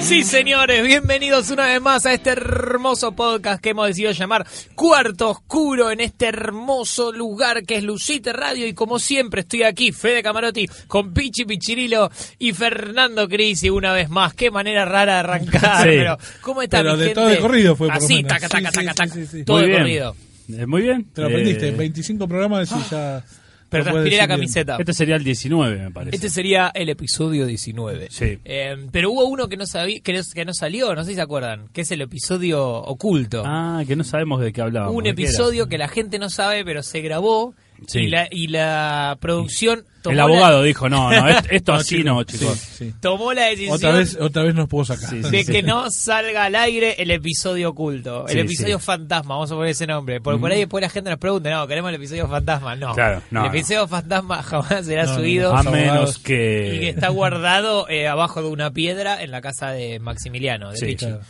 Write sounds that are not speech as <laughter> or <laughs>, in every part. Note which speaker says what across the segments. Speaker 1: Sí, señores, bienvenidos una vez más a este hermoso podcast que hemos decidido llamar Cuarto Oscuro en este hermoso lugar que es Lucite Radio. Y como siempre, estoy aquí, Fede Camarotti, con Pichi Pichirilo y Fernando Crisi una vez más. Qué manera rara de
Speaker 2: <laughs>
Speaker 1: arrancar.
Speaker 3: Sí.
Speaker 1: Pero, ¿cómo está
Speaker 2: Pero
Speaker 1: mi
Speaker 2: de
Speaker 1: gente?
Speaker 2: todo de corrido fue, por lo
Speaker 1: Así,
Speaker 2: menos.
Speaker 1: taca, taca,
Speaker 2: Sí, sí,
Speaker 1: taca,
Speaker 2: sí,
Speaker 1: taca.
Speaker 2: sí, sí.
Speaker 1: Todo
Speaker 3: Muy
Speaker 1: de
Speaker 3: bien.
Speaker 1: corrido. Ah.
Speaker 3: Eh, muy bien.
Speaker 2: Te lo aprendiste,
Speaker 3: Eh,
Speaker 2: en 25 programas y ya.
Speaker 1: Pero
Speaker 2: lo puedes
Speaker 1: transpiré la
Speaker 2: decir bien.
Speaker 1: camiseta.
Speaker 3: Este sería el 19, me parece.
Speaker 1: Este sería el episodio 19.
Speaker 3: Sí.
Speaker 1: Eh, pero hubo uno que no, sabí, que, no, que no salió, no sé si se acuerdan, que es el episodio oculto.
Speaker 3: Ah, que no sabemos de qué hablábamos.
Speaker 1: un
Speaker 3: ¿de qué era?
Speaker 1: episodio que la gente no sabe, pero se grabó
Speaker 3: Sí.
Speaker 1: y, la, y la producción tomó,
Speaker 3: El abogado
Speaker 1: la,
Speaker 3: dijo, no, no, est- esto así
Speaker 2: chicos,
Speaker 3: no,
Speaker 2: sí,
Speaker 3: chicos.
Speaker 2: sí.
Speaker 1: tomó la decisión
Speaker 2: Otra vez, otra vez nos puedo sacar.
Speaker 3: Sí, sí.
Speaker 1: de que no salga al aire el episodio oculto, el
Speaker 3: Sí,
Speaker 1: episodio
Speaker 3: sí.
Speaker 1: fantasma, vamos a poner ese nombre, porque por ahí después la gente nos pregunta, no, queremos el episodio fantasma, no,
Speaker 3: Claro, no,
Speaker 1: el episodio fantasma <laughs> jamás será
Speaker 2: No, no,
Speaker 1: subido.
Speaker 3: A
Speaker 2: Los
Speaker 3: menos
Speaker 2: abogados.
Speaker 3: que...
Speaker 1: y que está guardado eh, abajo de una piedra en la casa de Maximiliano, de
Speaker 3: Sí,
Speaker 1: Pichi.
Speaker 3: claro.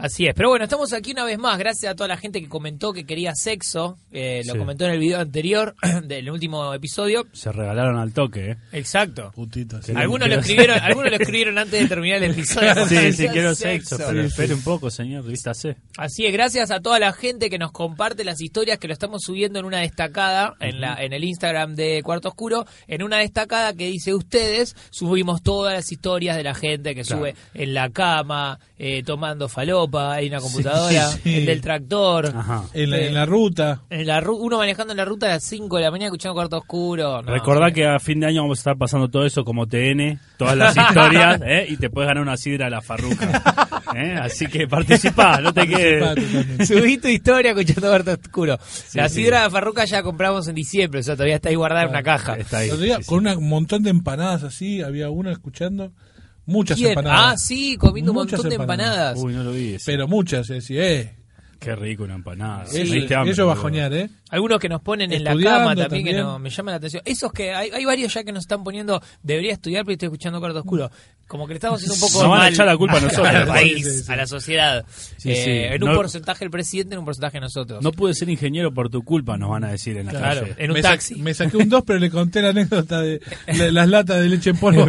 Speaker 1: Así es, pero bueno, estamos aquí una vez más, gracias a toda la gente que comentó que quería sexo, eh, lo
Speaker 3: Sí.
Speaker 1: comentó en el video anterior, <clears throat> del último episodio.
Speaker 3: Se regalaron al toque, ¿eh?
Speaker 1: Exacto.
Speaker 2: Putito, sí.
Speaker 1: Algunos lo,
Speaker 3: quiero
Speaker 1: escribieron, algunos lo escribieron antes de terminar el episodio.
Speaker 3: <laughs> Sí, sí,
Speaker 1: Decían
Speaker 3: quiero sexo, pero
Speaker 2: Sí,
Speaker 3: espere
Speaker 2: sí.
Speaker 3: un poco, señor, vístase.
Speaker 1: Así es, gracias a toda la gente que nos comparte las historias que lo estamos subiendo en una destacada en la en el Instagram de Cuarto Oscuro, en una destacada que dice ustedes, subimos todas las historias de la gente que
Speaker 3: Claro.
Speaker 1: sube en la cama, eh, tomando falopa, hay una
Speaker 3: <laughs>
Speaker 1: computadora,
Speaker 2: sí, sí.
Speaker 1: el del tractor, eh,
Speaker 3: Ajá.
Speaker 2: En la, en la ruta.
Speaker 1: en la ru- uno manejando en la ruta a las 5 de la mañana escuchando Cuarto Oscuro. No,
Speaker 3: Recordá
Speaker 1: sí.
Speaker 3: que a fin de año vamos a estar pasando todo eso como TN, todas las historias, ¿eh? y te puedes ganar una sidra a la farruca. ¿eh? Así que participá, no te
Speaker 2: Pa,
Speaker 3: quedes. <laughs>
Speaker 2: totalmente.
Speaker 1: Subí tu historia escuchando Cuarto Oscuro. la
Speaker 3: sí.
Speaker 1: sidra de Farruca ya compramos en diciembre, o sea, todavía está ahí guardada en una caja.
Speaker 3: Está ahí.
Speaker 2: El otro día,
Speaker 3: sí, sí.
Speaker 2: con una- un montón de empanadas así, había una escuchando. Muchas
Speaker 1: ¿Quién?
Speaker 2: empanadas.
Speaker 1: Ah, sí, comiendo un
Speaker 2: Muchas
Speaker 1: montón de empanadas.
Speaker 3: Uy, no lo vi. ese.
Speaker 2: Pero muchas, es decir, eh.
Speaker 3: Qué rico una empanada.
Speaker 2: ellos-
Speaker 3: Me diste hambre,
Speaker 2: ellos
Speaker 3: boludo.
Speaker 2: bajonear, eh.
Speaker 1: Algunos que nos ponen en la
Speaker 2: Estudiando
Speaker 1: cama también, que
Speaker 2: también.
Speaker 1: no, me llama la atención. Esos que hay, hay varios ya que nos están poniendo, debería estudiar, pero estoy escuchando Cuarto Oscuro. Como que le estamos haciendo un poco
Speaker 3: Nos van a
Speaker 1: mal
Speaker 3: echar la culpa a nosotros.
Speaker 1: <laughs> al país,
Speaker 2: Sí, sí, sí.
Speaker 1: a la sociedad.
Speaker 3: Sí,
Speaker 1: Eh,
Speaker 3: sí.
Speaker 1: En un
Speaker 3: No-
Speaker 1: porcentaje el presidente, en un porcentaje nosotros.
Speaker 3: No pude ser ingeniero por tu culpa, nos van a decir en la
Speaker 1: claro, Eh,
Speaker 3: calle.
Speaker 1: en un
Speaker 2: me, sa-
Speaker 1: taxi.
Speaker 2: me saqué un 2, pero le conté la anécdota de la- las latas de leche en polvo.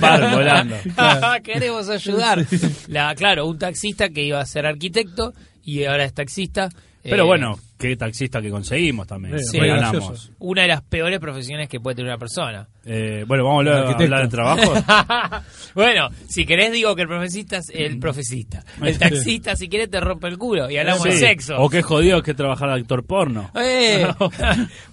Speaker 2: <laughs>
Speaker 3: Park
Speaker 1: <laughs>
Speaker 3: volando.
Speaker 1: Ah, Queremos ayudar. La, claro, un taxista que iba a ser arquitecto y ahora es taxista.
Speaker 3: Pero
Speaker 1: Eh,
Speaker 3: bueno, qué taxista que conseguimos también.
Speaker 2: Sí,
Speaker 3: Sí,
Speaker 1: muy
Speaker 3: ganamos.
Speaker 2: gracioso.
Speaker 1: Una de las peores profesiones que puede tener una persona.
Speaker 3: Eh, bueno, vamos a hablar, a
Speaker 2: Arquitecto.
Speaker 3: hablar de trabajo.
Speaker 1: bueno, si querés digo que el profesista es el profesista. El taxista, si quieres, te rompe el culo <laughs> y hablamos
Speaker 3: Este. Sí.
Speaker 1: de sexo.
Speaker 3: O qué jodido que trabajar de actor porno. <laughs>
Speaker 1: Eh. <laughs>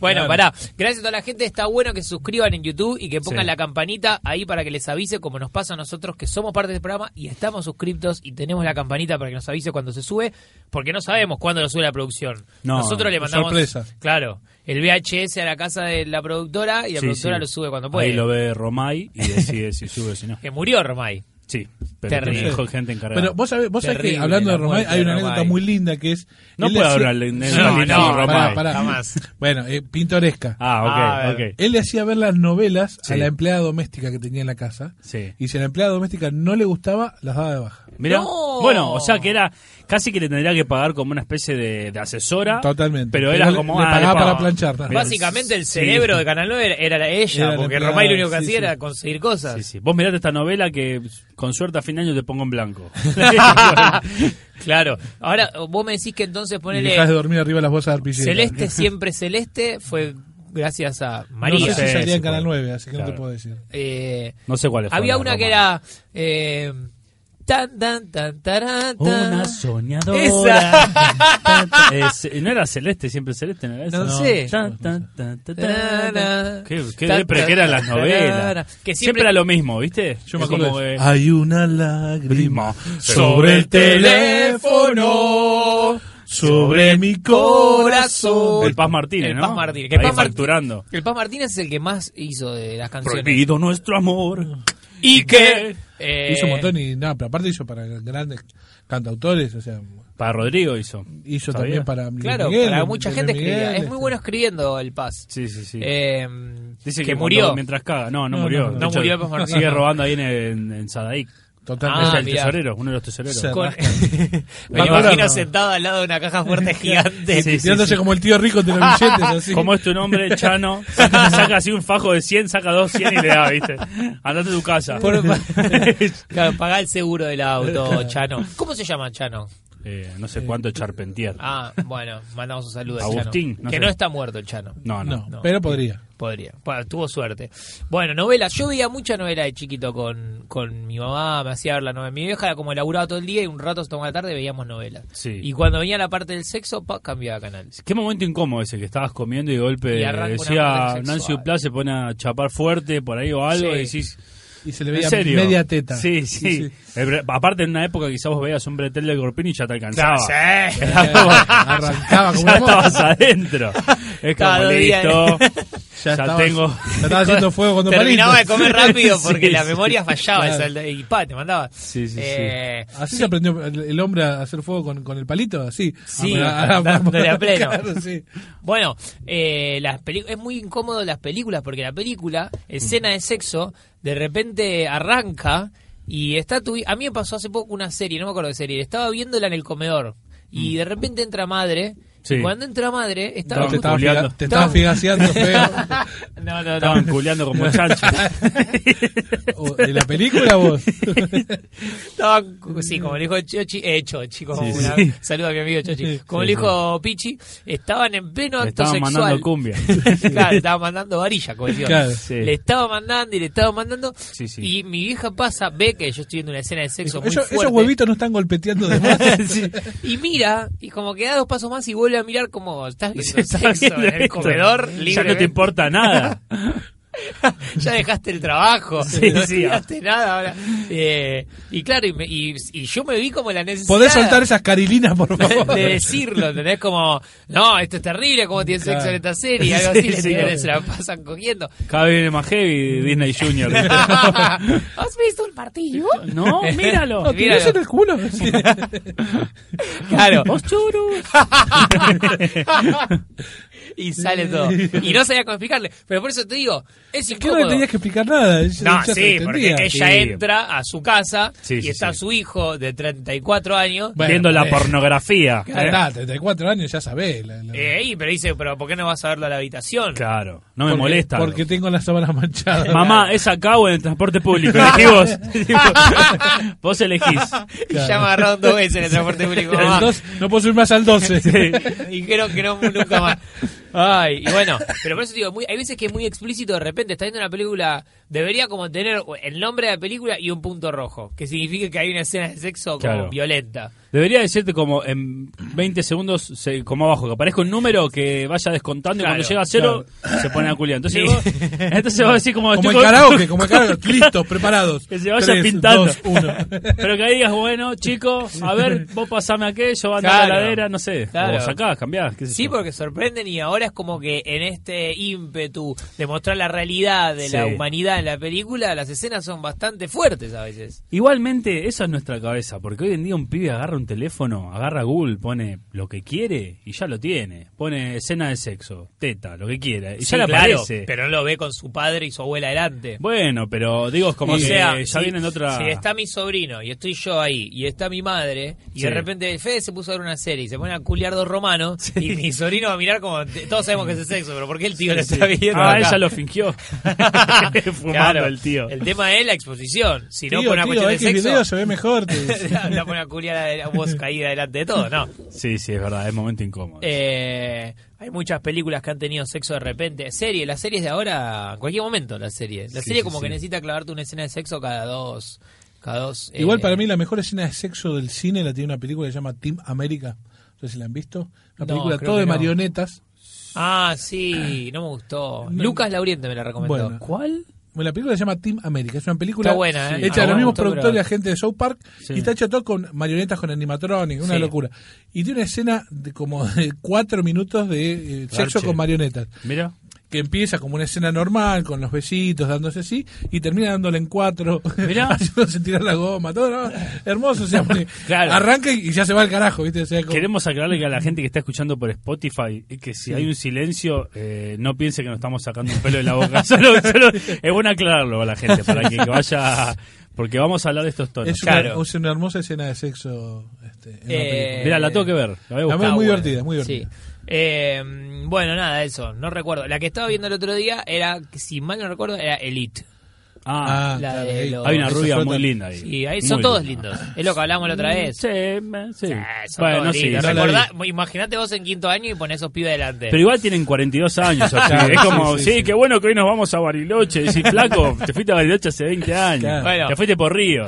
Speaker 1: bueno,
Speaker 2: Claro.
Speaker 1: pará. Gracias a toda la gente. Está bueno que se suscriban en YouTube y que pongan
Speaker 3: Sí.
Speaker 1: la campanita ahí para que les avise, como nos pasa a nosotros que somos parte del programa y estamos suscriptos y tenemos la campanita para que nos avise cuando se sube, porque no sabemos cuándo lo sube la producción.
Speaker 3: No,
Speaker 1: nosotros le mandamos.
Speaker 2: sorpresa.
Speaker 1: Claro. El VHS a la casa de la productora y la
Speaker 3: Sí,
Speaker 1: productora
Speaker 3: sí.
Speaker 1: lo sube cuando puede.
Speaker 3: Ahí lo ve Romay y decide si sube o si no.
Speaker 1: Que murió Romay.
Speaker 3: Sí, pero
Speaker 1: Terrible.
Speaker 3: tiene jo- gente encargada.
Speaker 2: Pero vos sabés, vos sabés que
Speaker 1: Terrible
Speaker 2: hablando de
Speaker 1: la
Speaker 2: Romay,
Speaker 1: muerte
Speaker 2: hay
Speaker 1: de
Speaker 2: una
Speaker 1: Romay.
Speaker 2: anécdota muy linda que es.
Speaker 3: No
Speaker 2: él
Speaker 3: puedo
Speaker 2: hacía-
Speaker 3: hablar de de-
Speaker 1: No,
Speaker 3: de- de
Speaker 1: no,
Speaker 3: Romay.
Speaker 2: Pará, pará.
Speaker 1: jamás.
Speaker 2: Bueno, eh, pintoresca.
Speaker 3: Ah,
Speaker 1: A
Speaker 3: ok,
Speaker 1: ver.
Speaker 3: ok.
Speaker 2: Él le hacía ver las novelas
Speaker 3: Sí.
Speaker 2: a la empleada doméstica que tenía en la casa.
Speaker 3: Sí.
Speaker 2: Y si a la empleada doméstica no le gustaba, las daba de baja.
Speaker 3: Mirá,
Speaker 1: No.
Speaker 3: bueno, o sea que era casi que le tendría que pagar como una especie de, de asesora.
Speaker 2: Totalmente.
Speaker 3: Pero
Speaker 2: Pero
Speaker 3: era
Speaker 2: le-
Speaker 3: como.
Speaker 2: le
Speaker 3: ah,
Speaker 2: pagaba
Speaker 3: le pago.
Speaker 2: para planchar, nada.
Speaker 3: Mirá,
Speaker 1: Básicamente el
Speaker 3: sí.
Speaker 1: cerebro de Canal 9 era la- ella,
Speaker 2: Era la
Speaker 1: porque
Speaker 2: empleada,
Speaker 1: Romay lo único que
Speaker 2: sí,
Speaker 1: hacía
Speaker 2: sí.
Speaker 1: era conseguir cosas.
Speaker 3: Sí, sí. Vos mirate esta novela que con suerte a fin de año te pongo
Speaker 2: <laughs>
Speaker 3: en blanco.
Speaker 1: <laughs> Claro. Ahora, vos me decís que entonces
Speaker 2: Y
Speaker 1: ponele
Speaker 2: dejás de dormir arriba de las bolsas de arpillera.
Speaker 1: Celeste siempre Celeste fue gracias a
Speaker 2: No
Speaker 1: María.
Speaker 2: sé si
Speaker 3: Sí,
Speaker 2: salía
Speaker 3: sí,
Speaker 2: en Canal
Speaker 3: puede.
Speaker 2: 9, así que no
Speaker 3: Claro.
Speaker 2: te puedo decir.
Speaker 1: Eh,
Speaker 3: No sé cuál es.
Speaker 1: había una que era eh, tan tan tan tarán, tan.
Speaker 3: Una soñadora.
Speaker 2: <laughs>
Speaker 3: <laughs>
Speaker 1: Esa.
Speaker 3: Tan, tan, eh, ce- no era celeste, siempre celeste, ¿no era esa?
Speaker 1: No sé.
Speaker 3: Tan, tan, tan, tan, tan, tan.
Speaker 1: Tarara.
Speaker 3: Qué, qué
Speaker 1: Tan,
Speaker 3: depre que eran las
Speaker 1: tarara.
Speaker 3: novelas.
Speaker 1: Que
Speaker 3: siempre,
Speaker 1: siempre-
Speaker 3: era lo mismo, ¿viste?
Speaker 2: Yo me acuerdo
Speaker 3: Como,
Speaker 2: de- "Ah,
Speaker 3: eh,
Speaker 2: Hay una lágrima
Speaker 3: sobre el
Speaker 2: teléfono, sobre mi
Speaker 1: corazón.
Speaker 3: el Paz Martínez,
Speaker 1: el
Speaker 3: ¿no?
Speaker 1: Paz Martínez. que
Speaker 3: Ahí
Speaker 1: Paz Martí-
Speaker 3: facturando.
Speaker 1: el Paz Martínez es el que más hizo de las canciones.
Speaker 3: Prohibido nuestro amor.
Speaker 1: Y que... eh,
Speaker 2: hizo un montón y nada, pero aparte hizo para grandes cantautores, o sea,
Speaker 3: Para Rodrigo hizo.
Speaker 2: hizo
Speaker 3: ¿Sabía?
Speaker 2: también para Luis
Speaker 1: Claro,
Speaker 2: Miguel,
Speaker 1: para mucha
Speaker 2: Luis
Speaker 1: gente
Speaker 2: Miguel,
Speaker 1: escribía. Es
Speaker 2: este.
Speaker 1: muy bueno escribiendo el Paz.
Speaker 3: Sí, sí, sí.
Speaker 1: Eh,
Speaker 3: Dice
Speaker 1: que,
Speaker 3: que, cuando-
Speaker 1: murió.
Speaker 3: mientras caga. No, no,
Speaker 2: No,
Speaker 3: murió.
Speaker 2: no, no.
Speaker 3: De
Speaker 1: No
Speaker 3: hecho,
Speaker 1: murió, pues, Martín.
Speaker 3: Sigue robando ahí en, en, en Sadaic.
Speaker 2: Totalmente.
Speaker 1: Ah,
Speaker 3: es el
Speaker 1: mirá.
Speaker 3: tesorero, uno de los tesoreros.
Speaker 2: Sí.
Speaker 1: Con- <laughs> Me
Speaker 2: Panorama.
Speaker 1: imagino sentado al lado de una caja fuerte gigante.
Speaker 3: Sí, sí. este-
Speaker 2: Tirándose como el tío rico de los billetes, así.
Speaker 3: ¿Cómo es tu nombre,
Speaker 1: <laughs>
Speaker 3: Chano? Saca, saca así un fajo de 100, saca dos 100 y le da, ¿viste? Andate a tu casa.
Speaker 1: Claro, pagá el seguro del auto, Chano. ¿Cómo se llama Chano?
Speaker 3: <laughs> Eh, no sé cuánto Charpentier.
Speaker 1: Ah, bueno, mandamos un saludo al
Speaker 3: Agustín,
Speaker 1: Chano.
Speaker 3: no
Speaker 1: que
Speaker 3: sé.
Speaker 1: no está muerto el Chano.
Speaker 3: No, no.
Speaker 2: No,
Speaker 1: no.
Speaker 2: pero podría.
Speaker 1: Podría. Bueno, tuvo suerte. Bueno, novelas. Yo veía mucha novela de chiquito con, con mi mamá, me hacía ver la novela. Mi vieja como laburaba todo el día y un rato se tomaba la tarde veíamos novelas.
Speaker 3: Sí.
Speaker 1: Y cuando venía la parte del sexo, pa, cambiaba canal.
Speaker 3: Qué momento incómodo ese que estabas comiendo y de golpe
Speaker 1: Y arranca una
Speaker 3: decía
Speaker 1: parte
Speaker 3: Nancy
Speaker 1: sexual.
Speaker 3: Duplá se pone a chapar fuerte por ahí o algo
Speaker 1: Sí.
Speaker 3: y decís.
Speaker 2: Y se le
Speaker 3: ¿En
Speaker 2: veía
Speaker 3: serio?
Speaker 2: media teta.
Speaker 3: Sí, sí. Eh, pero Aparte, en una época quizás vos veías un bretel de Corpini y ya te alcanzaba.
Speaker 1: Sí.
Speaker 3: Era como-
Speaker 1: <laughs>
Speaker 2: Arrancaba como
Speaker 3: <laughs> ya
Speaker 2: una moto.
Speaker 3: estabas adentro. Es
Speaker 1: Estaba
Speaker 3: como
Speaker 1: dos días.
Speaker 2: Ya
Speaker 3: listo. Ya,
Speaker 2: estabas-
Speaker 3: tengo.
Speaker 2: ya estaba haciendo fuego
Speaker 1: <laughs>
Speaker 2: cuando
Speaker 1: Terminaba de
Speaker 2: palito.
Speaker 1: comer
Speaker 2: <laughs>
Speaker 1: rápido porque
Speaker 3: Sí,
Speaker 1: la
Speaker 3: sí.
Speaker 1: memoria fallaba
Speaker 2: Claro.
Speaker 1: o sea, y pa, te mandaba.
Speaker 3: Sí, sí, sí.
Speaker 1: Eh,
Speaker 2: Así se aprendió el el hombre a hacer fuego con, con el palito, así. Ah,
Speaker 1: Sí, <laughs>
Speaker 2: A- a- a-
Speaker 1: dándole a pleno.
Speaker 2: <laughs> Claro, sí.
Speaker 1: Bueno, eh, las peli- es muy incómodo las películas porque la película, escena de sexo, de repente arranca y está tu... A mí me pasó hace poco una serie, no me acuerdo de serie, estaba viéndola en el comedor y de repente entra madre.
Speaker 3: Sí.
Speaker 1: Y cuando entra madre, estaba...
Speaker 3: No,
Speaker 2: Mm.
Speaker 1: justo-
Speaker 2: Te estaba,
Speaker 3: Juliando.
Speaker 2: figa- te estaba figaseando feo.
Speaker 1: <laughs> No, no, no.
Speaker 3: Estaban culeando como chancho.
Speaker 2: O- ¿De la película vos?
Speaker 1: <laughs> Estaba, sí, como le dijo Chochi, eh, Chochi, como
Speaker 3: Sí,
Speaker 1: una-
Speaker 3: sí.
Speaker 1: saludo a mi amigo Chochi, como
Speaker 3: Sí,
Speaker 1: le dijo Pichi, estaban en pleno
Speaker 3: Le
Speaker 1: acto
Speaker 3: estaban
Speaker 1: sexual.
Speaker 3: mandando cumbia.
Speaker 1: <laughs>
Speaker 3: <laughs>
Speaker 1: claro, estaba mandando varilla, como decía.
Speaker 2: Claro,
Speaker 3: sí.
Speaker 1: Le estaba mandando y le estaba mandando.
Speaker 3: Sí, sí.
Speaker 1: Y mi vieja pasa, ve que yo estoy viendo una escena de sexo muy
Speaker 2: Esos,
Speaker 1: fuerte. <laughs>
Speaker 2: esos
Speaker 3: <laughs>
Speaker 2: huevitos no están golpeteando de más.
Speaker 1: Y mira, y como que da dos pasos más y vuelve a mirar como estás viendo
Speaker 3: Estaba
Speaker 1: sexo
Speaker 3: viendo
Speaker 1: en el
Speaker 3: esto.
Speaker 1: comedor,
Speaker 3: Ya no
Speaker 1: libremente.
Speaker 3: te importa nada.
Speaker 1: <laughs> ya dejaste el trabajo,
Speaker 3: Sí,
Speaker 1: <laughs> no
Speaker 3: sí. ah.
Speaker 1: dejaste nada ahora. Eh, y claro, y, me- y- y yo me vi como la necesidad.
Speaker 2: Podés soltar esas carilinas, por favor.
Speaker 1: de
Speaker 2: <laughs>
Speaker 1: <laughs> decirlo, ¿entendés? Como, no, esto es terrible, como tiene sexo
Speaker 2: Claro.
Speaker 1: en esta serie, algo así,
Speaker 3: Sí,
Speaker 1: le
Speaker 3: sí,
Speaker 1: tienen-
Speaker 3: no.
Speaker 1: se la pasan cogiendo.
Speaker 3: Cada vez viene más heavy Disney Junior.
Speaker 1: ¿Has visto el partido?
Speaker 3: no,
Speaker 1: <laughs>
Speaker 3: míralo.
Speaker 1: Mira,
Speaker 2: Tirás en el culo. Sí.
Speaker 1: Claro.
Speaker 3: Vos churus.
Speaker 1: <laughs> y sale todo. Y no sabía cómo explicarle. Pero por eso te digo, es
Speaker 2: Yo no le
Speaker 1: incómodo.
Speaker 2: tenías que explicar nada. ella
Speaker 1: No,
Speaker 2: ya se
Speaker 1: sí, porque
Speaker 2: entendía. Ah,
Speaker 1: ella
Speaker 3: Sí.
Speaker 1: entra a su casa
Speaker 3: Sí,
Speaker 1: y
Speaker 3: sí,
Speaker 1: está
Speaker 3: sí.
Speaker 1: su hijo de 34 años.
Speaker 2: Bueno,
Speaker 3: viendo la
Speaker 2: eh,
Speaker 3: pornografía.
Speaker 2: ya está, 34 años, ya sabés. la- la-
Speaker 1: Eh, y- pero dice, pero ¿por qué no vas a verlo a la habitación?
Speaker 3: Claro, no me
Speaker 2: porque-
Speaker 3: molesta.
Speaker 2: Porque tengo las sábanas manchadas.
Speaker 3: Mamá, es acá o en el transporte público. Elegí vos. Tipo, vos elegís.
Speaker 1: <laughs> Y ya me agarraron dos veces en el transporte público.
Speaker 2: El
Speaker 1: mamá.
Speaker 2: 12 no puedo subir más al 12.
Speaker 1: <laughs> Dijeron que no nunca más. Ay, y bueno, pero por eso te digo, muy, hay veces que es muy explícito de repente, está viendo una película, debería como tener el nombre de la película y un punto rojo, que significa que hay una escena de sexo como
Speaker 3: Claro.
Speaker 1: violenta.
Speaker 3: Debería decirte como en 20 segundos, se- como abajo, que aparezca un número que vaya descontando y
Speaker 1: Claro,
Speaker 3: cuando llega a cero se pone a culiar. Entonces,
Speaker 1: Sí.
Speaker 3: vos, entonces vos decís como...
Speaker 2: Como el
Speaker 3: estoy con-
Speaker 2: karaoke, como el karaoke. Listos, preparados.
Speaker 3: <laughs> Que se vaya
Speaker 2: Tres,
Speaker 3: pintando.
Speaker 2: dos, uno.
Speaker 3: <laughs> Pero que ahí digas, bueno, chicos,
Speaker 1: <laughs>
Speaker 3: a ver, vos pasame aquello, anda a la
Speaker 1: Claro.
Speaker 3: ladera, no sé.
Speaker 1: Claro.
Speaker 3: O sacás, cambiás, qué sé
Speaker 1: Sí,
Speaker 3: yo.
Speaker 1: porque sorprenden y ahora es como que en este ímpetu de mostrar la realidad de la
Speaker 3: Sí.
Speaker 1: humanidad en la película, las escenas son bastante fuertes a veces.
Speaker 3: Igualmente, eso es nuestra cabeza, porque hoy en día un pibe agarra un teléfono, agarra Google, pone lo que quiere y ya lo tiene. Pone escena de sexo, teta, lo que quiera, y
Speaker 1: Sí,
Speaker 3: ya le
Speaker 1: claro,
Speaker 3: aparece.
Speaker 1: pero no lo ve con su padre y su abuela adelante.
Speaker 3: Bueno, pero digo, es como
Speaker 1: o
Speaker 3: que
Speaker 1: sea,
Speaker 3: eh, ya
Speaker 1: si,
Speaker 3: vienen de otra...
Speaker 1: si está mi sobrino y estoy yo ahí y está mi madre y
Speaker 3: Sí.
Speaker 1: de repente Fede se puso a ver una serie y se pone a culiar dos romanos y mi sobrino va a mirar como todos sabemos que es el sexo, pero ¿por qué el tío lo está viendo?
Speaker 3: Ah,
Speaker 1: acá?
Speaker 3: ella
Speaker 1: <laughs>
Speaker 3: lo fingió. <laughs> Fumando
Speaker 1: Claro,
Speaker 3: el tío.
Speaker 1: El tema es la exposición, si no
Speaker 2: Tío,
Speaker 1: por una
Speaker 2: tío,
Speaker 1: cuestión de
Speaker 2: X video
Speaker 1: <laughs>
Speaker 2: se
Speaker 1: sexo.
Speaker 2: ve mejor. te dice.
Speaker 1: la pone a culiar a a voz caída delante de todo, no.
Speaker 3: Sí, sí, es verdad, es momento incómodo.
Speaker 1: Eh, hay muchas películas que han tenido sexo de repente. Serie, las series de ahora, en cualquier momento las series. La
Speaker 3: Sí,
Speaker 1: serie
Speaker 3: sí,
Speaker 1: como que
Speaker 3: sí.
Speaker 1: necesita clavarte una escena de sexo cada dos. Cada dos eh,
Speaker 2: Igual para mí la mejor escena de sexo del cine la tiene una película que se llama Team América. No sé si la han visto. Una
Speaker 1: No,
Speaker 2: película
Speaker 1: creo
Speaker 2: todo
Speaker 1: que
Speaker 2: de
Speaker 1: no.
Speaker 2: marionetas.
Speaker 1: Ah, sí, no me gustó. Lucas Lauriente me la recomendó.
Speaker 2: Bueno.
Speaker 3: ¿Cuál?
Speaker 2: Bueno, la película se llama Team América. Es una película
Speaker 1: Está buena, ¿eh?
Speaker 2: hecha
Speaker 1: Ah,
Speaker 2: de los
Speaker 1: me
Speaker 2: mismos
Speaker 1: gustó,
Speaker 2: productores y
Speaker 1: pero-
Speaker 2: la gente de South Park.
Speaker 3: Sí.
Speaker 2: Y está hecho todo con marionetas, con animatronics, una
Speaker 1: Sí.
Speaker 2: locura. Y tiene una escena de como de cuatro minutos de eh, sexo
Speaker 3: Garche.
Speaker 2: con marionetas.
Speaker 3: Mira.
Speaker 2: que empieza como una escena normal, con los besitos, dándose así, y termina dándole en cuatro, <laughs>
Speaker 3: Mirá.
Speaker 2: haciéndose tirar la goma, todo ¿no? hermoso,
Speaker 3: <laughs>
Speaker 2: o sea, porque
Speaker 3: Claro.
Speaker 2: arranca y ya se va al carajo, ¿viste? O sea, como-
Speaker 3: Queremos aclararle que a la gente que está escuchando por Spotify que si hay un silencio, eh, no piense que nos estamos sacando un pelo de la boca. <laughs> Solo- solo- es bueno aclararlo a la gente para
Speaker 1: <laughs>
Speaker 3: que vaya. Porque vamos a hablar de estos tonos.
Speaker 2: es, una,
Speaker 1: Claro.
Speaker 2: es una hermosa escena de sexo este, en la
Speaker 1: Eh,
Speaker 2: película.
Speaker 3: Mira, la tengo que ver. La voy a
Speaker 2: La
Speaker 3: buscar.
Speaker 2: veo muy
Speaker 1: bueno.
Speaker 2: divertida, muy
Speaker 1: Sí.
Speaker 2: divertida.
Speaker 1: Eh, bueno, nada, eso, no recuerdo. La que estaba viendo el otro día era, si mal no recuerdo, era Elite.
Speaker 3: Ah,
Speaker 1: la de
Speaker 2: ahí.
Speaker 1: los-
Speaker 3: hay una
Speaker 2: Eso
Speaker 3: rubia
Speaker 2: flota.
Speaker 3: muy linda ahí.
Speaker 1: Y ahí son
Speaker 3: Muy
Speaker 1: todos
Speaker 3: linda.
Speaker 1: lindos. Es lo que hablamos la otra
Speaker 2: Mm,
Speaker 1: vez.
Speaker 3: Sí, me- sí.
Speaker 1: Ah, son
Speaker 3: Bueno,
Speaker 1: todos
Speaker 3: sí.
Speaker 1: lindos.
Speaker 2: no la
Speaker 1: Recordá- Imaginate vos en quinto año y ponés esos pibes delante.
Speaker 3: Pero igual tienen 42 años. así.
Speaker 2: Claro,
Speaker 3: es como,
Speaker 2: sí,
Speaker 3: sí,
Speaker 2: sí, sí.
Speaker 3: qué bueno que hoy nos vamos a Bariloche. Decís, flaco, te fuiste a Bariloche hace 20 años.
Speaker 2: Claro.
Speaker 1: Bueno.
Speaker 3: Te fuiste
Speaker 2: <laughs>
Speaker 3: por Río.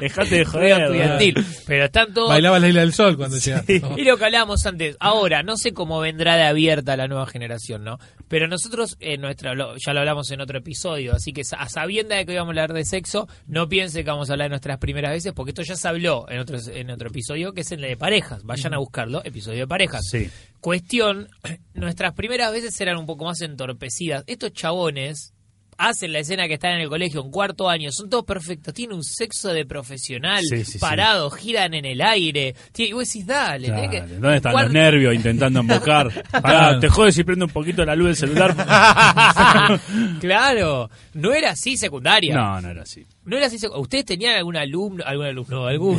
Speaker 3: Dejate de
Speaker 1: Ruido
Speaker 3: joder.
Speaker 1: estudiantil. Pero están todos.
Speaker 2: Bailaba la isla del sol cuando llegaste.
Speaker 1: <laughs>
Speaker 3: <laughs>
Speaker 2: <laughs>
Speaker 1: Y lo que hablábamos antes, ahora, no sé cómo vendrá de abierta la nueva generación, ¿no? Pero nosotros, eh, nuestra, lo- ya lo hablamos en otro episodio, así que sa- a sabienda de que hoy vamos a hablar de sexo, no piense que vamos a hablar de nuestras primeras veces, porque esto ya se habló en otro, en otro episodio, que es en el de parejas. Vayan a buscarlo, episodio de parejas.
Speaker 3: Sí.
Speaker 1: Cuestión, <clears throat> nuestras primeras veces eran un poco más entorpecidas. Estos chabones hacen la escena que están en el colegio en cuarto año, son todos perfectos, tienen un sexo de profesional,
Speaker 3: Sí, sí, sí.
Speaker 1: parados, giran en el aire. Tiene- Y vos decís, dale,
Speaker 3: Dale,
Speaker 1: tenés que-
Speaker 3: ¿Dónde están
Speaker 1: cuar-
Speaker 3: los nervios intentando embocar? Pará, te jodes si prende un poquito la luz
Speaker 1: <laughs>
Speaker 3: del celular.
Speaker 1: <laughs> claro, no era así secundaria. No,
Speaker 3: no, no era así.
Speaker 1: era así secu- ¿Ustedes tenían algún alumno, algún
Speaker 3: <laughs>
Speaker 1: alumno, algún,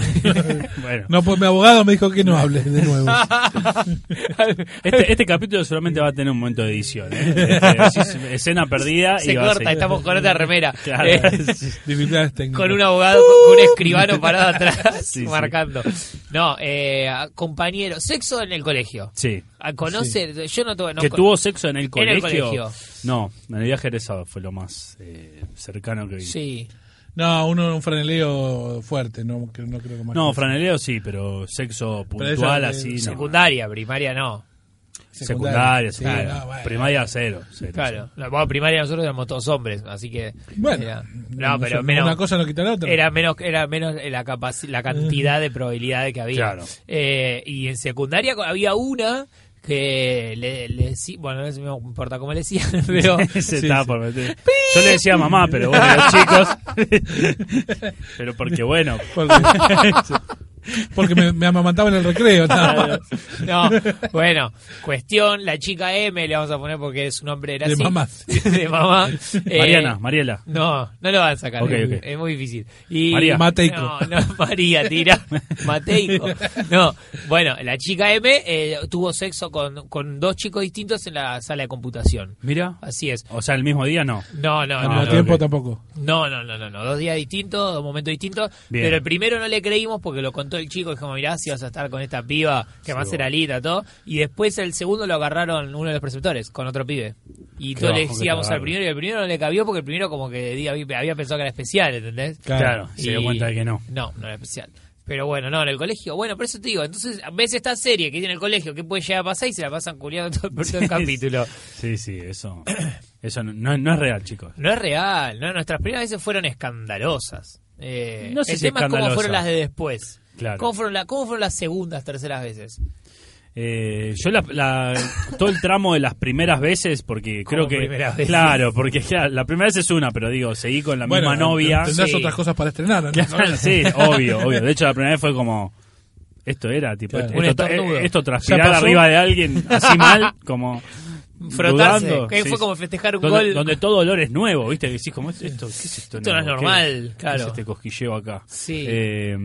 Speaker 3: Bueno,
Speaker 2: No, pues mi abogado me dijo que no hable de
Speaker 3: <laughs>
Speaker 2: nuevo.
Speaker 3: Ah. este, este capítulo solamente va a tener un momento de edición. ¿eh? Eh, sí, sí, Escena perdida
Speaker 1: se
Speaker 3: y va a
Speaker 1: corta,
Speaker 3: seguir.
Speaker 1: estamos con otra remera.
Speaker 3: Claro.
Speaker 1: Eh,
Speaker 3: <laughs>
Speaker 2: Dificultades técnicas.
Speaker 1: con un abogado, con un escribano parado atrás,
Speaker 3: Sí, sí.
Speaker 1: marcando. No, eh, compañero, sexo en el colegio.
Speaker 3: Sí.
Speaker 1: Ah, Conoce, yo no tuve... no
Speaker 3: ¿Que
Speaker 1: con-
Speaker 3: tuvo sexo en el
Speaker 1: En
Speaker 3: colegio?
Speaker 1: el colegio.
Speaker 3: No, en el viaje egresado fue lo más eh, cercano que vi.
Speaker 1: Sí.
Speaker 2: No, uno un franeleo fuerte, no, que- no creo que más.
Speaker 3: No, franeleo sí, pero sexo puntual
Speaker 2: ella, eh,
Speaker 3: así. No.
Speaker 1: Secundaria, primaria no.
Speaker 3: Secundaria,
Speaker 2: Sí,
Speaker 3: secundaria.
Speaker 2: no, bueno.
Speaker 3: Primaria cero. cero,
Speaker 1: Claro, no, bueno, primaria nosotros éramos todos hombres, así que...
Speaker 2: Bueno,
Speaker 1: era- no, pero
Speaker 2: una
Speaker 1: menos,
Speaker 2: cosa no quita la otra.
Speaker 1: Era menos, era menos la, capaci- la cantidad de probabilidades que había.
Speaker 3: Claro.
Speaker 1: Eh, y en secundaria había una que le, le decí- bueno, no me importa cómo le decían, <laughs> pero
Speaker 3: cero. <laughs> Se
Speaker 2: <laughs> Sí,
Speaker 3: está
Speaker 2: sí.
Speaker 3: por meter. Yo le decía a mamá, pero bueno,
Speaker 2: <laughs>
Speaker 3: los chicos. <laughs> pero porque bueno.
Speaker 2: Porque,
Speaker 1: <laughs>
Speaker 2: porque me, me amamantaba en el recreo. nada más.
Speaker 1: No, bueno, cuestión, la chica M le vamos a poner porque su nombre era
Speaker 2: De
Speaker 1: así.
Speaker 2: mamá.
Speaker 1: <laughs> de mamá. Eh,
Speaker 3: Mariana, Mariela.
Speaker 1: No, no lo van a sacar.
Speaker 3: Ok,
Speaker 1: es,
Speaker 3: ok.
Speaker 1: es muy difícil. Y
Speaker 3: María.
Speaker 2: Mateico.
Speaker 1: No, no, <laughs> María,
Speaker 3: <laughs>
Speaker 1: tira. Mateico. No, bueno, la chica M eh, tuvo sexo con, con dos chicos distintos en la sala de computación.
Speaker 3: Mira.
Speaker 1: Así es.
Speaker 3: O sea, el mismo día no.
Speaker 1: No, no,
Speaker 2: Al
Speaker 1: no.
Speaker 2: mismo
Speaker 3: no,
Speaker 2: tiempo
Speaker 3: ok.
Speaker 2: tampoco.
Speaker 1: No, no, no, no, no. Dos días distintos, dos momentos distintos.
Speaker 3: Bien.
Speaker 1: Pero el primero no le creímos porque lo contó el chico. Dijimos, mirá, si vas a estar con esta piba, que además
Speaker 3: Sí,
Speaker 1: era lita, todo. Y después el segundo lo agarraron uno de los preceptores con otro pibe. Y
Speaker 3: Qué
Speaker 1: todos le
Speaker 3: bajo que
Speaker 1: decíamos
Speaker 3: te
Speaker 1: al primero y el primero no le cabió porque el primero como que di- había, había pensado que era especial, ¿entendés?
Speaker 2: Claro.
Speaker 3: Claro, se dio
Speaker 1: Y-
Speaker 3: cuenta de
Speaker 1: <laughs>
Speaker 3: que no.
Speaker 1: No, no era especial. Pero bueno, no, en el colegio. Bueno, por eso te digo, entonces ves esta serie que tiene el colegio, que puede llegar a pasar y se la pasan culiando
Speaker 3: <laughs>
Speaker 1: todo, por todo el capítulo.
Speaker 3: Sí, sí, eso. Eso no, no, no es real, chicos.
Speaker 1: No es real, ¿no? nuestras primeras veces fueron escandalosas. Eh,
Speaker 3: No sé
Speaker 1: el
Speaker 3: si
Speaker 1: tema es cómo
Speaker 3: escandalosa.
Speaker 1: fueron las de después.
Speaker 3: Claro.
Speaker 1: ¿Cómo, fueron la- ¿Cómo fueron las segundas, terceras veces?
Speaker 3: Eh, yo la, la- todo el tramo de las primeras veces, porque
Speaker 1: ¿Cómo
Speaker 3: creo que...
Speaker 1: primeras veces?
Speaker 3: Claro, porque claro, la primera vez es una, pero digo, seguí con la misma novia.
Speaker 2: eh, Tendrás
Speaker 1: Sí.
Speaker 2: otras cosas para
Speaker 1: <laughs>
Speaker 2: estrenar. ¿no?
Speaker 3: <laughs> Claro, sí,
Speaker 2: <laughs>
Speaker 3: obvio, obvio. De hecho, la primera vez fue como. Esto era, tipo.
Speaker 2: Claro.
Speaker 3: esto-
Speaker 1: Un
Speaker 3: Esto,
Speaker 1: estornudo.
Speaker 3: eh, esto
Speaker 2: Ya
Speaker 3: transpirar
Speaker 2: pasó.
Speaker 3: arriba de alguien
Speaker 2: <laughs>
Speaker 3: así mal, como.
Speaker 1: Frotarse,
Speaker 3: dudando.
Speaker 1: que
Speaker 3: Sí,
Speaker 1: fue
Speaker 3: sí.
Speaker 1: como festejar un
Speaker 3: donde,
Speaker 1: gol.
Speaker 3: Donde todo dolor es nuevo, ¿viste? Que decís, como, ¿esto, ¿qué es esto?
Speaker 1: Esto no es
Speaker 3: nuevo? ¿Qué-
Speaker 1: normal,
Speaker 3: qué
Speaker 1: claro.
Speaker 3: es este cosquilleo acá.
Speaker 1: Sí.
Speaker 3: Eh,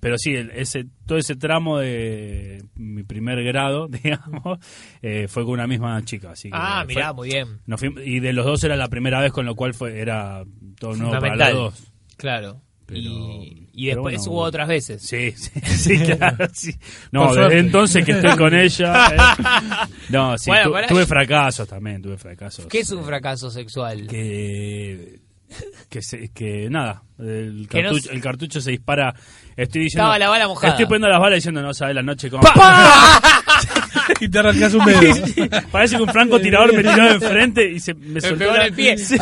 Speaker 3: pero sí, el- ese, todo ese tramo de mi primer grado, <laughs> digamos, eh, fue con una misma chica. Así que
Speaker 1: ah,
Speaker 3: fue-
Speaker 1: mirá, muy bien.
Speaker 3: nos fuimos- y de los dos era la primera vez, con lo cual fue, era todo nuevo para los
Speaker 1: Fundamental.
Speaker 3: dos.
Speaker 1: Claro.
Speaker 3: Pero-
Speaker 1: y, y
Speaker 3: pero
Speaker 1: después
Speaker 3: bueno,
Speaker 1: hubo otras veces.
Speaker 3: Sí,
Speaker 1: <laughs>
Speaker 3: sí, sí, <laughs> claro, sí. No,
Speaker 2: Por
Speaker 3: desde
Speaker 2: suerte.
Speaker 3: entonces que estoy con ella.
Speaker 1: <laughs>
Speaker 3: eh. No, sí,
Speaker 1: Bueno,
Speaker 3: tu-
Speaker 1: pará.
Speaker 3: tuve fracasos también, tuve fracasos.
Speaker 1: ¿Qué es un fracaso sexual?
Speaker 3: Que. Que, se- que nada, el
Speaker 1: Que no
Speaker 3: cartucho,
Speaker 1: se-
Speaker 3: el cartucho se dispara. Estoy diciendo.
Speaker 1: Estaba la bala mojada.
Speaker 3: Estoy poniendo las balas diciendo, no sabes la noche cómo. <laughs>
Speaker 2: Y te arrancas
Speaker 1: <laughs>
Speaker 2: un dedo.
Speaker 3: Parece que un francotirador me tiró de enfrente y se, me,
Speaker 1: Me
Speaker 3: <laughs> soltó
Speaker 1: pegó en
Speaker 3: la-
Speaker 1: el pie.
Speaker 3: Sí.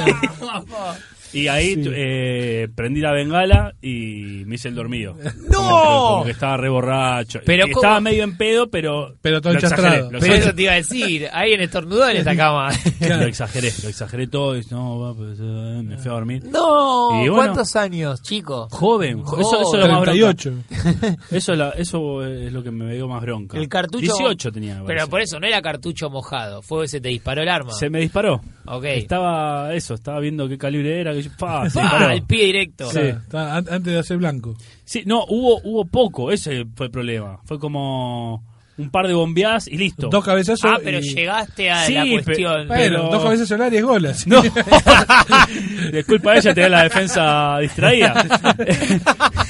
Speaker 3: Y ahí
Speaker 2: Sí.
Speaker 3: tu- eh, prendí la bengala y me hice el dormido.
Speaker 1: ¡No!
Speaker 3: Como que, como que estaba re borracho.
Speaker 1: Pero
Speaker 3: Que estaba
Speaker 1: ¿cómo?
Speaker 3: medio en pedo, pero.
Speaker 2: Pero todo
Speaker 3: lo exageré,
Speaker 2: enchastrado.
Speaker 3: lo
Speaker 1: Pero
Speaker 3: exageré.
Speaker 1: eso te iba a decir, alguien estornudó en esta
Speaker 3: <laughs>
Speaker 1: cama.
Speaker 3: Lo exageré, lo exageré todo. y, no, va, pues, eh, me fui a dormir.
Speaker 1: No,
Speaker 3: Y bueno.
Speaker 1: ¿cuántos años, chico?
Speaker 3: Joven, jo- eso, eso es lo más bronca.
Speaker 2: 38.
Speaker 3: Eso, es la- eso es lo que me dio más bronca.
Speaker 1: El cartucho.
Speaker 3: 18 tenía. me
Speaker 1: Pero
Speaker 3: parece.
Speaker 1: por eso no era cartucho mojado, fue ese te disparó el arma.
Speaker 3: Se me disparó.
Speaker 1: Ok.
Speaker 3: Estaba eso, estaba viendo qué calibre era. Que yo,
Speaker 1: <laughs>
Speaker 3: pa, se
Speaker 1: ¡Pah!
Speaker 3: disparó.
Speaker 1: Ah, Al pie directo.
Speaker 2: Claro, está- an- antes de hacer blanco.
Speaker 3: Sí, no, hubo, hubo poco, ese fue el problema. Fue como un par de bombeadas y listo.
Speaker 2: Dos cabezazos.
Speaker 1: Ah, pero
Speaker 2: y-
Speaker 1: llegaste a
Speaker 3: Sí,
Speaker 1: la
Speaker 3: pe-
Speaker 1: cuestión.
Speaker 3: pe-
Speaker 2: Bueno,
Speaker 3: pero-
Speaker 2: dos cabezas al área es gol, <laughs> así.
Speaker 3: No. Disculpa ella, tenía la defensa distraída.
Speaker 1: <laughs>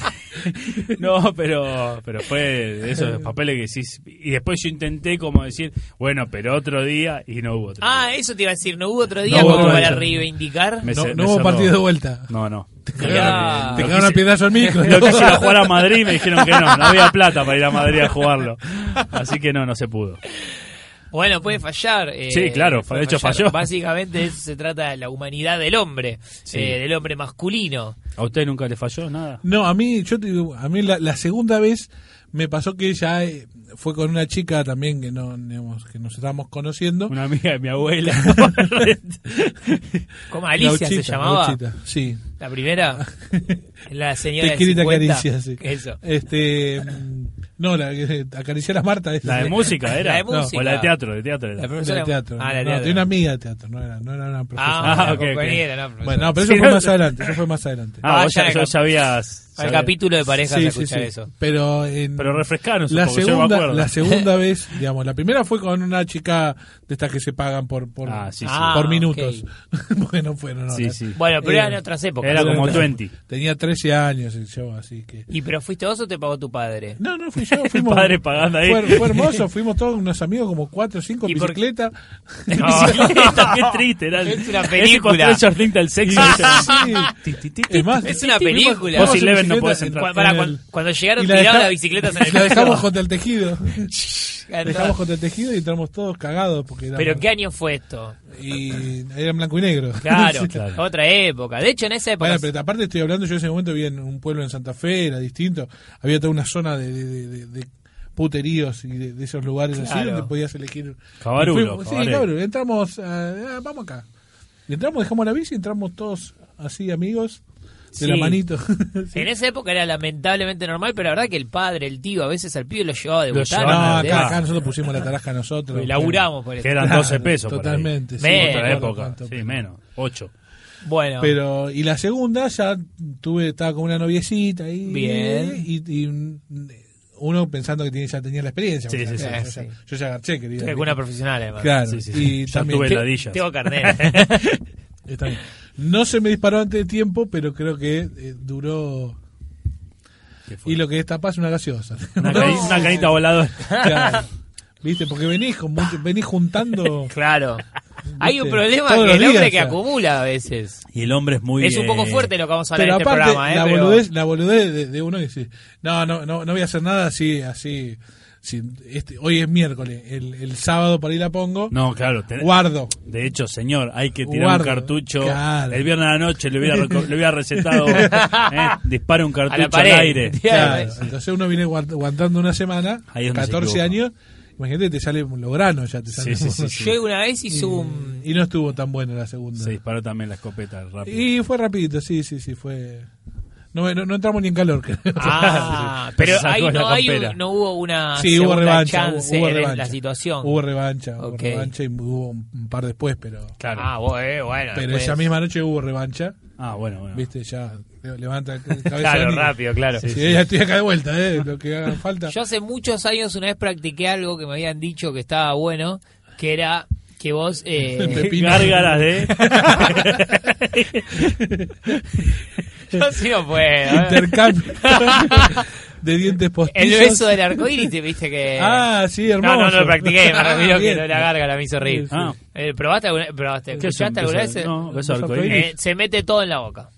Speaker 3: no, pero, pero fue de esos papeles que decís. Y después yo intenté como decir, bueno, pero otro día y no hubo otro.
Speaker 1: Ah,
Speaker 3: día.
Speaker 1: eso te iba a decir, ¿no hubo otro día
Speaker 2: hubo
Speaker 1: como
Speaker 2: otro
Speaker 1: para
Speaker 2: día.
Speaker 1: reivindicar?
Speaker 3: Me
Speaker 2: No, no
Speaker 3: cer- me
Speaker 2: hubo
Speaker 3: cerró.
Speaker 2: partido de vuelta.
Speaker 3: No, no.
Speaker 1: Mirá.
Speaker 2: Te
Speaker 3: Lo
Speaker 2: cagaron a
Speaker 3: quise-
Speaker 2: piedazo
Speaker 1: <laughs>
Speaker 2: al micro.
Speaker 3: Lo quise
Speaker 2: <laughs>
Speaker 3: ir a jugar a Madrid y me dijeron que no, no había plata para ir a Madrid a jugarlo. Así que no, no se pudo.
Speaker 1: Bueno, puede fallar. eh,
Speaker 3: Sí, claro,
Speaker 1: puede
Speaker 3: de hecho
Speaker 1: fallar.
Speaker 3: falló.
Speaker 1: Básicamente de eso se trata de la humanidad del hombre, eh, del hombre masculino.
Speaker 3: ¿A usted nunca le falló nada?
Speaker 2: No, a mí, yo te digo, a mí la, la segunda vez me pasó que ya eh, fue con una chica también que no, digamos, que nos estábamos conociendo.
Speaker 3: Una amiga de
Speaker 2: <laughs>
Speaker 3: mi abuela.
Speaker 1: ¿Cómo Alicia se
Speaker 2: Gauchita,
Speaker 1: llamaba?
Speaker 2: Gauchita, sí.
Speaker 1: La
Speaker 3: <laughs>
Speaker 1: primera, la señora
Speaker 2: Te
Speaker 1: de 50.
Speaker 2: querida acaricia, sí.
Speaker 1: Eso.
Speaker 2: Este, mm, no, la que acaricia la Marta. esa.
Speaker 3: la de música era.
Speaker 1: La de música.
Speaker 3: O la de teatro, de teatro. era.
Speaker 1: La
Speaker 2: De
Speaker 1: profesora-
Speaker 2: teatro.
Speaker 1: Ah, la de
Speaker 2: No,
Speaker 1: teatro.
Speaker 2: de una amiga de teatro, no era, no era una profesora.
Speaker 3: <laughs>
Speaker 1: Ah,
Speaker 3: Ah,
Speaker 1: la
Speaker 3: ok, ok.
Speaker 1: compañera, no, profesora.
Speaker 2: bueno, no, pero
Speaker 3: Sí,
Speaker 2: eso fue
Speaker 3: no,
Speaker 2: más
Speaker 3: no.
Speaker 2: adelante, eso fue más adelante.
Speaker 3: Ah,
Speaker 1: Ah,
Speaker 3: vos
Speaker 1: ya
Speaker 3: ya,
Speaker 1: era
Speaker 3: ya- ya habías.
Speaker 1: Al
Speaker 3: ya-
Speaker 1: capítulo de parejas
Speaker 2: Sí,
Speaker 1: se
Speaker 2: sí,
Speaker 1: escucha
Speaker 2: sí.
Speaker 1: eso.
Speaker 2: Pero, en,
Speaker 3: Pero refrescanos un
Speaker 2: la
Speaker 3: poco, yo no me
Speaker 2: segunda,
Speaker 3: acuerdo.
Speaker 2: la
Speaker 3: <laughs>
Speaker 2: segunda vez, digamos, la primera fue con una chica de estas que se pagan por por,
Speaker 3: Ah, sí, sí.
Speaker 1: Ah,
Speaker 2: por
Speaker 1: ok.
Speaker 2: minutos. <laughs> bueno, fueron
Speaker 3: Sí,
Speaker 2: horas.
Speaker 3: sí. <laughs>
Speaker 1: Bueno, pero
Speaker 2: Eh,
Speaker 1: eran otras épocas.
Speaker 3: Era como
Speaker 2: Era-
Speaker 3: 20.
Speaker 2: Tenía 13 años el show, así que
Speaker 1: ¿Y pero fuiste vos o te pagó tu padre?
Speaker 2: No, no fui yo,
Speaker 1: <laughs>
Speaker 2: fuimos
Speaker 3: padre pagando ahí.
Speaker 2: Fue, fue hermoso, fuimos todos unos amigos como cuatro o cinco
Speaker 1: ¿Y
Speaker 2: en
Speaker 1: por- <laughs>
Speaker 2: bicicleta.
Speaker 3: <laughs>
Speaker 1: No.
Speaker 3: Bicicleta, qué triste. Era el-
Speaker 1: Es una
Speaker 3: ese
Speaker 1: película.
Speaker 3: con Stranger Things del <laughs> sexo. ¿viste?
Speaker 2: Sí.
Speaker 3: Ti, ti, ti, ti.
Speaker 2: Es más,
Speaker 1: Es una
Speaker 2: fuimos-
Speaker 1: película.
Speaker 2: fuimos
Speaker 3: Vos y
Speaker 2: en
Speaker 3: Leven no
Speaker 2: bicicleta
Speaker 3: podés
Speaker 2: en-
Speaker 3: entrar.
Speaker 1: Cu- pará,
Speaker 2: en el-
Speaker 1: cuando, cuando llegaron
Speaker 2: y
Speaker 1: tiraron
Speaker 2: deja-
Speaker 1: las bicicletas en el
Speaker 2: <laughs> La dejamos
Speaker 1: piso.
Speaker 2: junto
Speaker 1: <laughs>
Speaker 2: al tejido. La dejamos junto al tejido y entramos todos cagados. Porque éramos-
Speaker 1: Pero ¿qué año fue
Speaker 2: <laughs>
Speaker 1: esto?
Speaker 2: Y era en blanco y negro.
Speaker 1: Claro,
Speaker 2: <laughs> Sí.
Speaker 3: claro.
Speaker 1: otra época. De hecho, en esa época...
Speaker 2: Bueno, pero aparte estoy hablando, yo en ese momento vivía en un pueblo en Santa Fe, era distinto. Había toda una zona de, de- de- de- de puteríos y de, de esos lugares así
Speaker 1: Claro.
Speaker 2: donde podías elegir.
Speaker 3: Cabarulo,
Speaker 2: Y fuimos- Sí,
Speaker 3: cabaret.
Speaker 2: cabarulo. Entramos, ah, ah, vamos acá. Y entramos, dejamos la bici, entramos todos así amigos, de
Speaker 1: Sí.
Speaker 2: la manito. <laughs>
Speaker 1: En esa época era lamentablemente normal, pero la verdad que el padre, el tío, a veces al pibe lo llevaba de
Speaker 3: Lo
Speaker 2: no,
Speaker 1: botana.
Speaker 3: llevaba,
Speaker 1: de-
Speaker 2: acá, acá nosotros pusimos la tarasca nosotros.
Speaker 1: Laburamos por eso.
Speaker 3: Que eran
Speaker 2: Claro,
Speaker 3: 12 pesos. por ahí.
Speaker 2: Totalmente. sí,
Speaker 1: Menos,
Speaker 3: Otra
Speaker 2: no
Speaker 3: época.
Speaker 2: tanto,
Speaker 3: Sí, menos. 8.
Speaker 1: Bueno,
Speaker 2: Pero, y la segunda ya tuve, estaba con una noviecita ahí.
Speaker 1: Bien.
Speaker 2: Y, y uno pensando que tiene, ya tenía la experiencia.
Speaker 3: Sí,
Speaker 2: o sea,
Speaker 3: sí,
Speaker 2: claro,
Speaker 1: sí,
Speaker 2: yo,
Speaker 1: sí.
Speaker 2: Ya, yo ya agarché, querida.
Speaker 1: que una profesional además.
Speaker 2: Claro.
Speaker 3: Sí, sí, sí.
Speaker 2: Y
Speaker 3: Ya
Speaker 2: también,
Speaker 3: tuve
Speaker 2: te-
Speaker 3: heladillas.
Speaker 1: Tengo
Speaker 2: <laughs>
Speaker 1: carnet.
Speaker 2: está bien. No se me disparó antes de tiempo, pero creo que eh, duró.
Speaker 3: ¿Qué fue?
Speaker 2: Y lo que destapás es una gaseosa.
Speaker 3: Una, cani- una canita voladora.
Speaker 2: <laughs> Claro. ¿Viste? Porque venís, con mucho- venís juntando.
Speaker 1: <laughs> claro. Hay un
Speaker 2: Viste,
Speaker 1: problema
Speaker 2: todos
Speaker 1: que
Speaker 2: los
Speaker 1: el hombre
Speaker 2: días,
Speaker 1: que
Speaker 2: o sea.
Speaker 1: acumula a veces.
Speaker 3: Y el hombre es muy.
Speaker 1: es un poco
Speaker 3: eh,
Speaker 1: fuerte lo que vamos a hablar
Speaker 2: Pero
Speaker 1: en este
Speaker 2: aparte,
Speaker 1: programa, ¿eh?
Speaker 2: la,
Speaker 1: Pero-
Speaker 2: boludez, la boludez de, de uno que dice, no, no, no, no voy a hacer nada así, así. sin- este, hoy es miércoles, el, el sábado por ahí la pongo,
Speaker 3: No, claro. ten-
Speaker 2: guardo.
Speaker 3: De hecho, señor, hay que tirar
Speaker 2: Guarda,
Speaker 3: un cartucho.
Speaker 2: claro.
Speaker 3: El viernes a la noche le hubiera, reco- le
Speaker 1: <laughs>
Speaker 3: hubiera recetado. eh, dispara un
Speaker 1: A la
Speaker 3: cartucho al
Speaker 1: pared. <laughs>
Speaker 3: aire.
Speaker 1: <laughs> Claro.
Speaker 2: Claro, Entonces uno viene guard- aguantando una semana,
Speaker 3: Ahí es donde se
Speaker 2: 14
Speaker 3: equivoca.
Speaker 2: años, imagínate, te sale los granos ya. Te salen
Speaker 3: Sí, sí, sí,
Speaker 2: unos-
Speaker 3: sí.
Speaker 1: Yo una vez hice un...
Speaker 2: Y no estuvo tan buena la segunda.
Speaker 3: Se disparó también la escopeta rápido.
Speaker 2: Y fue rapidito, sí, sí, sí, fue... No, no, no entramos ni en calor, creo.
Speaker 1: <laughs> Ah, pero
Speaker 3: Se sacó
Speaker 1: ahí
Speaker 3: la
Speaker 1: no, hay
Speaker 3: campera.
Speaker 1: un- no hubo una
Speaker 2: <laughs> Sí, hubo
Speaker 1: segunda
Speaker 2: revancha, hubo,
Speaker 1: chance
Speaker 2: hubo
Speaker 1: en
Speaker 2: revancha.
Speaker 1: la situación.
Speaker 2: Hubo revancha, hubo
Speaker 1: Ok.
Speaker 2: revancha y hubo un un par después, pero...
Speaker 3: Claro.
Speaker 1: Ah,
Speaker 3: Ah,
Speaker 1: bu- eh, bueno.
Speaker 2: Pero
Speaker 1: después-
Speaker 2: esa misma noche hubo revancha,
Speaker 3: bueno, bueno.
Speaker 2: viste, ya le-
Speaker 1: <laughs>
Speaker 2: levanta el cabezón.
Speaker 1: Claro,
Speaker 2: y-
Speaker 1: rápido, claro.
Speaker 2: Sí, ya estoy acá de vuelta, eh, lo que haga falta.
Speaker 1: Yo hace muchos años una vez practiqué algo que me habían dicho que estaba bueno, que era que vos...
Speaker 2: <laughs>
Speaker 1: eh, <laughs>
Speaker 2: Pepino.
Speaker 3: Gárgaras de.
Speaker 1: yo sí no puedo. ¿eh?
Speaker 2: Intercambio de dientes postizos.
Speaker 1: El
Speaker 2: <laughs>
Speaker 1: beso del arcoíris, te viste que...
Speaker 2: Ah, sí,
Speaker 1: no,
Speaker 2: hermoso. Ah,
Speaker 1: no, no lo
Speaker 2: <laughs>
Speaker 1: practiqué, me refiero que
Speaker 2: Bien.
Speaker 1: no la gárgara me hizo reír.
Speaker 2: Sí, sí.
Speaker 3: Ah.
Speaker 1: Eh, ¿Probaste alguna probaste,
Speaker 3: <laughs> ¿Qué es
Speaker 1: escuchaste
Speaker 3: un
Speaker 1: alguna
Speaker 3: beso-
Speaker 1: vez?
Speaker 3: No, beso
Speaker 2: beso
Speaker 3: arcoíris.
Speaker 1: Eh, se mete todo en la boca.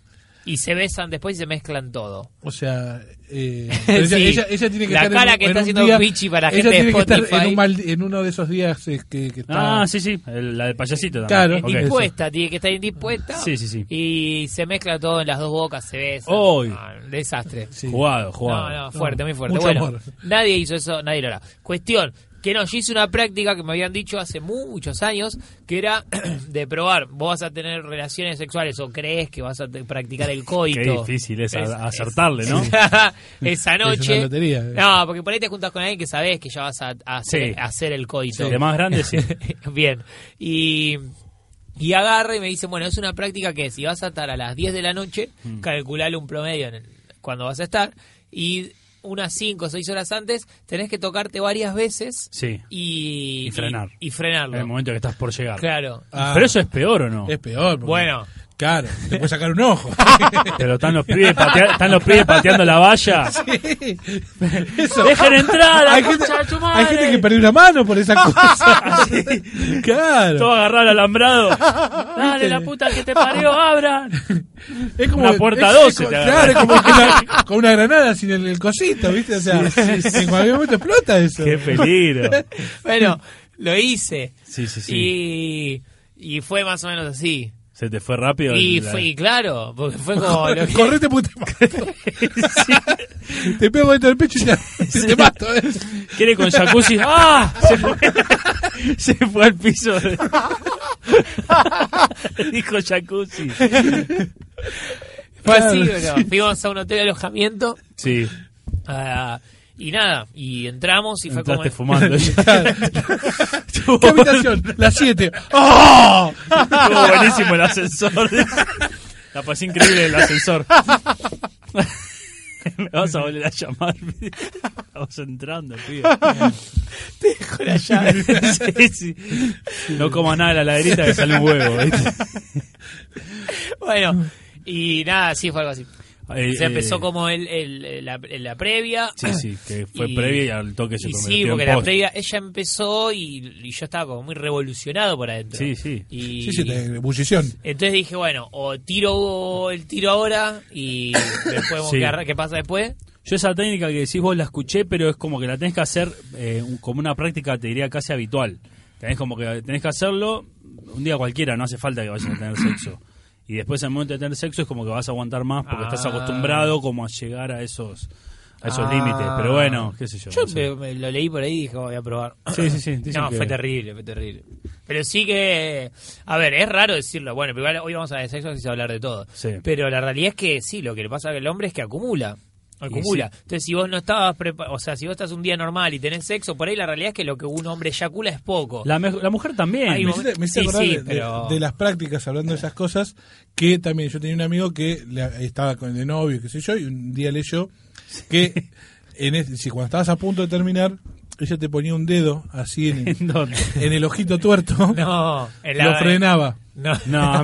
Speaker 1: y se besan después y se mezclan todo.
Speaker 2: O sea,
Speaker 1: <laughs>
Speaker 2: eh, pero ella,
Speaker 1: Sí.
Speaker 2: ella- ella tiene que
Speaker 1: La
Speaker 2: estar en
Speaker 1: cara
Speaker 2: un-
Speaker 1: que
Speaker 2: en
Speaker 1: está
Speaker 2: un
Speaker 1: haciendo
Speaker 2: día-
Speaker 1: Pichi para la
Speaker 2: ella
Speaker 1: gente de
Speaker 2: tiene que estar en,
Speaker 1: Spotify.
Speaker 2: un mal- en uno de esos días eh, que, que está.
Speaker 3: Ah, sí, sí, el- la del payasito también.
Speaker 2: Claro.
Speaker 3: <laughs> Ok.
Speaker 1: Indispuesta, tiene que estar indispuesta.
Speaker 3: Sí, sí, sí.
Speaker 1: Y se mezcla todo en las dos bocas, se besan.
Speaker 3: Uy.
Speaker 1: Ah, desastre.
Speaker 2: Sí.
Speaker 3: Jugado, jugado.
Speaker 1: No, no, fuerte,
Speaker 2: No,
Speaker 1: muy fuerte.
Speaker 2: mucho
Speaker 1: bueno,
Speaker 2: amor.
Speaker 1: nadie hizo eso, nadie lo hará. Cuestión, que no, yo hice una práctica que me habían dicho hace muchos años, que era <clears throat> de probar, vos vas a tener relaciones sexuales o crees que vas a te- practicar
Speaker 3: <laughs>
Speaker 1: el coito.
Speaker 3: Qué difícil es, a- acertarle,
Speaker 1: <laughs>
Speaker 3: ¿no?
Speaker 1: Esa noche.
Speaker 2: Es una lotería.
Speaker 1: No, porque por ahí te juntas con alguien que sabés que ya vas a, a hacer,
Speaker 3: eh. Sí.
Speaker 1: a hacer el coito.
Speaker 3: De más grande, sí.
Speaker 1: <laughs> Bien. Y, y agarra y me dice, bueno, es una práctica que si vas a estar a las 10 de la noche,
Speaker 3: Mm.
Speaker 1: calculale un promedio en el- cuando vas a estar y unas 5 o 6 horas antes tenés que tocarte varias veces
Speaker 3: Sí.
Speaker 1: y,
Speaker 3: Y frenar.
Speaker 1: Y, y
Speaker 3: En
Speaker 1: frenarlo.
Speaker 3: el momento que estás por llegar.
Speaker 1: Claro.
Speaker 2: Ah,
Speaker 3: Pero eso es peor o no?
Speaker 2: es peor. porque-
Speaker 1: Bueno.
Speaker 2: Claro, te puede sacar un
Speaker 1: <laughs>
Speaker 2: ojo. <laughs>
Speaker 3: Pero están los pibes, patea- están los pibes pateando
Speaker 2: <laughs>
Speaker 3: la valla.
Speaker 2: Eso.
Speaker 3: Dejen entrar, la
Speaker 2: Hay
Speaker 3: concha
Speaker 2: gente,
Speaker 3: de su madre.
Speaker 2: hay gente que perdió una mano por <laughs> esa cosa. <laughs> Claro.
Speaker 3: <laughs> Todo agarrado al alambrado. Dale, la puta que te parió, abran.
Speaker 2: Es
Speaker 3: Una puerta
Speaker 2: es- es
Speaker 3: 12
Speaker 2: como-
Speaker 3: te
Speaker 2: claro, es como que una, <laughs> con una granada sin el, el cosito, ¿viste? O sea, en cualquier momento explota eso.
Speaker 3: Qué
Speaker 2: <laughs>
Speaker 3: peligro.
Speaker 1: <laughs> Bueno, lo hice.
Speaker 3: Sí, sí, sí.
Speaker 1: Y, y fue más o menos así.
Speaker 3: Se te fue rápido.
Speaker 1: Y,
Speaker 3: la-
Speaker 1: fue, y claro, porque fue
Speaker 3: <laughs>
Speaker 1: como lo que-
Speaker 2: Correte, puta. <laughs> Te pego dentro del pecho y <laughs> te, te mato. <laughs> ¿eh?
Speaker 3: Quiere con
Speaker 1: <laughs>
Speaker 3: jacuzzi. ¡Ah! Se fue, <laughs> se fue al piso. de- <laughs> Dijo jacuzzi.
Speaker 1: fue así, bueno, fuimos a un hotel de alojamiento
Speaker 3: Sí.
Speaker 1: ah, y nada, y entramos y fue como...
Speaker 3: Entraste fumando.
Speaker 1: <laughs>
Speaker 2: <laughs>
Speaker 3: <laughs>
Speaker 2: ¿Qué habitación? Las 7.
Speaker 1: <laughs>
Speaker 2: ¡Oh!
Speaker 3: Estuvo buenísimo el ascensor. La pasé increíble el ascensor. <laughs> Me vas a volver a llamar. <laughs> Estamos entrando,
Speaker 1: <laughs>
Speaker 3: tío.
Speaker 1: Con la llave.
Speaker 3: <laughs> Sí, sí. No coma nada de la laderita que sale un huevo. ¿viste?
Speaker 1: <laughs> bueno, y nada, sí, fue algo así.
Speaker 3: Eh,
Speaker 1: Se
Speaker 3: eh,
Speaker 1: empezó como el, el- la, la previa.
Speaker 3: Sí, sí,
Speaker 1: <clears throat>
Speaker 3: que fue
Speaker 1: Y-
Speaker 3: previa y al toque se
Speaker 1: Y
Speaker 3: convirtió
Speaker 1: sí, porque
Speaker 3: en
Speaker 1: la
Speaker 3: post.
Speaker 1: previa, ella empezó y, y yo estaba como muy revolucionado por adentro.
Speaker 3: Sí, sí.
Speaker 1: Y,
Speaker 2: Sí, eh, sí, te, ebullición.
Speaker 1: Entonces dije, bueno, o tiro el tiro ahora y después vemos
Speaker 3: Sí.
Speaker 1: qué arra- qué pasa después.
Speaker 3: Yo esa técnica que decís vos la escuché, pero es como que la tenés que hacer eh, un- como una práctica, te diría, casi habitual. Tenés como que tenés que hacerlo un día cualquiera, no hace falta que vayas a tener sexo. Y después en el momento de tener sexo es como que vas a aguantar más porque
Speaker 1: Ah.
Speaker 3: estás acostumbrado como a llegar a esos a esos
Speaker 1: Ah.
Speaker 3: límites. Pero bueno, qué sé yo.
Speaker 1: Yo
Speaker 3: no sé.
Speaker 1: me- me lo leí por ahí y dije, "Oh, voy a probar.
Speaker 3: Sí, sí, sí, dicen
Speaker 1: no,
Speaker 3: que-
Speaker 1: fue terrible, fue terrible. Pero sí que, a ver, es raro decirlo. Bueno, primero hoy vamos a de sexo y se va a hablar de todo.
Speaker 3: Sí.
Speaker 1: Pero la realidad es que sí, lo que le pasa al hombre es que acumula. Acumula. Entonces, si vos no estabas preparado, o sea, si vos estás un día normal y tenés sexo, por ahí la realidad es que lo que un hombre eyacula es poco.
Speaker 3: La, mej- la mujer también.
Speaker 1: Ahí
Speaker 2: Me
Speaker 1: vos-
Speaker 2: hiciste, me hiciste
Speaker 1: Sí,
Speaker 2: acordar
Speaker 1: sí,
Speaker 2: de- de,
Speaker 1: pero-
Speaker 2: de las prácticas, hablando de esas cosas, que también yo tenía un amigo que le- estaba con el de novio, qué sé yo, y un día leyó que en es- si cuando estabas a punto de terminar, ella te ponía un dedo así
Speaker 1: <laughs>
Speaker 2: en el,
Speaker 3: ¿Dónde?
Speaker 2: en el ojito tuerto,
Speaker 1: No, eh. en la-
Speaker 2: <laughs> lo frenaba.
Speaker 1: <laughs> No.
Speaker 3: No,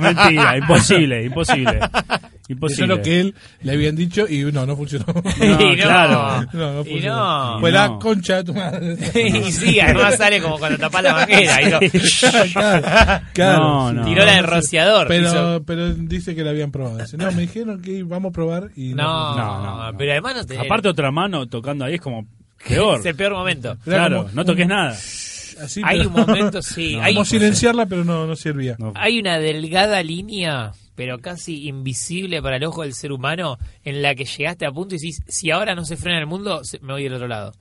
Speaker 2: <laughs>
Speaker 3: mentira, imposible, imposible.
Speaker 2: Eso
Speaker 3: Imposible.
Speaker 2: es lo que él le habían dicho y no, no
Speaker 1: <laughs>
Speaker 2: funcionó.
Speaker 1: Y
Speaker 3: No,
Speaker 1: no.
Speaker 3: claro.
Speaker 2: No, no
Speaker 1: y
Speaker 2: funcionó.
Speaker 1: no.
Speaker 2: Fue
Speaker 3: Y
Speaker 2: la
Speaker 3: no.
Speaker 2: concha de tu madre.
Speaker 1: <laughs>
Speaker 2: <laughs>
Speaker 1: y sí, además sale como cuando tapás la manguera.
Speaker 3: <laughs>
Speaker 1: y no.
Speaker 2: <laughs> Claro, claro.
Speaker 3: No, no.
Speaker 1: Tiró la de rociador. hizo-
Speaker 2: Pero, pero dice que la habían probado. Dice, no, me dijeron que vamos a probar y no.
Speaker 1: No,
Speaker 3: No, no, no.
Speaker 1: pero además no te...
Speaker 3: Aparte otra mano tocando ahí es como peor.
Speaker 1: Es el peor momento.
Speaker 2: Era
Speaker 3: Claro,
Speaker 2: como
Speaker 3: no toques nada.
Speaker 2: Así,
Speaker 1: Hay
Speaker 2: pero-
Speaker 1: un momento, <laughs> sí.
Speaker 3: No,
Speaker 1: hay,
Speaker 2: Como silenciarla, pero no, no servía.
Speaker 3: No.
Speaker 1: hay una delgada línea, pero casi invisible para el ojo del ser humano, en la que llegaste a punto y decís, si ahora no se frena el mundo, se- me voy del otro lado.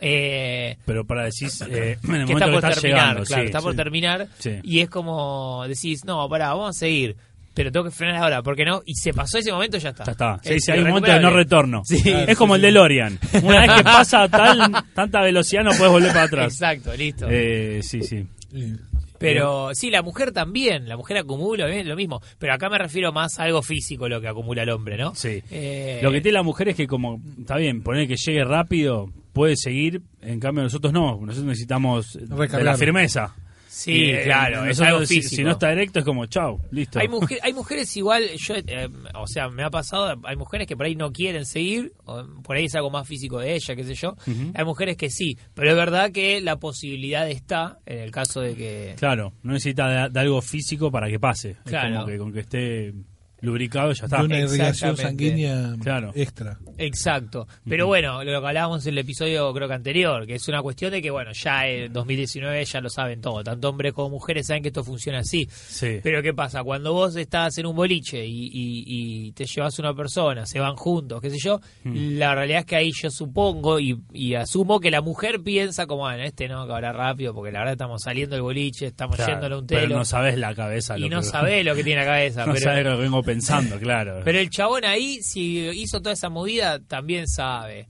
Speaker 1: Eh,
Speaker 3: Pero para decir, eh, en el
Speaker 1: que
Speaker 3: momento
Speaker 1: está
Speaker 3: que
Speaker 1: por
Speaker 3: estás
Speaker 1: terminar,
Speaker 3: llegando,
Speaker 1: claro,
Speaker 3: sí,
Speaker 1: está por
Speaker 3: sí.
Speaker 1: terminar.
Speaker 3: Sí.
Speaker 1: Y es como decís, no, pará, vamos a seguir. Pero tengo que frenar ahora, porque no. Y se pasó ese momento, ya está.
Speaker 3: Ya está. Sí,
Speaker 1: Es
Speaker 3: sí, hay un momento de no
Speaker 1: irrecuperable.
Speaker 3: retorno. Ah,
Speaker 1: Sí.
Speaker 3: es como el DeLorean. Una vez que pasa
Speaker 1: <laughs>
Speaker 3: a tal, tanta velocidad no puedes volver para atrás.
Speaker 1: Exacto, listo.
Speaker 3: Eh, sí, sí.
Speaker 2: Sí.
Speaker 1: Pero sí, la mujer también, la mujer acumula bien, lo mismo, pero acá me refiero más a algo físico lo que acumula el hombre, ¿no?
Speaker 3: Sí.
Speaker 1: Eh,
Speaker 3: Lo que tiene la mujer es que como, está bien, poner que llegue rápido, puede seguir, en cambio nosotros no, nosotros necesitamos de la
Speaker 2: Recargar.
Speaker 3: firmeza.
Speaker 1: sí,
Speaker 3: Y, eh,
Speaker 1: claro, es
Speaker 3: nosotros,
Speaker 1: algo
Speaker 3: si,
Speaker 1: físico.
Speaker 3: si no está directo es como, chau, listo.
Speaker 1: hay, mujer- hay mujeres igual, yo, eh, o sea, me ha pasado, hay mujeres que por ahí no quieren seguir, o por ahí es algo más físico de ella, qué sé yo. Hay mujeres que sí, pero es verdad que la posibilidad está en el caso de que...
Speaker 3: Claro, no necesita de, de algo físico para que pase. Es
Speaker 1: Claro.
Speaker 3: como que con que esté lubricado y ya está.
Speaker 2: de una irrigación
Speaker 1: Exactamente.
Speaker 2: sanguínea
Speaker 3: Claro.
Speaker 2: extra.
Speaker 1: Exacto. Pero bueno, lo que hablábamos en el episodio creo que anterior, que es una cuestión de que, bueno, ya en 2019 ya lo saben todo. Tanto hombres como mujeres saben que esto funciona así.
Speaker 3: Sí.
Speaker 1: Pero ¿qué pasa? Cuando vos estás en un boliche y, y- y te llevas una persona, se van juntos, qué sé yo,
Speaker 3: Hmm.
Speaker 1: la realidad es que ahí yo supongo y, y asumo que la mujer piensa como, bueno, este no, que ahora rápido, porque la verdad estamos saliendo del boliche, estamos
Speaker 3: Claro,
Speaker 1: yéndole a un
Speaker 3: pero
Speaker 1: telo.
Speaker 3: no sabes la cabeza.
Speaker 1: y
Speaker 3: lo
Speaker 1: no
Speaker 3: que-
Speaker 1: sabés lo que tiene la
Speaker 3: <laughs>
Speaker 1: cabeza.
Speaker 3: No
Speaker 1: pero,
Speaker 3: sabés lo que vengo pensando, claro.
Speaker 1: pero el chabón ahí, si hizo toda esa movida, también sabe.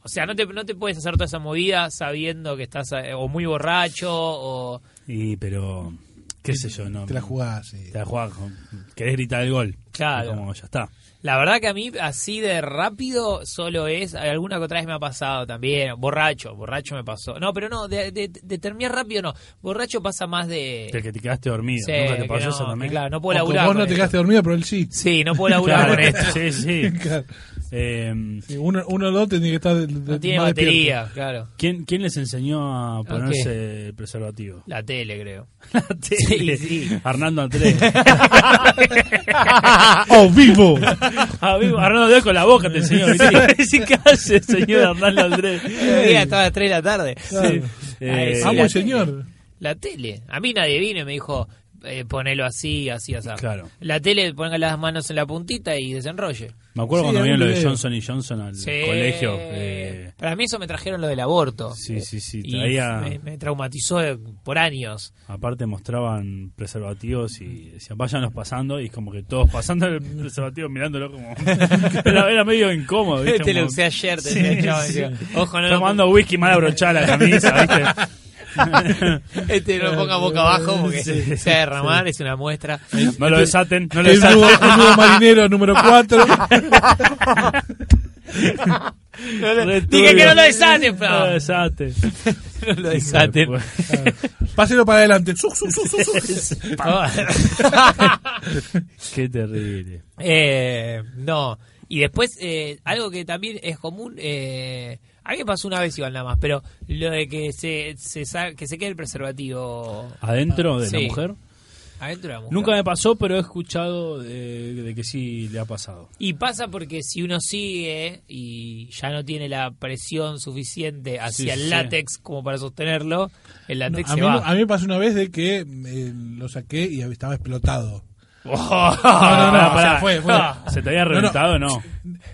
Speaker 1: O sea, no te, no te puedes hacer toda esa movida sabiendo que estás eh, o muy borracho o...
Speaker 3: Y pero, qué sé yo, no.
Speaker 2: Te la jugás, sí.
Speaker 3: Te la jugás, querés gritar el gol.
Speaker 1: Claro.
Speaker 3: Y Como ya está.
Speaker 1: La verdad que a mí así de rápido solo es, alguna que otra vez me ha pasado también, borracho, borracho me pasó. No, pero no, de, de- de terminar rápido no, borracho pasa más de...
Speaker 3: El que te quedaste dormido.
Speaker 1: Sí,
Speaker 3: ¿Nunca te
Speaker 1: que
Speaker 3: pasó
Speaker 1: no,
Speaker 3: eso también?
Speaker 1: que claro, no
Speaker 2: O
Speaker 1: puedo
Speaker 2: que
Speaker 1: laburar.
Speaker 2: vos no
Speaker 1: con
Speaker 2: te
Speaker 1: esto.
Speaker 2: quedaste dormido, pero él sí.
Speaker 1: Sí, no puedo laburar
Speaker 3: Claro, <laughs>
Speaker 1: con esto.
Speaker 3: Sí, sí.
Speaker 2: <laughs> Claro.
Speaker 3: Eh,
Speaker 2: Sí, Uno, uno o dos tiene que estar de- de-
Speaker 1: No tiene
Speaker 2: más despierto.
Speaker 1: batería, claro.
Speaker 3: ¿Quién, ¿Quién les enseñó a ponerse el preservativo?
Speaker 1: La tele, creo.
Speaker 3: Sí,
Speaker 1: sí.
Speaker 3: Arnando Andrés.
Speaker 2: ¡Oh, vivo!
Speaker 3: Ah, vivo, Arnaldo Andrés con la boca te enseñó. ¿viste? <laughs> Sí, ¿qué hace, señor Arnaldo Andrés?
Speaker 1: Día estaba a las 3 de la tarde.
Speaker 2: Claro.
Speaker 1: Ay,
Speaker 3: Eh,
Speaker 1: sí,
Speaker 2: Amo
Speaker 1: la
Speaker 2: el señor.
Speaker 1: La tele. A mí nadie vino y me dijo, eh, ponelo así, así, así.
Speaker 3: Claro.
Speaker 1: La tele, ponga las manos en la puntita y desenrolle.
Speaker 3: Me acuerdo
Speaker 2: Sí,
Speaker 3: cuando
Speaker 2: hay un
Speaker 3: vieron lo de
Speaker 2: video.
Speaker 3: Johnson y Johnson al
Speaker 1: Sí.
Speaker 3: colegio. eh,
Speaker 1: Para mí eso me trajeron lo del aborto.
Speaker 3: sí, sí, sí.
Speaker 1: Y
Speaker 3: traía-
Speaker 1: me, me traumatizó por años.
Speaker 3: Aparte mostraban preservativos y decían, váyanos pasando. Y como que todos pasando el preservativo mirándolo como... <laughs> era, era medio incómodo, ¿viste?
Speaker 1: Te lo
Speaker 3: Como-
Speaker 1: usé ayer, te
Speaker 3: Sí,
Speaker 1: Este decía el chabón,
Speaker 3: sí.
Speaker 1: decía, Ojo, no lo
Speaker 3: Tomando whisky mal abrochada la camisa, ¿viste?
Speaker 1: ponga- Este
Speaker 3: <laughs>
Speaker 1: no lo ponga boca abajo porque <laughs>
Speaker 3: Sí,
Speaker 1: se va a derramar, es una muestra. <laughs>
Speaker 3: No lo desaten, no lo
Speaker 2: El nuevo,
Speaker 3: desaten.
Speaker 2: el nuevo marinero número 4.
Speaker 3: <laughs> Re
Speaker 1: Dije que
Speaker 3: turbio.
Speaker 1: no lo desaten,
Speaker 3: No lo
Speaker 1: Flau.
Speaker 3: desaten.
Speaker 1: No <laughs> lo desaten.
Speaker 2: Páselo para adelante. Suc, suc, suc,
Speaker 1: <laughs>
Speaker 2: suc, suc.
Speaker 3: <laughs> Qué terrible.
Speaker 1: Eh, no. Y después, eh, algo que también es común, eh, a mí me pasó una vez igual nada más, pero lo de que se, se sa- que se quede el preservativo
Speaker 2: Ah.
Speaker 3: ¿Adentro de la
Speaker 1: Sí.
Speaker 3: mujer?
Speaker 1: adentro de la mujer.
Speaker 3: Nunca me pasó, pero he escuchado de, de que sí le ha
Speaker 2: <laughs>
Speaker 3: pasado.
Speaker 1: Y pasa porque si uno sigue y ya no tiene la presión suficiente hacia
Speaker 3: sí, sí.
Speaker 1: el látex como para sostenerlo, el látex
Speaker 2: a,
Speaker 1: se
Speaker 2: mí,
Speaker 1: va.
Speaker 2: a mí me pasó una vez de que eh, lo saqué y estaba explotado.
Speaker 3: Ah,
Speaker 2: no,
Speaker 3: pará,
Speaker 2: o
Speaker 3: pará.
Speaker 2: sea, fue- fue-
Speaker 3: Ah, ¿Se te había
Speaker 2: No, no.
Speaker 3: reventado no?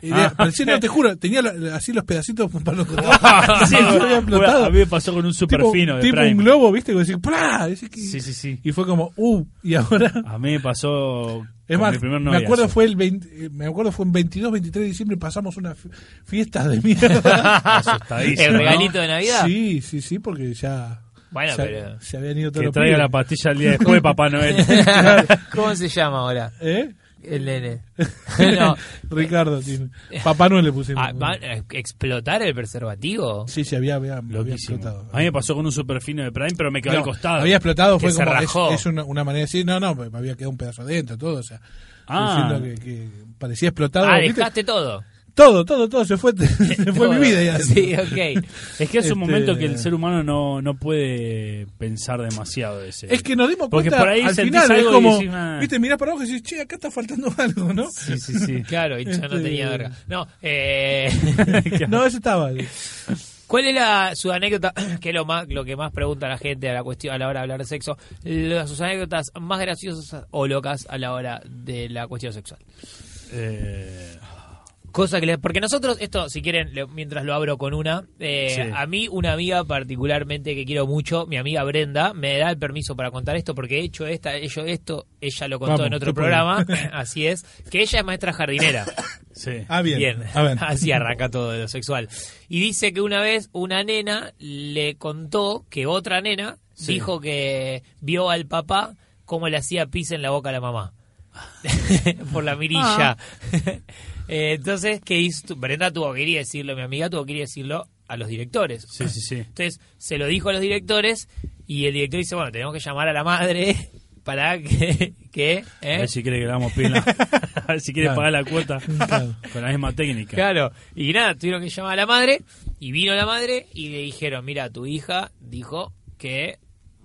Speaker 2: Y
Speaker 3: Ah.
Speaker 2: de- parecía- no, te juro, tenía lo- así los pedacitos <laughs> para
Speaker 3: <laughs>
Speaker 2: los costados. Sí, se había explotado.
Speaker 3: A mí me pasó con un super
Speaker 2: tipo,
Speaker 3: fino de
Speaker 2: tipo
Speaker 3: Prime.
Speaker 2: un globo, ¿viste? Y decís, ¡plá! Decís que-
Speaker 3: Sí, sí, sí.
Speaker 2: Y fue como, ¡uh! Y ahora.
Speaker 3: A mí me pasó
Speaker 2: <laughs> Es
Speaker 3: con
Speaker 2: más,
Speaker 3: mi primer
Speaker 2: me acuerdo
Speaker 3: noviazo.
Speaker 2: fue el 20 eh, me acuerdo fue en 22, 23 de diciembre pasamos una fi- fiesta de
Speaker 3: <laughs>
Speaker 2: mierda.
Speaker 3: Ah, Asustadísimo,
Speaker 1: el
Speaker 3: ¿no?
Speaker 1: regalito de Navidad.
Speaker 2: Sí, sí, sí, porque ya
Speaker 1: Bueno,
Speaker 2: se,
Speaker 1: pero-
Speaker 2: se habían ido todos
Speaker 3: Que
Speaker 2: los
Speaker 3: traiga la
Speaker 2: pibes.
Speaker 3: pastilla el día después
Speaker 2: <laughs>
Speaker 3: de Papá Noel.
Speaker 1: <laughs> ¿Cómo se llama ahora?
Speaker 2: ¿Eh?
Speaker 1: El nene. <laughs> no.
Speaker 2: <laughs> Ricardo tiene. Papá Noel le pusimos.
Speaker 1: Ah, ¿va a ¿Explotar el preservativo?
Speaker 2: Sí, sí, había, había, había
Speaker 3: Loquísimo.
Speaker 2: explotado.
Speaker 3: A mí me pasó con un super fino de Prime, pero me quedó
Speaker 2: No,
Speaker 3: al costado.
Speaker 2: Había explotado, fue
Speaker 1: Que se
Speaker 2: como. es-
Speaker 1: rajó.
Speaker 2: Es, una, una manera de decir, no, no, me había quedado un pedazo adentro, todo, o sea.
Speaker 3: Ah.
Speaker 2: Diciendo que, que parecía explotado.
Speaker 1: Ah,
Speaker 2: ¿viste?
Speaker 1: dejaste todo.
Speaker 2: Todo, todo, todo, se fue, <laughs> se fue mi
Speaker 1: Todo.
Speaker 2: vida ya.
Speaker 1: Sí, ok.
Speaker 3: Es que es un
Speaker 2: Este-
Speaker 3: momento que el ser humano no, no puede pensar demasiado de ese.
Speaker 2: Es que nos dimos
Speaker 3: Porque
Speaker 2: cuenta
Speaker 3: por ahí
Speaker 2: al
Speaker 3: sentís
Speaker 2: final, es
Speaker 3: algo y
Speaker 2: como,
Speaker 3: decís, "Ah".
Speaker 2: viste, mirás para abajo y decís, che, acá está faltando <laughs> algo, ¿no?
Speaker 3: Sí, sí,
Speaker 2: <laughs>
Speaker 3: sí.
Speaker 1: <laughs> Claro, y yo no
Speaker 2: Este-
Speaker 1: tenía verga. No, eh, <laughs>
Speaker 2: <laughs> no, eso estaba.
Speaker 1: ¿cuál es la, su anécdota, <clears throat> que es lo, más, lo que más pregunta la gente a la, cuestión, a la hora de hablar de sexo, las, sus anécdotas más graciosas o locas a la hora de la cuestión sexual?
Speaker 3: Eh,
Speaker 1: Cosa que le- porque nosotros, esto, si quieren, le- mientras lo abro con una, eh,
Speaker 3: Sí.
Speaker 1: a mí una amiga particularmente que quiero mucho, mi amiga Brenda, me da el permiso para contar esto porque he hecho esta, ello esto, ella lo contó
Speaker 2: Vamos,
Speaker 1: en otro
Speaker 2: qué problema.
Speaker 1: programa,
Speaker 3: <laughs>
Speaker 1: así es, que ella es maestra jardinera.
Speaker 3: sí.
Speaker 2: Ah, bien.
Speaker 1: Bien,
Speaker 2: A ver.
Speaker 1: <laughs> así arranca todo de lo sexual. Y dice que una vez una nena le contó que otra nena dijo que vio al papá cómo le hacía pis en la boca a la mamá. <laughs> Por la mirilla. <laughs> Eh, Entonces, ¿qué hizo? Brenda tuvo que ir y decirlo, mi amiga tuvo que ir y decirlo a los directores.
Speaker 3: Sí, sí, sí.
Speaker 1: Entonces se lo dijo a los directores y el director dice, bueno, tenemos que llamar a la madre <laughs> para que... que
Speaker 3: A
Speaker 1: ¿eh?
Speaker 3: ver si quiere que le
Speaker 2: <laughs>
Speaker 3: damos pila. A ver si quiere
Speaker 2: Claro.
Speaker 3: pagar la cuota
Speaker 2: Claro.
Speaker 3: con la misma técnica.
Speaker 1: Claro, y nada, tuvieron que llamar a la madre y vino la madre y le dijeron, mira, tu hija dijo que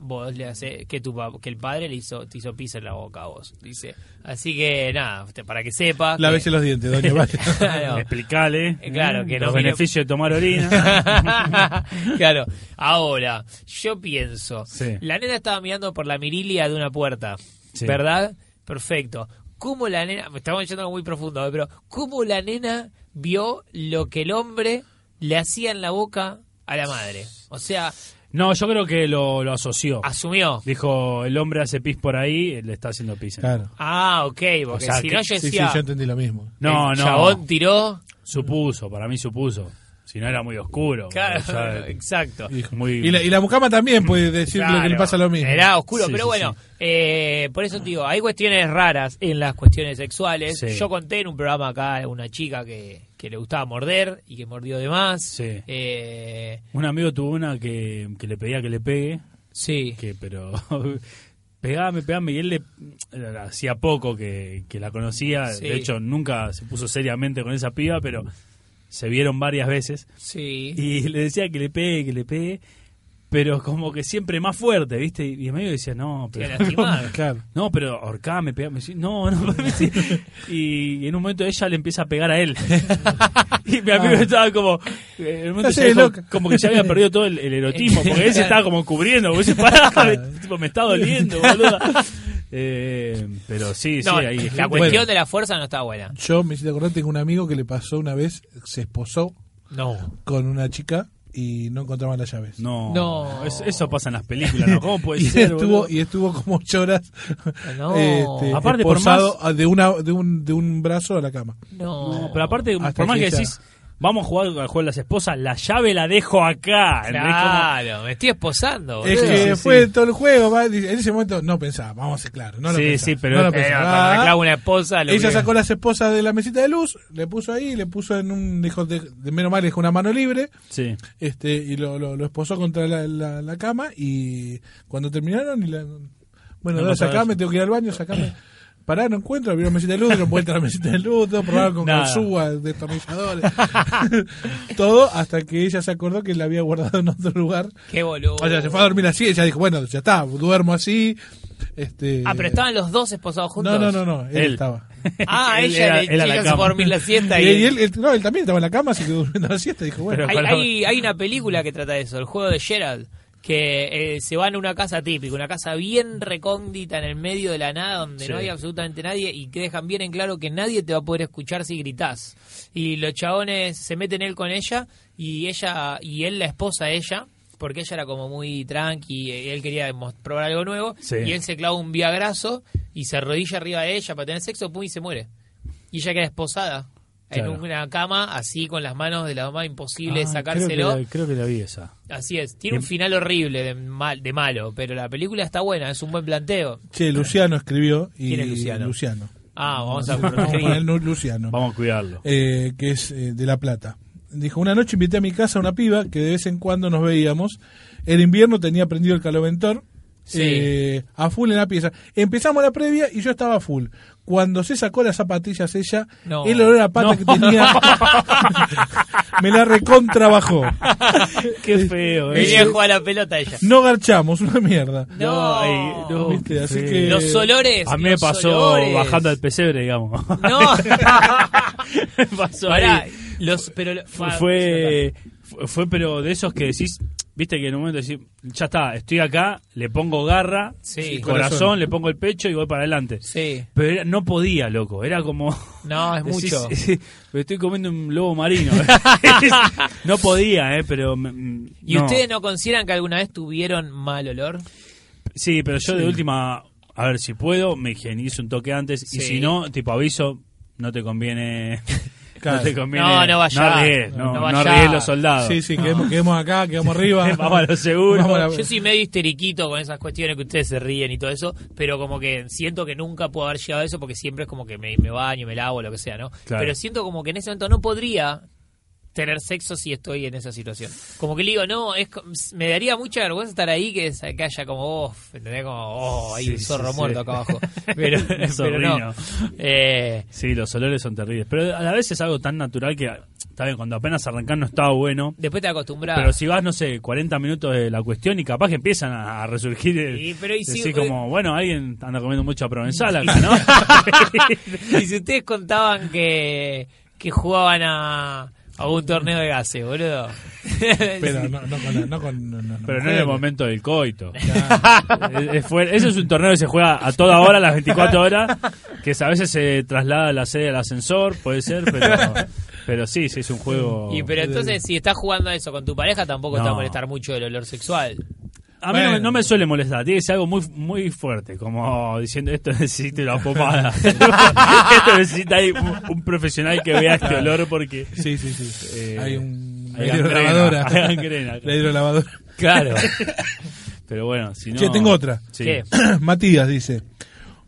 Speaker 1: vos le hace que tu pa- que el padre le hizo te hizo pis en la boca a vos, dice. Así que nada, te- para que
Speaker 3: Ah,
Speaker 1: sepas
Speaker 2: La
Speaker 1: que-
Speaker 2: vez en los dientes, doña Vale.
Speaker 3: <laughs>
Speaker 1: Claro.
Speaker 3: Explicale.
Speaker 1: Eh, claro, que
Speaker 3: los
Speaker 1: no mire-
Speaker 3: beneficios de
Speaker 1: <laughs>
Speaker 3: tomar orina.
Speaker 1: claro. Ahora, yo pienso.
Speaker 3: Sí.
Speaker 1: La nena estaba mirando por la mirilia de una puerta.
Speaker 3: Sí.
Speaker 1: ¿Verdad? Perfecto. ¿Cómo la nena... Me estamos yendo muy profundo, eh, pero... ¿Cómo la nena vio lo que el hombre le hacía en la boca a la madre? O sea,
Speaker 3: No, yo creo que lo, lo asoció.
Speaker 1: asumió.
Speaker 3: Dijo, el hombre hace pis por ahí, le está haciendo pis. en-
Speaker 2: Claro.
Speaker 1: Ah, ok. Porque
Speaker 3: sea,
Speaker 1: si no
Speaker 3: que-
Speaker 1: yo
Speaker 2: Sí, sí,
Speaker 1: decía...
Speaker 2: yo entendí lo mismo.
Speaker 3: No,
Speaker 1: el
Speaker 3: no.
Speaker 1: chabón tiró...
Speaker 3: Supuso, para mí supuso. Si no era muy oscuro.
Speaker 1: Claro, <laughs>
Speaker 3: ya- eh,
Speaker 1: exacto.
Speaker 3: muy,
Speaker 2: Y la, y la mucama también puede decir lo que le
Speaker 1: Claro,
Speaker 2: pasa lo mismo.
Speaker 1: Era oscuro,
Speaker 3: Sí,
Speaker 1: pero
Speaker 3: sí,
Speaker 1: bueno,
Speaker 3: sí.
Speaker 1: eh, por eso te digo, hay cuestiones raras en las cuestiones sexuales.
Speaker 3: Sí.
Speaker 1: Yo conté en un programa acá a una chica que, que le gustaba morder y que mordió de más.
Speaker 3: Sí.
Speaker 1: Eh,
Speaker 3: Un amigo tuvo una que, que le pedía que le pegue,
Speaker 1: sí.
Speaker 3: que pero <laughs> pegame, pegame, y él le eh, hacía poco que, que la conocía,
Speaker 1: Sí.
Speaker 3: de hecho nunca se puso seriamente con esa piba, pero se vieron varias veces
Speaker 1: Sí.
Speaker 3: y <laughs> le decía que le pegue, que le pegue, pero como que siempre más fuerte, ¿viste? Y el amigo decía, "No,
Speaker 1: Te
Speaker 3: pero <laughs>
Speaker 1: lastimaba.
Speaker 2: Claro.
Speaker 3: No, pero ahorcame, pegame. Sí, No, <laughs> no. sí. Y en un momento ella le empieza a pegar a él. <laughs> Y mi amigo estaba como. eh, En un momento
Speaker 2: Ya
Speaker 3: ya
Speaker 2: sé,
Speaker 3: dijo
Speaker 2: Ah. loca.
Speaker 3: como que ya había perdido todo el,
Speaker 2: <laughs>
Speaker 3: el erotismo. Porque él se estaba como cubriendo. Como dice, pará, me, tipo, me está doliendo, boludo. pero sí, sí.
Speaker 1: No,
Speaker 3: ahí,
Speaker 1: la cuestión de la fuerza no está buena.
Speaker 2: Yo me hice acordar, tengo un amigo que le pasó una vez, se esposó
Speaker 1: No.
Speaker 2: con una chica y no encontraban las llaves.
Speaker 3: No,
Speaker 1: No.
Speaker 3: es- eso pasa en las películas, ¿no?
Speaker 2: <laughs>
Speaker 3: ¿Cómo puede
Speaker 2: Y
Speaker 3: ser?
Speaker 2: estuvo,
Speaker 3: boludo?
Speaker 2: y estuvo como ocho horas <laughs> este,
Speaker 1: No.
Speaker 3: Aparte, por
Speaker 2: esposado a- de, una, de, un, de un brazo a la cama.
Speaker 1: No.
Speaker 3: No, pero aparte,
Speaker 2: Hasta
Speaker 3: por más
Speaker 2: que
Speaker 3: que
Speaker 2: ella-
Speaker 3: decís, vamos a jugar al juego de las esposas, la llave la dejo acá. ¿entendés? Como-
Speaker 1: Claro, me estoy esposando. boludo. Eh,
Speaker 2: Es que
Speaker 3: sí, sí.
Speaker 2: fue todo el juego, va, dice, en ese momento no pensaba, vamos a ser claros, no lo
Speaker 3: Sí,
Speaker 2: pensaba,
Speaker 3: sí, pero-
Speaker 2: no lo
Speaker 3: Eh,
Speaker 1: Eh, no,
Speaker 2: pensaba. Ah,
Speaker 1: cuando me clavo una esposa, lo
Speaker 2: Ella
Speaker 1: que-
Speaker 2: sacó las esposas de la mesita de luz, le puso ahí, le puso en un, dijo, de, de- menos mal, dejó una mano libre,
Speaker 3: Sí.
Speaker 2: este y lo, lo, lo esposó contra la, la, la cama y cuando terminaron, y la, bueno,
Speaker 3: No
Speaker 2: dale,
Speaker 3: pasaba
Speaker 2: sacame,
Speaker 3: eso.
Speaker 2: tengo que ir al baño, sacame. Pará, no encuentro, abrieron mesita de luz, dieron vuelta a la mesita de luz, todo, probaron con
Speaker 3: Nada.
Speaker 2: ganzúas, destornilladores, <laughs> todo, hasta que ella se acordó que la había guardado en otro lugar.
Speaker 1: Qué boludo.
Speaker 2: O sea, se fue a dormir así, ella dijo, bueno, ya está, duermo así. Este,
Speaker 1: Ah, pero estaban los dos esposados juntos.
Speaker 2: No, no, no, no, él,
Speaker 3: Él. <laughs>
Speaker 2: estaba.
Speaker 1: Ah,
Speaker 3: Él
Speaker 1: ella,
Speaker 3: era-
Speaker 1: le-
Speaker 3: él a la
Speaker 1: ella se
Speaker 3: cama.
Speaker 1: fue a dormir la siesta y,
Speaker 2: Y, y él, él- no, él también estaba en la cama, se quedó durmiendo la siesta. Dijo, bueno,
Speaker 3: Pero-
Speaker 1: Hay, hay- hay una película que trata de eso, el juego de Gerald, que eh, se van a una casa típica, una casa bien recóndita en el medio de la nada, donde
Speaker 3: Sí.
Speaker 1: no hay absolutamente nadie y que dejan bien en claro que nadie te va a poder escuchar si gritás. Y los chabones se meten él con ella y ella y él la esposa de ella. Porque ella era como muy tranqui, eh, él quería mos- probar algo nuevo.
Speaker 3: Sí.
Speaker 1: Y él se clava un viagrazo y se arrodilla arriba de ella para tener sexo, pum, y se muere. Y ella queda esposada
Speaker 3: Claro.
Speaker 1: en una cama, así con las manos de la mamá, imposible
Speaker 3: Ah,
Speaker 1: sacárselo.
Speaker 3: Creo que, la, creo que la vi esa.
Speaker 1: Así es, tiene un final horrible de, mal, de malo, pero la película está buena, es un buen planteo.
Speaker 2: che, Luciano escribió. Y,
Speaker 1: ¿Quién es Luciano?
Speaker 2: Luciano.
Speaker 1: Ah, vamos a
Speaker 2: Vamos a poner
Speaker 1: corregir.
Speaker 2: Lu- Luciano,
Speaker 3: Vamos a cuidarlo.
Speaker 2: eh, que es eh, de La Plata. Dijo, una noche invité a mi casa a una piba que de vez en cuando nos veíamos. En invierno tenía prendido el caloventor.
Speaker 1: Sí.
Speaker 2: eh, a full en la pieza. Empezamos la previa y yo estaba a full. Cuando se sacó las zapatillas ella,
Speaker 1: No.
Speaker 2: el olor a pata
Speaker 3: No.
Speaker 2: que
Speaker 3: <laughs>
Speaker 2: tenía me la recontrabajó.
Speaker 3: Qué feo, eh.
Speaker 1: Venía a jugar a la pelota ella.
Speaker 2: No garchamos, una mierda.
Speaker 1: No,
Speaker 3: Ay, no,
Speaker 2: Viste,
Speaker 3: qué
Speaker 2: así
Speaker 3: feo.
Speaker 2: que-
Speaker 1: los olores.
Speaker 3: A mí me
Speaker 1: los
Speaker 3: pasó
Speaker 1: olores.
Speaker 3: bajando al pesebre, digamos.
Speaker 1: No, <laughs>
Speaker 3: Me pasó
Speaker 1: Pará,
Speaker 3: ahí.
Speaker 1: los, pero, lo-
Speaker 3: <laughs>
Speaker 1: ah,
Speaker 3: Fue, eh,
Speaker 1: fa-
Speaker 3: fue, fue, pero de esos que decís, viste que en un momento decís, ya está, estoy acá, le pongo garra,
Speaker 1: Sí.
Speaker 3: y corazón,
Speaker 2: Corazón.
Speaker 3: le pongo el pecho y voy para adelante.
Speaker 1: Sí,
Speaker 3: Pero era- no podía, loco, era como...
Speaker 1: no, es
Speaker 3: <laughs> decís,
Speaker 1: mucho.
Speaker 3: me estoy comiendo un
Speaker 1: <laughs>
Speaker 3: lobo marino. <laughs> no podía, eh, pero... mm,
Speaker 1: ¿Y
Speaker 3: no.
Speaker 1: ustedes no consideran que alguna vez tuvieron mal olor?
Speaker 3: Sí, pero yo de última, a ver si puedo, me higienizo un toque antes y
Speaker 1: Sí.
Speaker 3: si no, tipo aviso, no te
Speaker 1: <laughs>
Speaker 3: conviene.
Speaker 2: Claro.
Speaker 3: No te conviene.
Speaker 1: No, no vayas.
Speaker 3: No arriesgues, no,
Speaker 1: No
Speaker 3: no
Speaker 1: vayas.
Speaker 3: arriesgues los soldados.
Speaker 2: Sí, sí, quedemos, quedemos acá, quedamos arriba.
Speaker 3: <laughs> Vamos a lo seguro.
Speaker 2: Vamos a la-
Speaker 1: Yo soy medio histeriquito con esas cuestiones que ustedes se ríen y todo eso, pero como que siento que nunca puedo haber llegado a eso porque siempre es como que me, me baño, me lavo, lo que sea, ¿no?
Speaker 3: Claro.
Speaker 1: Pero siento como que en ese momento no podría tener sexo si estoy en esa situación. Como que le digo, no, es, co- me daría mucha vergüenza estar ahí que, sa- que haya como, oh, ¿entendés? Como, oh, hay
Speaker 3: Sí,
Speaker 1: un zorro
Speaker 3: sí, sí.
Speaker 1: muerto acá
Speaker 3: <laughs>
Speaker 1: abajo. <laughs> Pero,
Speaker 3: Un
Speaker 1: pero
Speaker 3: zorrino.
Speaker 1: no. Eh,
Speaker 3: Sí, los olores son terribles. Pero a la vez es algo tan natural que, está bien, cuando apenas arrancás no está bueno.
Speaker 1: después te acostumbras.
Speaker 3: Pero si vas, no sé, 40 minutos de la cuestión y capaz que empiezan a a resurgir. el-
Speaker 1: Sí, pero y si- eh,
Speaker 3: decir como, bueno, alguien anda
Speaker 1: <laughs>
Speaker 3: comiendo mucho provenzal acá, ¿no?
Speaker 1: y si ustedes contaban que, que jugaban a, a un torneo de gases, boludo.
Speaker 2: Pero no, no con. la- No con no, no, no,
Speaker 3: pero no en
Speaker 2: mujeres.
Speaker 3: el momento del coito. Es- es fuera- eso es un torneo que se juega a toda hora,
Speaker 1: <laughs>
Speaker 3: las 24 horas, que a veces se traslada la sede al ascensor, puede ser,
Speaker 1: <laughs>
Speaker 3: pero, pero sí, sí, es un juego...
Speaker 1: <laughs> y pero entonces, si estás jugando a eso con tu pareja, tampoco te va
Speaker 3: No.
Speaker 1: a molestar mucho el olor sexual.
Speaker 3: A mí no, me-
Speaker 2: Bueno.
Speaker 3: no me suele molestar, tiene que ser algo muy, muy fuerte, como diciendo esto necesita una popada.
Speaker 1: <laughs>
Speaker 3: <laughs> esto necesita ahí un, un profesional que vea este olor porque...
Speaker 2: Sí, sí, sí.
Speaker 3: Eh,
Speaker 2: hay un.
Speaker 3: hay
Speaker 2: la
Speaker 3: gangrena,
Speaker 2: hidrolavadora.
Speaker 3: hay gangrena.
Speaker 2: La hidrolavadora.
Speaker 1: <laughs> Claro.
Speaker 3: Pero bueno, si no...
Speaker 2: Che, tengo otra.
Speaker 3: Sí.
Speaker 1: ¿Qué?
Speaker 2: <coughs> Matías dice.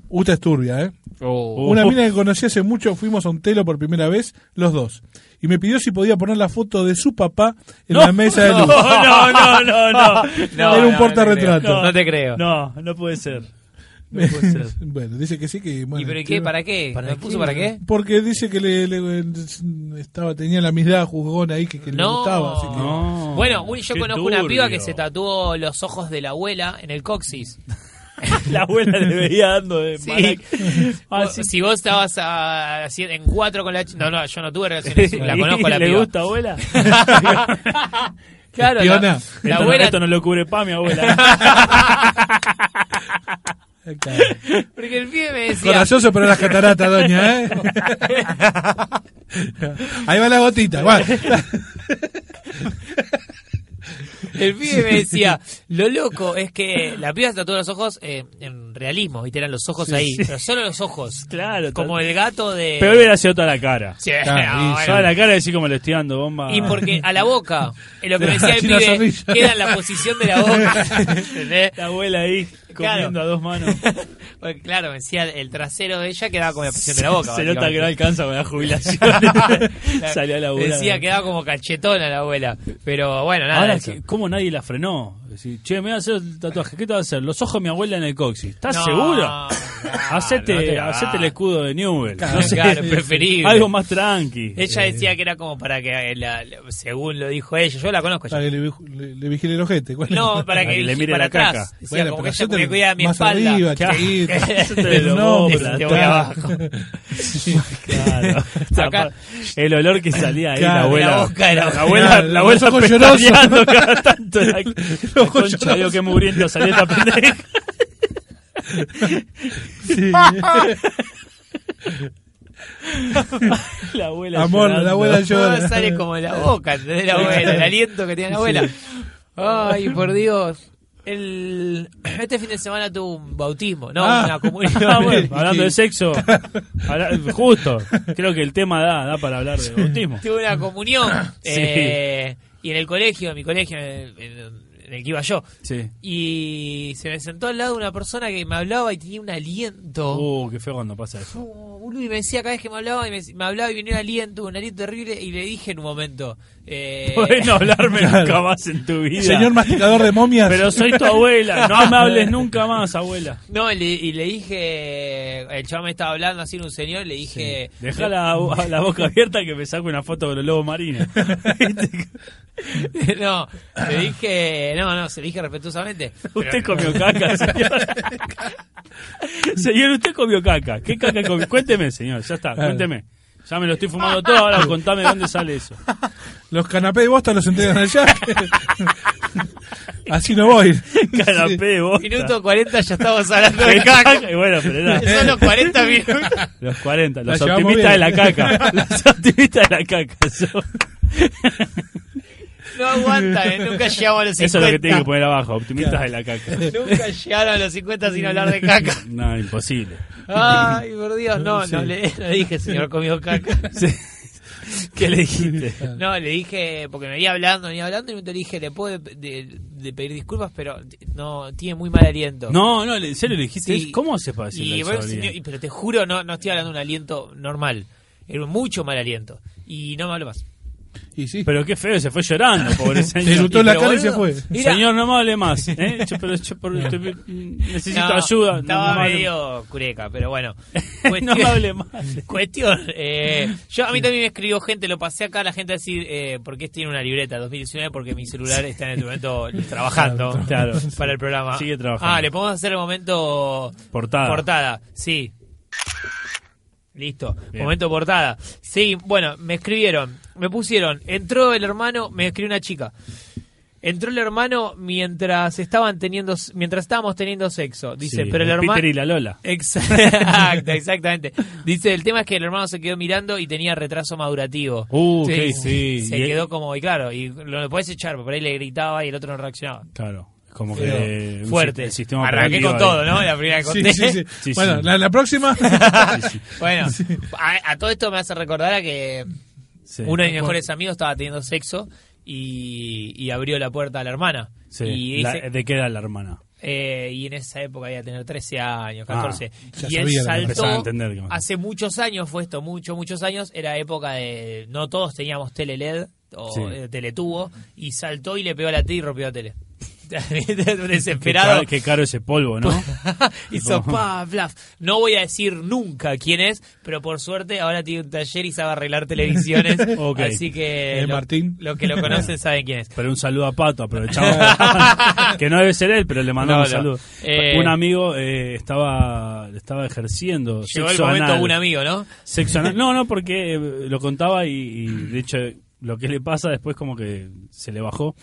Speaker 2: Uta es turbia, ¿eh?
Speaker 1: Oh.
Speaker 2: Una
Speaker 3: Uh.
Speaker 2: mina que conocí hace mucho, fuimos a un telo por primera vez, los dos. Y me pidió si podía poner la foto de su papá en la mesa de
Speaker 3: <laughs> No,
Speaker 2: luz.
Speaker 3: no, no, no, no.
Speaker 2: <laughs> Era un portarretrato.
Speaker 1: No, te creo.
Speaker 3: No, no puede ser. No <laughs> puede ser.
Speaker 2: <laughs> bueno, dice que sí, que... bueno,
Speaker 1: ¿Y pero ¿y qué?
Speaker 2: tiene-
Speaker 1: ¿Para qué? ¿Me puso para qué?
Speaker 2: Porque dice que le, le- estaba tenía la amistad juzgona ahí que, que le
Speaker 1: No.
Speaker 2: gustaba. así que-
Speaker 3: No.
Speaker 1: Bueno, un- yo
Speaker 3: Qué
Speaker 1: conozco una piba
Speaker 3: turbio.
Speaker 1: que se tatuó los ojos de la abuela en el coxis.
Speaker 3: la
Speaker 2: <laughs>
Speaker 3: abuela le veía dando de
Speaker 1: Sí.
Speaker 3: mala- Ah, sí.
Speaker 1: Si vos estabas ah, así en cuatro con la ch- No, no, yo no tuve
Speaker 3: <laughs>
Speaker 1: relaciones. La conozco a la
Speaker 3: ¿Le
Speaker 1: piba. <laughs>
Speaker 3: gusta, abuela?
Speaker 1: Claro, la-
Speaker 2: Espiona.
Speaker 1: la,
Speaker 3: Esto no-
Speaker 1: abuela.
Speaker 3: esto no lo cubre pa' mi abuela.
Speaker 1: <laughs>
Speaker 2: eh, Claro.
Speaker 1: Porque el pibe me decía.
Speaker 2: Corazoso, pero las cataratas, doña, <laughs> ¿eh? ahí va la gotita. va.
Speaker 1: El pibe me decía, lo loco es que la piba se tatuó los ojos eh, en realismo, viste, eran los ojos ahí, pero solo los ojos.
Speaker 3: Claro,
Speaker 1: Como el gato de...
Speaker 3: Peor hubiera sido toda la cara.
Speaker 1: Sí,
Speaker 2: Claro,
Speaker 1: no,
Speaker 2: y
Speaker 3: Toda
Speaker 1: bueno.
Speaker 3: la cara decir como le estoy dando bomba.
Speaker 1: Y porque a la boca, eh, lo que me decía el
Speaker 2: Y la
Speaker 1: pibe,
Speaker 2: zorrilla.
Speaker 1: queda en la posición de la
Speaker 3: <laughs>
Speaker 1: boca. ¿entendés?
Speaker 3: <laughs> La abuela ahí comiendo
Speaker 1: Claro.
Speaker 3: a dos manos.
Speaker 1: <laughs> Porque, claro, me decía el trasero de ella quedaba como la posición de la boca.
Speaker 3: Se nota que
Speaker 1: <laughs>
Speaker 3: no
Speaker 1: básicamente.
Speaker 3: alcanza con
Speaker 1: <laughs>
Speaker 3: la jubilación. <laughs> Salió a la abuela.
Speaker 1: Decía quedaba como cachetona la abuela. Pero bueno, nada.
Speaker 3: Ahora,
Speaker 1: eso.
Speaker 3: que- ¿cómo nadie la frenó? Decir, che, me voy a hacer el tatuaje. ¿Qué te vas a hacer? Los ojos de mi abuela en el coxis. ¿Estás
Speaker 1: No,
Speaker 3: seguro?
Speaker 1: no,
Speaker 3: hacete,
Speaker 1: no te la
Speaker 3: hacete el
Speaker 1: hagas.
Speaker 3: escudo de Newell.
Speaker 2: Claro,
Speaker 3: no sé,
Speaker 1: Ah, Claro, preferible.
Speaker 3: algo más tranqui.
Speaker 1: <laughs> Ella decía que era como para que, eh, la- la- según lo dijo ella, yo la conozco. ya.
Speaker 2: <laughs> Para que le, vi- le- le vigile el ojete. ¿cuál es?
Speaker 1: No, para
Speaker 3: Para
Speaker 1: que,
Speaker 3: que le mire
Speaker 1: para
Speaker 3: la caca.
Speaker 1: atrás. Decía,
Speaker 2: Bueno,
Speaker 1: como que
Speaker 2: pero
Speaker 1: ella
Speaker 2: hacete
Speaker 1: me cuida mi
Speaker 2: más
Speaker 1: espalda.
Speaker 2: arriba,
Speaker 1: Claro. <laughs>
Speaker 2: chiquito.
Speaker 3: Hacete el
Speaker 2: No,
Speaker 3: hombro,
Speaker 2: pero
Speaker 1: te voy
Speaker 2: <laughs>
Speaker 3: atrás.
Speaker 1: abajo.
Speaker 2: Sí.
Speaker 1: <laughs>
Speaker 3: Claro.
Speaker 1: Acá-
Speaker 3: el olor que salía ahí,
Speaker 2: Claro.
Speaker 3: la abuela.
Speaker 1: La boca de la- <laughs>
Speaker 3: la abuela,
Speaker 2: Claro,
Speaker 3: la abuela
Speaker 2: los ojos
Speaker 3: pestañeando cada tanto. La, la
Speaker 2: ojos
Speaker 3: concha, Dios, qué mugriento salió esta pendeja. la abuela.
Speaker 2: Amor,
Speaker 3: llorando.
Speaker 2: la abuela llora.
Speaker 1: No, sale como la boca, ¿entendés? La abuela, el aliento que tiene la abuela. Ay, por Dios. El... Este fin de semana tuvo un bautismo, no,
Speaker 2: Ah.
Speaker 1: una comunión.
Speaker 3: Ah, bueno, hablando de sexo, habla- justo, creo que el tema da, da para hablar de autismo.
Speaker 1: Tuve una comunión.
Speaker 3: Sí.
Speaker 1: eh, y en el colegio, en mi colegio, en el, en- en el que iba yo.
Speaker 3: Sí.
Speaker 1: Y se me sentó al lado una persona que me hablaba y tenía un aliento.
Speaker 3: Uh, qué feo cuando pasa eso.
Speaker 1: Oh, boludo, y me decía cada vez que me hablaba, y me, me hablaba y venía un aliento, un aliento terrible. Y le dije en un momento:
Speaker 3: <laughs>
Speaker 1: eh,
Speaker 3: Podés no hablarme
Speaker 2: Claro.
Speaker 3: nunca más en tu vida.
Speaker 2: Señor masticador de momias.
Speaker 3: Pero soy
Speaker 2: <laughs>
Speaker 3: tu abuela, no me hables nunca más, abuela.
Speaker 1: No, y le, y le dije, el chaval me estaba hablando así en un señor, le dije,
Speaker 3: Deja la, la boca abierta que me saco una foto de los lobos marinos.
Speaker 1: <laughs> no, le dije, no, no, se le dije respetuosamente.
Speaker 3: Usted comió caca, <laughs> señor. señor, usted comió caca. ¿Qué caca comió? Cuénteme, señor, ya está, cuénteme. Ya me lo estoy fumando todo, ahora contame de dónde
Speaker 2: <laughs>
Speaker 3: sale eso.
Speaker 2: Los canapés de Boston los
Speaker 1: <laughs>
Speaker 2: entregan allá. Así no voy.
Speaker 3: Canapé, vos.
Speaker 1: Minuto 40 ya estamos hablando de
Speaker 3: <laughs> de
Speaker 1: caca.
Speaker 3: caca. Y bueno, pero era
Speaker 1: Son los 40 minutos.
Speaker 3: los 40, los
Speaker 2: La llevamos
Speaker 3: optimistas de la
Speaker 2: bien. <laughs>
Speaker 3: caca. Los optimistas de la caca. <laughs> son.
Speaker 1: No aguantan, eh, nunca llegamos a los 50.
Speaker 3: Eso es lo que tengo que poner abajo, optimistas de la caca.
Speaker 1: Nunca llegaron a los 50 sin hablar de caca.
Speaker 3: No, imposible.
Speaker 1: Ay, por Dios, no, no
Speaker 2: Sí.
Speaker 1: le, no le dije, señor, comió caca.
Speaker 3: ¿Qué le dijiste?
Speaker 1: No, le dije, porque me venía hablando, venía hablando, y le dije, le puedo de- de- de pedir disculpas, pero no, tiene muy mal aliento.
Speaker 3: No, no, en serio le dijiste.
Speaker 1: Sí.
Speaker 3: ¿Cómo se pasa?
Speaker 1: Y bueno, señor, y- pero te juro, no, no estoy hablando de un aliento normal. Era mucho mal aliento. Y no me habló más.
Speaker 2: Y sí.
Speaker 3: Pero qué feo, se fue llorando,
Speaker 1: <laughs>
Speaker 3: pobre señor.
Speaker 2: insultó en la cara y se
Speaker 1: boludo,
Speaker 2: fue.
Speaker 1: mira,
Speaker 3: Señor, no me hable más. ¿eh? Yo, pero, yo, por- te- necesito
Speaker 1: no,
Speaker 3: ayuda. No,
Speaker 1: Estaba
Speaker 3: no me hable-
Speaker 1: medio cureca, pero bueno.
Speaker 3: <laughs> no me hable <laughs> más.
Speaker 1: <laughs> Cuestión, eh, yo a mí también me escribió gente, lo pasé acá, la gente a decir, eh, ¿por qué tiene una libreta 2019? Porque mi celular está en este momento trabajando
Speaker 3: <laughs> Claro.
Speaker 1: <laughs> para el programa.
Speaker 3: Sigue trabajando.
Speaker 1: Ah, le podemos hacer el momento
Speaker 3: Portada.
Speaker 1: portada, sí. Listo,
Speaker 3: Bien.
Speaker 1: momento portada. Sí, bueno, me escribieron, me pusieron, entró el hermano, me escribió una chica. Entró el hermano mientras estaban teniendo, mientras estábamos teniendo sexo. Dice,
Speaker 3: Sí,
Speaker 1: pero el hermano.
Speaker 3: Peter y la Lola. <laughs>
Speaker 1: Exacto, exactamente. Dice, el tema es que el hermano se quedó mirando y tenía retraso madurativo.
Speaker 3: Uh, ok, sí.
Speaker 1: Se
Speaker 3: Y-
Speaker 1: quedó como, y claro, y lo podés echar, pero por ahí le gritaba y el otro no reaccionaba.
Speaker 3: Claro. Como
Speaker 2: Feo.
Speaker 3: que. Eh, un si-
Speaker 1: Fuerte.
Speaker 3: el sistema
Speaker 1: Arranqué
Speaker 3: operativo
Speaker 1: con
Speaker 3: ahí.
Speaker 1: todo, ¿no? La
Speaker 3: <laughs>
Speaker 1: primera que
Speaker 2: Sí,
Speaker 1: conté.
Speaker 2: sí, sí.
Speaker 3: Sí,
Speaker 2: bueno,
Speaker 3: sí.
Speaker 2: La,
Speaker 1: <laughs>
Speaker 2: la próxima.
Speaker 1: Bueno, a, a todo esto me hace recordar a que
Speaker 3: Sí.
Speaker 1: uno de mis mejores amigos estaba teniendo sexo y, y abrió la puerta a la hermana.
Speaker 3: Sí.
Speaker 1: Y,
Speaker 3: La-
Speaker 1: dice-
Speaker 3: ¿De qué edad la hermana?
Speaker 1: eh, y en esa época iba a tener 13 años,
Speaker 3: Ah,
Speaker 1: 14.
Speaker 2: ya
Speaker 1: y él
Speaker 2: sabía,
Speaker 1: saltó.
Speaker 3: empezaba a entender que más.
Speaker 1: hace muchos años fue esto, muchos, muchos años. Era época de. No todos teníamos tele LED o
Speaker 3: Sí.
Speaker 1: eh, teletubo. Y saltó y le pegó a la tele y rompió la tele. <laughs> Desesperado.
Speaker 3: Qué, caro, qué caro ese polvo, ¿no?
Speaker 1: Pues- <laughs> Hizo pa, plaf. No voy a decir nunca quién es, pero por suerte ahora tiene un taller y sabe arreglar televisiones.
Speaker 3: <laughs> Ok.
Speaker 1: Así que
Speaker 2: Eh,
Speaker 1: lo-
Speaker 2: Martín.
Speaker 1: los que lo conocen saben
Speaker 3: <laughs>
Speaker 1: quién es.
Speaker 3: Pero un saludo a
Speaker 1: <laughs>
Speaker 3: Pato, aprovechamos. <laughs> que no debe ser él, pero le mandamos
Speaker 1: No, no.
Speaker 3: un saludo.
Speaker 1: Eh,
Speaker 3: un amigo eh, estaba estaba ejerciendo
Speaker 1: Llegó el
Speaker 3: sexo
Speaker 1: momento
Speaker 3: anal.
Speaker 1: un amigo, ¿no?
Speaker 3: Sexo anal. No, no, porque eh, lo contaba y, y, de hecho lo que le pasa después como que se le bajó.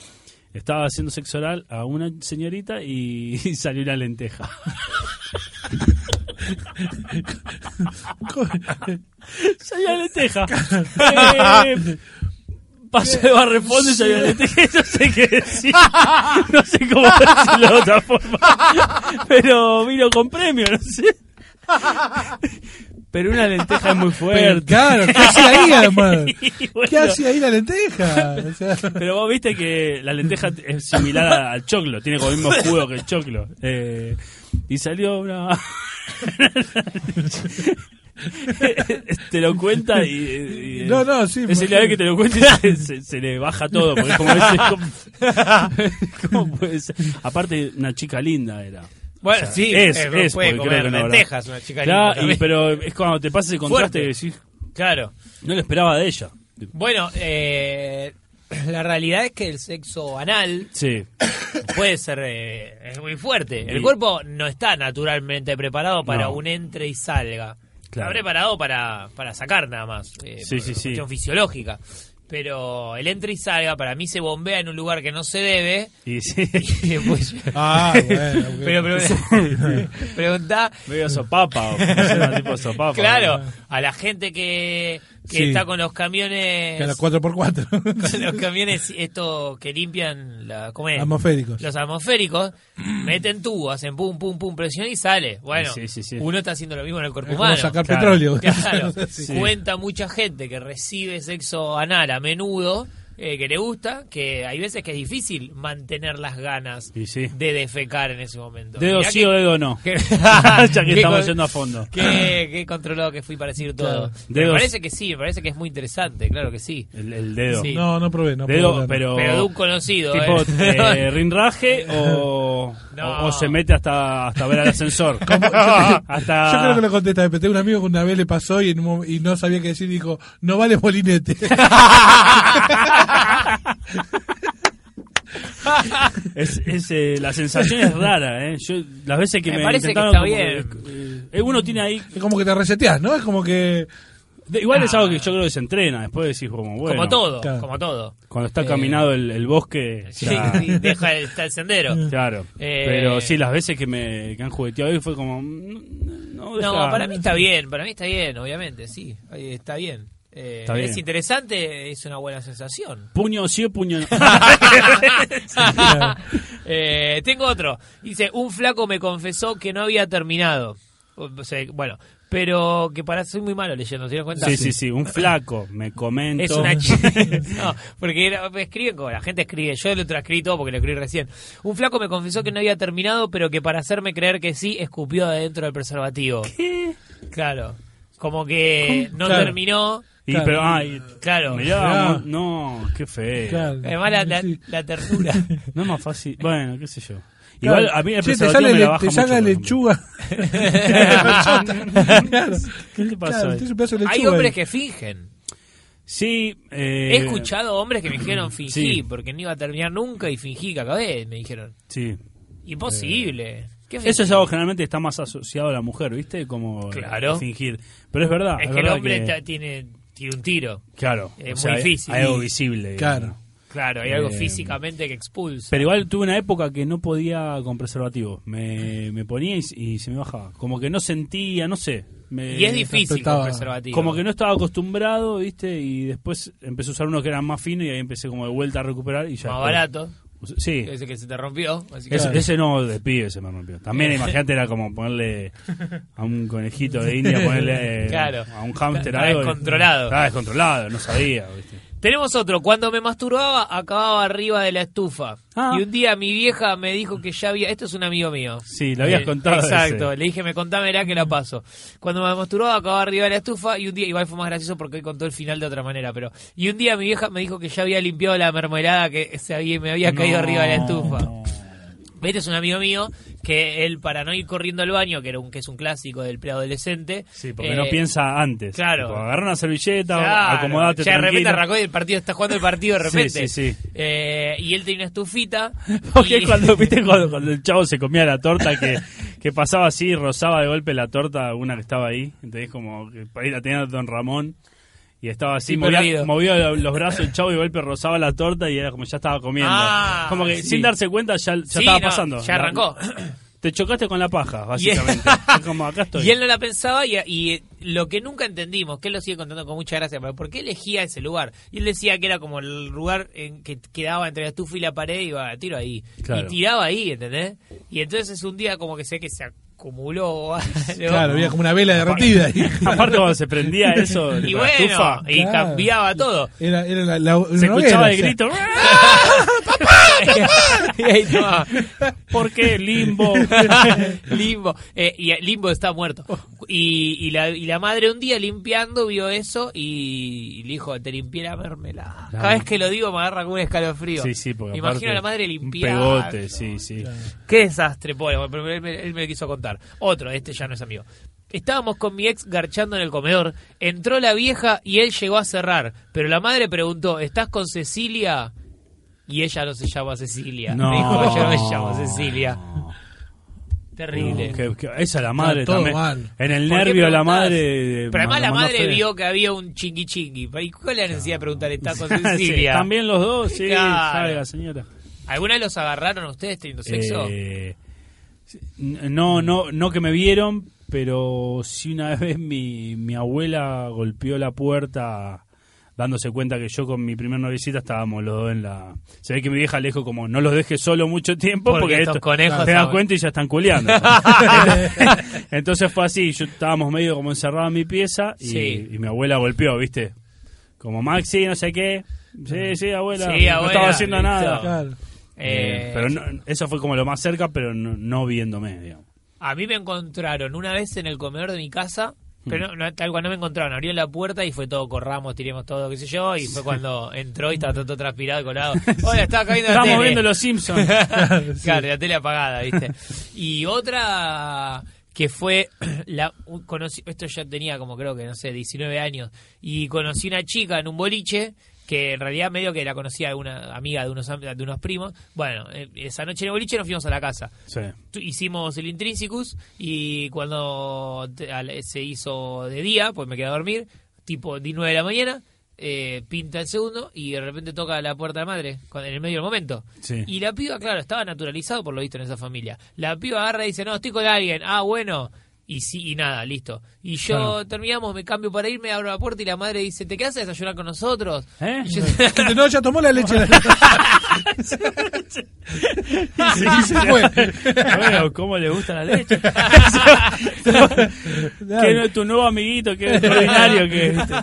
Speaker 3: Estaba haciendo sexo oral a una señorita y, <laughs> y salió una lenteja. <laughs> salió una lenteja. Eh, Pasó de barrefondo y salió una lenteja. <laughs> No sé qué decir. No sé cómo decirlo de otra forma. <laughs> Pero vino con premio, no sé. Pero una lenteja es muy
Speaker 2: Pero,
Speaker 3: fuerte.
Speaker 2: claro, ¿qué hacía
Speaker 3: <laughs>
Speaker 2: ahí, hermano?
Speaker 3: Y bueno,
Speaker 2: ¿Qué hacía ahí la lenteja? O sea,
Speaker 3: Pero vos viste que la lenteja es similar a- al choclo, tiene como el mismo jugo que el choclo. Eh, y salió una... <laughs> te lo cuenta y... y-
Speaker 2: No, no, sí,
Speaker 3: Es la
Speaker 2: imagino.
Speaker 3: vez que te lo cuenta se, se- se le baja todo. Porque es como, ese- como- <laughs> ¿cómo puede ser? Aparte, una chica linda era.
Speaker 1: Bueno, sí,
Speaker 3: es,
Speaker 1: eh,
Speaker 3: es,
Speaker 1: puede
Speaker 3: porque
Speaker 1: comer
Speaker 3: creo que no habrá.
Speaker 1: lentejas una chica linda
Speaker 3: Claro, y-
Speaker 1: también.
Speaker 3: pero es cuando te pasa ese contraste
Speaker 1: Fuerte.
Speaker 3: que decís,
Speaker 1: <laughs> Claro.
Speaker 3: no lo esperaba de ella.
Speaker 1: Bueno, eh, <clears throat> la realidad es que el sexo anal
Speaker 3: Sí.
Speaker 1: puede ser eh, es muy fuerte. El
Speaker 3: Y-
Speaker 1: cuerpo no está naturalmente preparado para
Speaker 3: No.
Speaker 1: un entre y salga.
Speaker 3: Claro.
Speaker 1: Está preparado para, para sacar nada más. eh,
Speaker 3: Sí,
Speaker 1: por
Speaker 3: sí, sí.
Speaker 1: Cuestión fisiológica. Pero el entre y salga para mí se bombea en un lugar que no se debe. <laughs>
Speaker 3: Y sí.
Speaker 1: Y después- <laughs>
Speaker 2: ah, bueno. ok.
Speaker 1: pero, pero
Speaker 2: <laughs>
Speaker 1: preguntá
Speaker 3: Medio sopapa, o no sé, un tipo de sopapa.
Speaker 1: Claro, a la gente que, que
Speaker 2: Ah, Sí.
Speaker 1: está con los camiones. <laughs>
Speaker 2: Que a las 4x4.
Speaker 1: con
Speaker 2: <laughs>
Speaker 1: los camiones estos que limpian la, ¿cómo es?
Speaker 2: Atmosféricos.
Speaker 1: los atmosféricos, meten tubo, hacen pum, pum, pum, presión y sale. Bueno,
Speaker 3: Sí, sí, sí.
Speaker 1: uno está haciendo lo mismo en el cuerpo
Speaker 2: Es como
Speaker 1: humano.
Speaker 2: sacar
Speaker 3: claro,
Speaker 1: <laughs>
Speaker 2: petróleo. <laughs>
Speaker 1: Claro,
Speaker 2: Sí.
Speaker 1: cuenta mucha gente que recibe sexo anal a menudo, eh, que le gusta, que hay veces que es difícil mantener las ganas
Speaker 3: Y sí.
Speaker 1: de defecar en ese momento.
Speaker 3: Dedo
Speaker 1: Mirá
Speaker 3: sí
Speaker 1: que-
Speaker 3: o dedo no.
Speaker 1: que-
Speaker 3: <laughs> ya
Speaker 1: <laughs>
Speaker 3: que
Speaker 1: Qué
Speaker 3: estamos
Speaker 1: con-
Speaker 3: yendo a fondo.
Speaker 1: Qué, qué controlado que fui para decir todo.
Speaker 3: Claro.
Speaker 1: Me
Speaker 3: Dedos.
Speaker 1: parece que sí, me parece que es muy interesante, claro que sí.
Speaker 3: El, el dedo.
Speaker 1: Sí.
Speaker 2: No, no probé, no probé.
Speaker 3: Dedo,
Speaker 2: no.
Speaker 3: pero.
Speaker 1: Pero de un conocido,
Speaker 3: Tipo,
Speaker 1: <laughs> ¿eh?
Speaker 3: eh, rinraje o,
Speaker 1: No.
Speaker 3: o. o se mete hasta, hasta ver
Speaker 2: <laughs>
Speaker 3: al ascensor. hasta.
Speaker 2: Yo creo que lo contesta, pero tengo un amigo que una vez le pasó y, en un mom- y no sabía qué decir y dijo, no vale molinete. <laughs>
Speaker 3: Es, es, eh, la sensación es rara, ¿eh? Yo, las veces que
Speaker 1: Me
Speaker 3: me,
Speaker 1: parece que
Speaker 3: intentaron
Speaker 1: está
Speaker 3: como que- eh, uno tiene ahí.
Speaker 2: es como que te reseteás, ¿no? Es como que...
Speaker 3: de- igual es
Speaker 1: Ah.
Speaker 3: algo que yo creo que se entrena. Después decís, como bueno.
Speaker 1: como todo,
Speaker 2: claro.
Speaker 1: como todo.
Speaker 3: Cuando está caminado el, el bosque.
Speaker 1: Sí,
Speaker 3: ya-
Speaker 1: sí, deja el, está el
Speaker 3: <laughs>
Speaker 1: sendero.
Speaker 3: Claro.
Speaker 1: Eh,
Speaker 3: Pero sí, las veces que me que han jugueteado hoy fue como. mm, No,
Speaker 1: No,
Speaker 3: deja-
Speaker 1: para mí está bien, para mí está bien, obviamente, sí, eh, está bien. Eh,
Speaker 3: Está bien.
Speaker 1: Es interesante, es una buena sensación.
Speaker 3: Puño sí o
Speaker 1: <laughs>
Speaker 3: puño no.
Speaker 1: Ah, Eh, tengo otro. Dice, un flaco me confesó que no había terminado. O sea, bueno, pero que para soy muy malo leyendo, ¿se dieron cuenta?
Speaker 3: sí, sí, sí. Un flaco, me comento.
Speaker 1: Es
Speaker 3: <laughs>
Speaker 1: una chica. <laughs> No, porque era- me escriben como la gente escribe. Yo lo transcribí todo porque lo escribí recién. Un flaco me confesó que no había terminado, pero que para hacerme creer que sí, escupió adentro del preservativo. Claro. Como que no
Speaker 2: Claro.
Speaker 1: terminó.
Speaker 3: Y,
Speaker 2: Claro.
Speaker 3: pero, ay,
Speaker 1: Claro.
Speaker 3: mirá,
Speaker 2: Mirá.
Speaker 3: no, qué feo.
Speaker 2: Claro.
Speaker 1: Además, la, la,
Speaker 2: Sí.
Speaker 1: la
Speaker 3: <laughs>
Speaker 1: ternura.
Speaker 3: No es más fácil. Bueno, qué sé yo.
Speaker 2: Claro.
Speaker 3: Igual a mí el
Speaker 2: Che, te
Speaker 3: preservativo
Speaker 2: sale,
Speaker 3: me
Speaker 2: le-
Speaker 3: la baja
Speaker 2: te salga
Speaker 3: mucho, por ejemplo.
Speaker 2: lechuga. <laughs>
Speaker 3: <laughs>
Speaker 2: claro.
Speaker 3: ¿Qué le pasa?
Speaker 2: Claro,
Speaker 3: ahí?
Speaker 2: tenés un pedazo de
Speaker 1: Hay
Speaker 2: lechuga
Speaker 1: hombres
Speaker 2: ahí.
Speaker 1: que fingen.
Speaker 3: Sí, eh,
Speaker 1: He escuchado hombres que me
Speaker 3: <clears throat>
Speaker 1: dijeron fingí
Speaker 3: sí.
Speaker 1: porque no iba a terminar nunca y fingí que acabé, me dijeron.
Speaker 3: Sí.
Speaker 1: Imposible. ¿Qué
Speaker 3: Eh, Eso es
Speaker 1: fingí?
Speaker 3: algo que generalmente está más asociado a la mujer, ¿viste? Como
Speaker 1: Claro.
Speaker 3: fingir. Pero es verdad.
Speaker 1: Es que el
Speaker 3: verdad
Speaker 1: hombre
Speaker 3: que-
Speaker 1: ta- tiene, tiene un tiro.
Speaker 3: Claro.
Speaker 1: es
Speaker 3: o
Speaker 1: muy
Speaker 3: sea,
Speaker 1: difícil.
Speaker 3: Hay algo visible. digamos.
Speaker 2: Claro.
Speaker 1: Claro, hay algo
Speaker 3: Eh,
Speaker 1: físicamente que expulsa.
Speaker 3: Pero igual tuve una época que no podía con preservativo. Me, me ponía y, y se me bajaba. Como que no sentía, no sé. Me-
Speaker 1: y es difícil con
Speaker 2: apretaba.
Speaker 1: preservativo.
Speaker 3: Como que no estaba acostumbrado, ¿viste? Y después empecé a usar unos que eran más finos y ahí empecé como de vuelta a recuperar y ya.
Speaker 1: Más
Speaker 3: después-
Speaker 1: barato.
Speaker 3: Sí.
Speaker 1: Ese que se te rompió. Así que-
Speaker 3: Ese, ese no de pibe se me rompió.
Speaker 1: Eh.
Speaker 3: También imagínate era como
Speaker 1: <laughs>
Speaker 3: ponerle a un conejito de India, ponerle eh,
Speaker 1: Claro.
Speaker 3: a un hámster
Speaker 1: Estaba
Speaker 3: algo. y-
Speaker 1: descontrolado.
Speaker 3: Estaba descontrolado, no sabía, ¿viste?
Speaker 1: Tenemos otro. Cuando me masturbaba, acababa arriba de la estufa.
Speaker 3: Ah.
Speaker 1: Y un día mi vieja me dijo que ya había. Esto es un amigo mío.
Speaker 3: Sí, lo habías
Speaker 1: Eh,
Speaker 3: contado
Speaker 1: Exacto.
Speaker 3: ese.
Speaker 1: Le dije, me contame, era que la paso. Cuando me masturbaba, acababa arriba de la estufa. Y un día. Igual fue más gracioso porque hoy contó el final de otra manera. pero Y un día mi vieja me dijo que ya había limpiado la mermelada que se había, me había caído
Speaker 3: No,
Speaker 1: arriba de la estufa.
Speaker 3: no.
Speaker 1: Este es un amigo mío que él, para no ir corriendo al baño, que, era un, que es un clásico del preadolescente.
Speaker 3: Sí, porque
Speaker 1: eh,
Speaker 3: no piensa antes.
Speaker 1: claro.
Speaker 3: Tipo, agarra una servilleta,
Speaker 1: Claro,
Speaker 3: acomodate
Speaker 1: ya de repente
Speaker 3: tranquilo. <laughs>
Speaker 1: arrancó y el partido está jugando el partido de
Speaker 3: Sí,
Speaker 1: repente.
Speaker 3: sí, sí.
Speaker 1: Eh, y él tenía una estufita.
Speaker 3: <laughs> Porque
Speaker 1: y-
Speaker 3: cuando, ¿viste? Cuando, cuando el chavo se comía la torta que, que pasaba así y rozaba de golpe la torta, una que estaba ahí. Entonces como que ahí la tenía Don Ramón y estaba así,
Speaker 1: Y
Speaker 3: movía,
Speaker 1: perdido.
Speaker 3: movía lo- los brazos el chavo y de golpe rozaba la torta y era como ya estaba comiendo.
Speaker 1: Ah,
Speaker 3: como que
Speaker 1: sí.
Speaker 3: sin darse cuenta ya, ya
Speaker 1: Sí,
Speaker 3: estaba
Speaker 1: no,
Speaker 3: pasando.
Speaker 1: ya
Speaker 3: <clears throat>
Speaker 1: arrancó.
Speaker 3: Te chocaste con la paja,
Speaker 1: Y él-
Speaker 3: básicamente. Es como acá
Speaker 1: <laughs>
Speaker 3: estoy.
Speaker 1: Y él no la pensaba y, y lo que nunca entendimos, que él lo sigue contando con mucha gracia, pero ¿por qué elegía ese lugar? Y él decía que era como el lugar en que quedaba entre la estufa y la pared y iba, tiro ahí.
Speaker 3: Claro.
Speaker 1: Y tiraba ahí, ¿entendés? Y entonces un día como que sé que se acumuló. <laughs> o algo.
Speaker 2: Claro, había como una vela derretida ahí.
Speaker 3: Aparte cuando se prendía
Speaker 1: <laughs>
Speaker 3: eso,
Speaker 1: y
Speaker 3: la
Speaker 1: bueno,
Speaker 3: estufa,
Speaker 1: y
Speaker 2: Claro.
Speaker 1: cambiaba todo.
Speaker 2: Era, era la, la- una
Speaker 3: se escuchaba
Speaker 2: hoguera,
Speaker 3: el
Speaker 2: o sea.
Speaker 1: <laughs>
Speaker 3: grito.
Speaker 1: Y ahí tomaba.
Speaker 3: ¿Por qué limbo?
Speaker 1: Limbo. Eh, y Limbo está muerto. Y, y la, y la madre un día limpiando vio eso y, y le dijo, te limpié la mermelada.
Speaker 3: Claro.
Speaker 1: Cada vez que lo digo me agarra como un escalofrío.
Speaker 3: Sí, sí, porque
Speaker 1: Me Imagino
Speaker 3: aparte
Speaker 1: a la madre
Speaker 3: un
Speaker 1: limpiar.
Speaker 3: pegote, sí, sí.
Speaker 1: Qué desastre, pobre. bueno, Pero él me, él me lo quiso contar. Otro, este ya no es amigo. Estábamos con mi ex garchando en el comedor. Entró la vieja y él llegó a cerrar. Pero la madre preguntó, ¿estás con Cecilia? Y ella no se llama Cecilia.
Speaker 3: No.
Speaker 1: Me dijo, yo no me llamo Cecilia. Terrible.
Speaker 3: No, que- que- Uh, esa es la madre
Speaker 2: todo
Speaker 3: también.
Speaker 2: mal.
Speaker 3: En el
Speaker 1: ¿Por qué
Speaker 3: nervio la
Speaker 1: preguntás?
Speaker 3: madre.
Speaker 1: Pero además la
Speaker 3: mandó
Speaker 1: madre
Speaker 3: Fede.
Speaker 1: vio que había un chingui chingui. ¿Y cuál es la necesidad de preguntar? ¿Está
Speaker 3: <laughs>
Speaker 1: con
Speaker 3: Sí,
Speaker 1: Cecilia?
Speaker 3: También los dos, sí,
Speaker 1: Claro.
Speaker 3: salga, señora.
Speaker 1: ¿Alguna vez los agarraron a ustedes teniendo sexo?
Speaker 3: Eh, no, no, no que me vieron, pero sí una <laughs> vez mi, mi abuela golpeó la puerta dándose cuenta que yo con mi primer novicita estábamos los dos en la... Se ve que mi vieja le dijo como, no los dejes solo mucho tiempo
Speaker 1: Porque
Speaker 3: porque,
Speaker 1: estos
Speaker 3: esto-
Speaker 1: conejos
Speaker 3: te das
Speaker 1: saben".
Speaker 3: cuenta y ya están
Speaker 1: <laughs>
Speaker 3: culeando. Entonces fue así, yo estábamos medio como encerrados en mi pieza y,
Speaker 1: Sí.
Speaker 3: y mi abuela golpeó, ¿viste? Como Maxi, no sé qué. Sí, sí, abuela.
Speaker 1: Sí,
Speaker 3: no
Speaker 1: abuela,
Speaker 3: estaba haciendo
Speaker 1: listo.
Speaker 3: nada.
Speaker 2: Claro.
Speaker 1: Eh,
Speaker 3: Eh, pero no- eso fue como lo más cerca, pero no, no viéndome, digamos.
Speaker 1: A mí me encontraron una vez en el comedor de mi casa, pero no, no, tal cual no me encontraron. Abrieron la puerta y fue todo, corramos, tiremos todo, qué sé yo. Y fue cuando entró y estaba todo, todo transpirado, colado. Hola, estaba cayendo la
Speaker 3: Estábamos
Speaker 1: tele. <laughs>
Speaker 3: viendo Los <laughs> Simpsons.
Speaker 1: claro, la tele apagada, ¿viste? Y otra que fue <clears throat> la un- conocí, esto ya tenía como creo que no sé, 19 años y conocí una chica en un boliche que en realidad medio que la conocía una amiga de unos am- de unos primos. Bueno, eh, esa noche en el boliche nos fuimos a la casa.
Speaker 3: Sí.
Speaker 1: Tu- hicimos el Intrinsicus y cuando te- al- se hizo de día, pues me quedé a dormir, tipo 19 de la mañana, eh, pinta el segundo y de repente toca la puerta de la madre, con- en el medio del momento.
Speaker 3: Sí.
Speaker 1: Y la piba, claro, estaba naturalizado por lo visto en esa familia. La piba agarra y dice, no, estoy con alguien, ah, bueno. Y sí, y nada, listo. Y yo
Speaker 3: Claro.
Speaker 1: terminamos, me cambio para irme, abro la puerta y la madre dice, ¿te quedas a desayunar con nosotros?
Speaker 3: ¿Eh?
Speaker 1: Y yo-
Speaker 2: Que No, ya tomó la
Speaker 3: <laughs>
Speaker 2: leche. Y se fue.
Speaker 3: <laughs> Bueno, ¿cómo le gusta la leche? <laughs> que no, tu nuevo amiguito, que extraordinario que viste.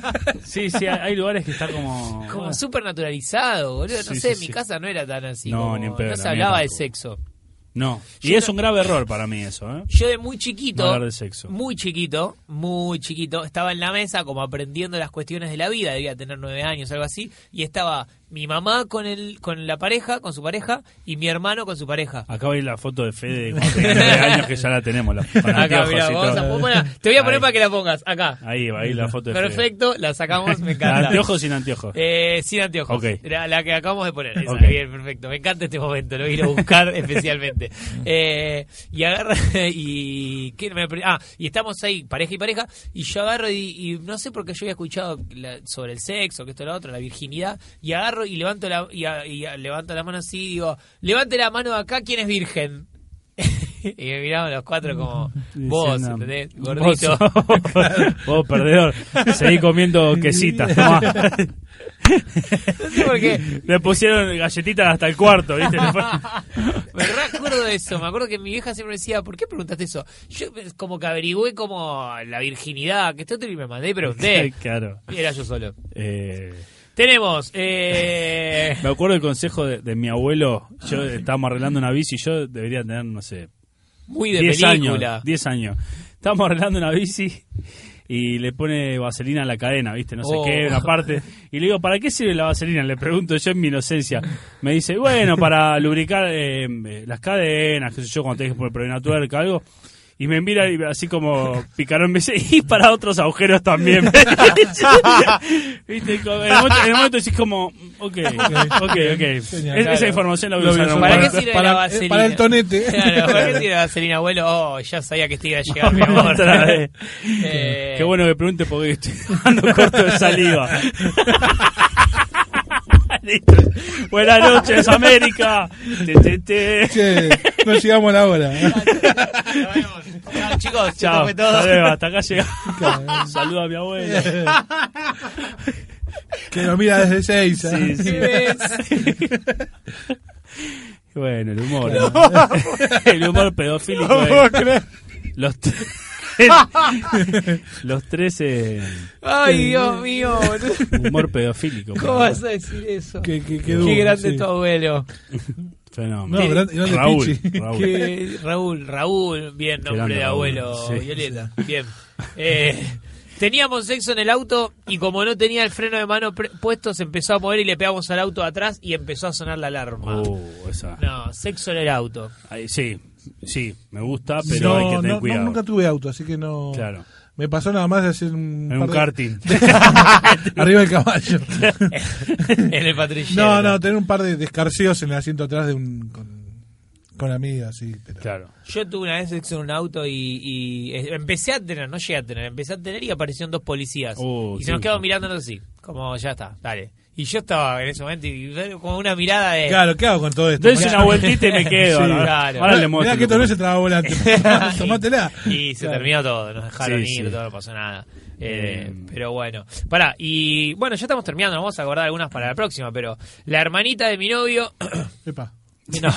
Speaker 3: Sí, sí, hay hay lugares que está como...
Speaker 1: <laughs> Como
Speaker 3: bueno.
Speaker 1: súper naturalizado, boludo. No
Speaker 3: Sí,
Speaker 1: sé,
Speaker 3: sí,
Speaker 1: mi
Speaker 3: sí.
Speaker 1: casa no era tan así.
Speaker 3: No,
Speaker 1: como-
Speaker 3: ni en pedo,
Speaker 1: No se
Speaker 3: la mía
Speaker 1: hablaba de
Speaker 3: tampoco.
Speaker 1: sexo.
Speaker 3: No. Y
Speaker 1: Yo
Speaker 3: es
Speaker 1: no-
Speaker 3: un grave error para mí eso, ¿eh?
Speaker 1: Yo de muy chiquito,
Speaker 3: No hablar de sexo.
Speaker 1: muy chiquito, muy chiquito, estaba en la mesa como aprendiendo las cuestiones de la vida, debía tener nueve años, algo así, y estaba mi mamá con el, con la pareja, con su pareja, y mi hermano con su pareja.
Speaker 3: Acá hay la foto de Fede de cuando tenía nueve años que ya la tenemos. La, <laughs> con
Speaker 1: Acá,
Speaker 3: anteojos
Speaker 1: mirá,
Speaker 3: y
Speaker 1: vamos a
Speaker 3: todo.
Speaker 1: ponela. te voy a poner
Speaker 3: Ahí.
Speaker 1: para que la pongas, acá.
Speaker 3: Ahí va, ahí la foto de Fede.
Speaker 1: Perfecto, la sacamos,
Speaker 3: <laughs>
Speaker 1: me
Speaker 3: Con
Speaker 1: encanta.
Speaker 3: anteojos sin anteojos.
Speaker 1: Eh, sin anteojos.
Speaker 3: Ok.
Speaker 1: Era la que acabamos de poner. Esa,
Speaker 3: Ok.
Speaker 1: Bien, perfecto. Me encanta este momento. Lo voy a ir a
Speaker 3: <laughs>
Speaker 1: buscar especialmente. Eh, y agarra. <laughs> Y, ¿qué me pre- ah, y estamos ahí, pareja y pareja. Y yo agarro y, y no sé por qué yo había escuchado la- sobre el sexo, que esto, lo otro, la virginidad. Y agarro y levanto la, y, a- y a- levanto la mano así y digo: Levante la mano de acá, ¿quién es virgen? <laughs> y me miraban los cuatro
Speaker 3: <laughs>
Speaker 1: como: Vos,
Speaker 3: Diciendo,
Speaker 1: ¿entendés?
Speaker 3: vos
Speaker 1: Gordito.
Speaker 3: sos- <laughs> Vos, perdedor. Seguí comiendo quesitas. <laughs> tomá.
Speaker 1: <laughs> no sé por
Speaker 3: <laughs>
Speaker 1: qué.
Speaker 3: Le pusieron galletitas hasta el cuarto, ¿viste? <laughs> Le fue-
Speaker 1: me recuerdo de eso, me acuerdo que mi vieja siempre decía, ¿por qué preguntaste eso? Yo pues, como que averigüé como la virginidad, que esto otro y me mandé y
Speaker 3: <laughs>
Speaker 1: pregunté.
Speaker 3: Claro.
Speaker 1: Y Era yo solo.
Speaker 3: Eh,
Speaker 1: Tenemos, eh...
Speaker 3: me acuerdo el consejo de, de mi abuelo. Yo estábamos arreglando una bici. Yo debería tener, no sé,
Speaker 1: muy de
Speaker 3: 10 años.
Speaker 1: película.
Speaker 3: 10 años. Estábamos arreglando una bici y le pone vaselina a la cadena, ¿viste? No sé
Speaker 1: Oh.
Speaker 3: qué, una parte. Y le digo, ¿para qué sirve la vaselina? Le pregunto yo en mi inocencia. Me dice, bueno, para lubricar eh, eh, las cadenas, qué sé yo, cuando tenés que poner por una tuerca, algo. Y me mira y así como picarón me dice, y para otros agujeros también. <laughs> ¿Viste? Como En el momento, en el momento decís como, ok, ok, ok. Es- esa
Speaker 2: Claro.
Speaker 3: información la voy a
Speaker 2: Lo
Speaker 3: usar. en
Speaker 2: visual-
Speaker 3: un
Speaker 1: ¿Para qué
Speaker 3: momento.
Speaker 1: sirve
Speaker 2: Para-
Speaker 1: la vaselina?
Speaker 2: para el tonete.
Speaker 1: <laughs> Claro, ¿para qué sirve la vaselina, abuelo? Oh, ya sabía que este iba a llegar, mi amor.
Speaker 3: <laughs> Otra vez.
Speaker 1: Eh,
Speaker 3: Qué bueno que pregunte porque estoy dando <laughs> corto de saliva. <laughs> Listo. Buenas noches, América. Te, te, te.
Speaker 2: Che, no llegamos a la hora.
Speaker 1: nos vemos. Chao, chicos. esto
Speaker 3: Chao.
Speaker 1: fue todo.
Speaker 3: Hasta, luego, hasta acá llegamos. Saluda a mi abuela.
Speaker 2: Que lo mira desde seis. ¿ah? <laughs>
Speaker 3: Sí, sí.
Speaker 1: ¿Qué ves?
Speaker 3: Bueno, el humor. ¿no? El humor pedofílico. eh. Los, t- <laughs> Los tres. eh,
Speaker 1: Ay, Dios mío, boludo.
Speaker 3: humor pedofílico.
Speaker 1: ¿Cómo vas a decir eso?
Speaker 2: Que- que- que
Speaker 1: Qué
Speaker 2: duro,
Speaker 1: grande
Speaker 2: sí.
Speaker 1: tu abuelo.
Speaker 3: Fenómeno.
Speaker 2: No, grande, grande
Speaker 3: Raúl.
Speaker 2: Pichi.
Speaker 3: Raúl.
Speaker 1: Qué- Raúl, Raúl, bien, nombre
Speaker 3: grande
Speaker 1: de
Speaker 3: Raúl,
Speaker 1: abuelo,
Speaker 3: sí.
Speaker 1: Violeta, bien. Eh, teníamos sexo en el auto y como no tenía el freno de mano pre- puesto, se empezó a mover y le pegamos al auto atrás y empezó a sonar la alarma.
Speaker 3: Uh, esa.
Speaker 1: No, sexo en el
Speaker 3: <laughs>
Speaker 1: auto.
Speaker 3: Ay, sí, sí, me gusta,
Speaker 2: Sí,
Speaker 3: pero
Speaker 2: no,
Speaker 3: hay que tener
Speaker 2: no, no,
Speaker 3: cuidado.
Speaker 2: nunca tuve auto, así que no.
Speaker 3: Claro.
Speaker 2: Me pasó nada más de hacer un. par
Speaker 3: En un
Speaker 2: de- <laughs>
Speaker 3: karting.
Speaker 2: Arriba del
Speaker 3: <laughs>
Speaker 2: caballo.
Speaker 1: en el patrullero.
Speaker 2: no, no, tener un par de descarceos en el asiento atrás de un. con, con amigas, sí. Pero...
Speaker 3: claro.
Speaker 1: Yo tuve una vez sexo en un auto y, y, eh, empecé a tener, no llegué a tener, empecé a tener y aparecieron dos policías.
Speaker 3: Oh,
Speaker 1: y se nos
Speaker 3: sí.
Speaker 1: quedaron mirándonos así, como ya está, dale. Y yo estaba en ese momento y como una mirada de...
Speaker 2: Claro, ¿qué hago con todo esto?
Speaker 3: Dense una vueltita
Speaker 2: <laughs>
Speaker 3: y me quedo.
Speaker 1: Sí,
Speaker 3: ¿no?
Speaker 1: claro.
Speaker 3: Ahora le muestro.
Speaker 2: Mirá que tal vez se traba volante.
Speaker 3: <laughs>
Speaker 1: <laughs>
Speaker 2: <laughs> Tomátela.
Speaker 1: Y se
Speaker 2: Claro.
Speaker 1: terminó todo, nos dejaron
Speaker 3: Sí,
Speaker 1: ir,
Speaker 3: sí. Em.
Speaker 1: todo, no pasó nada. Eh,
Speaker 3: Bien.
Speaker 1: pero bueno, pará, y bueno, ya estamos terminando, nos vamos a guardar algunas para la próxima, pero la hermanita de mi
Speaker 3: <coughs>
Speaker 1: novio
Speaker 2: Epa.
Speaker 3: <laughs>
Speaker 1: no,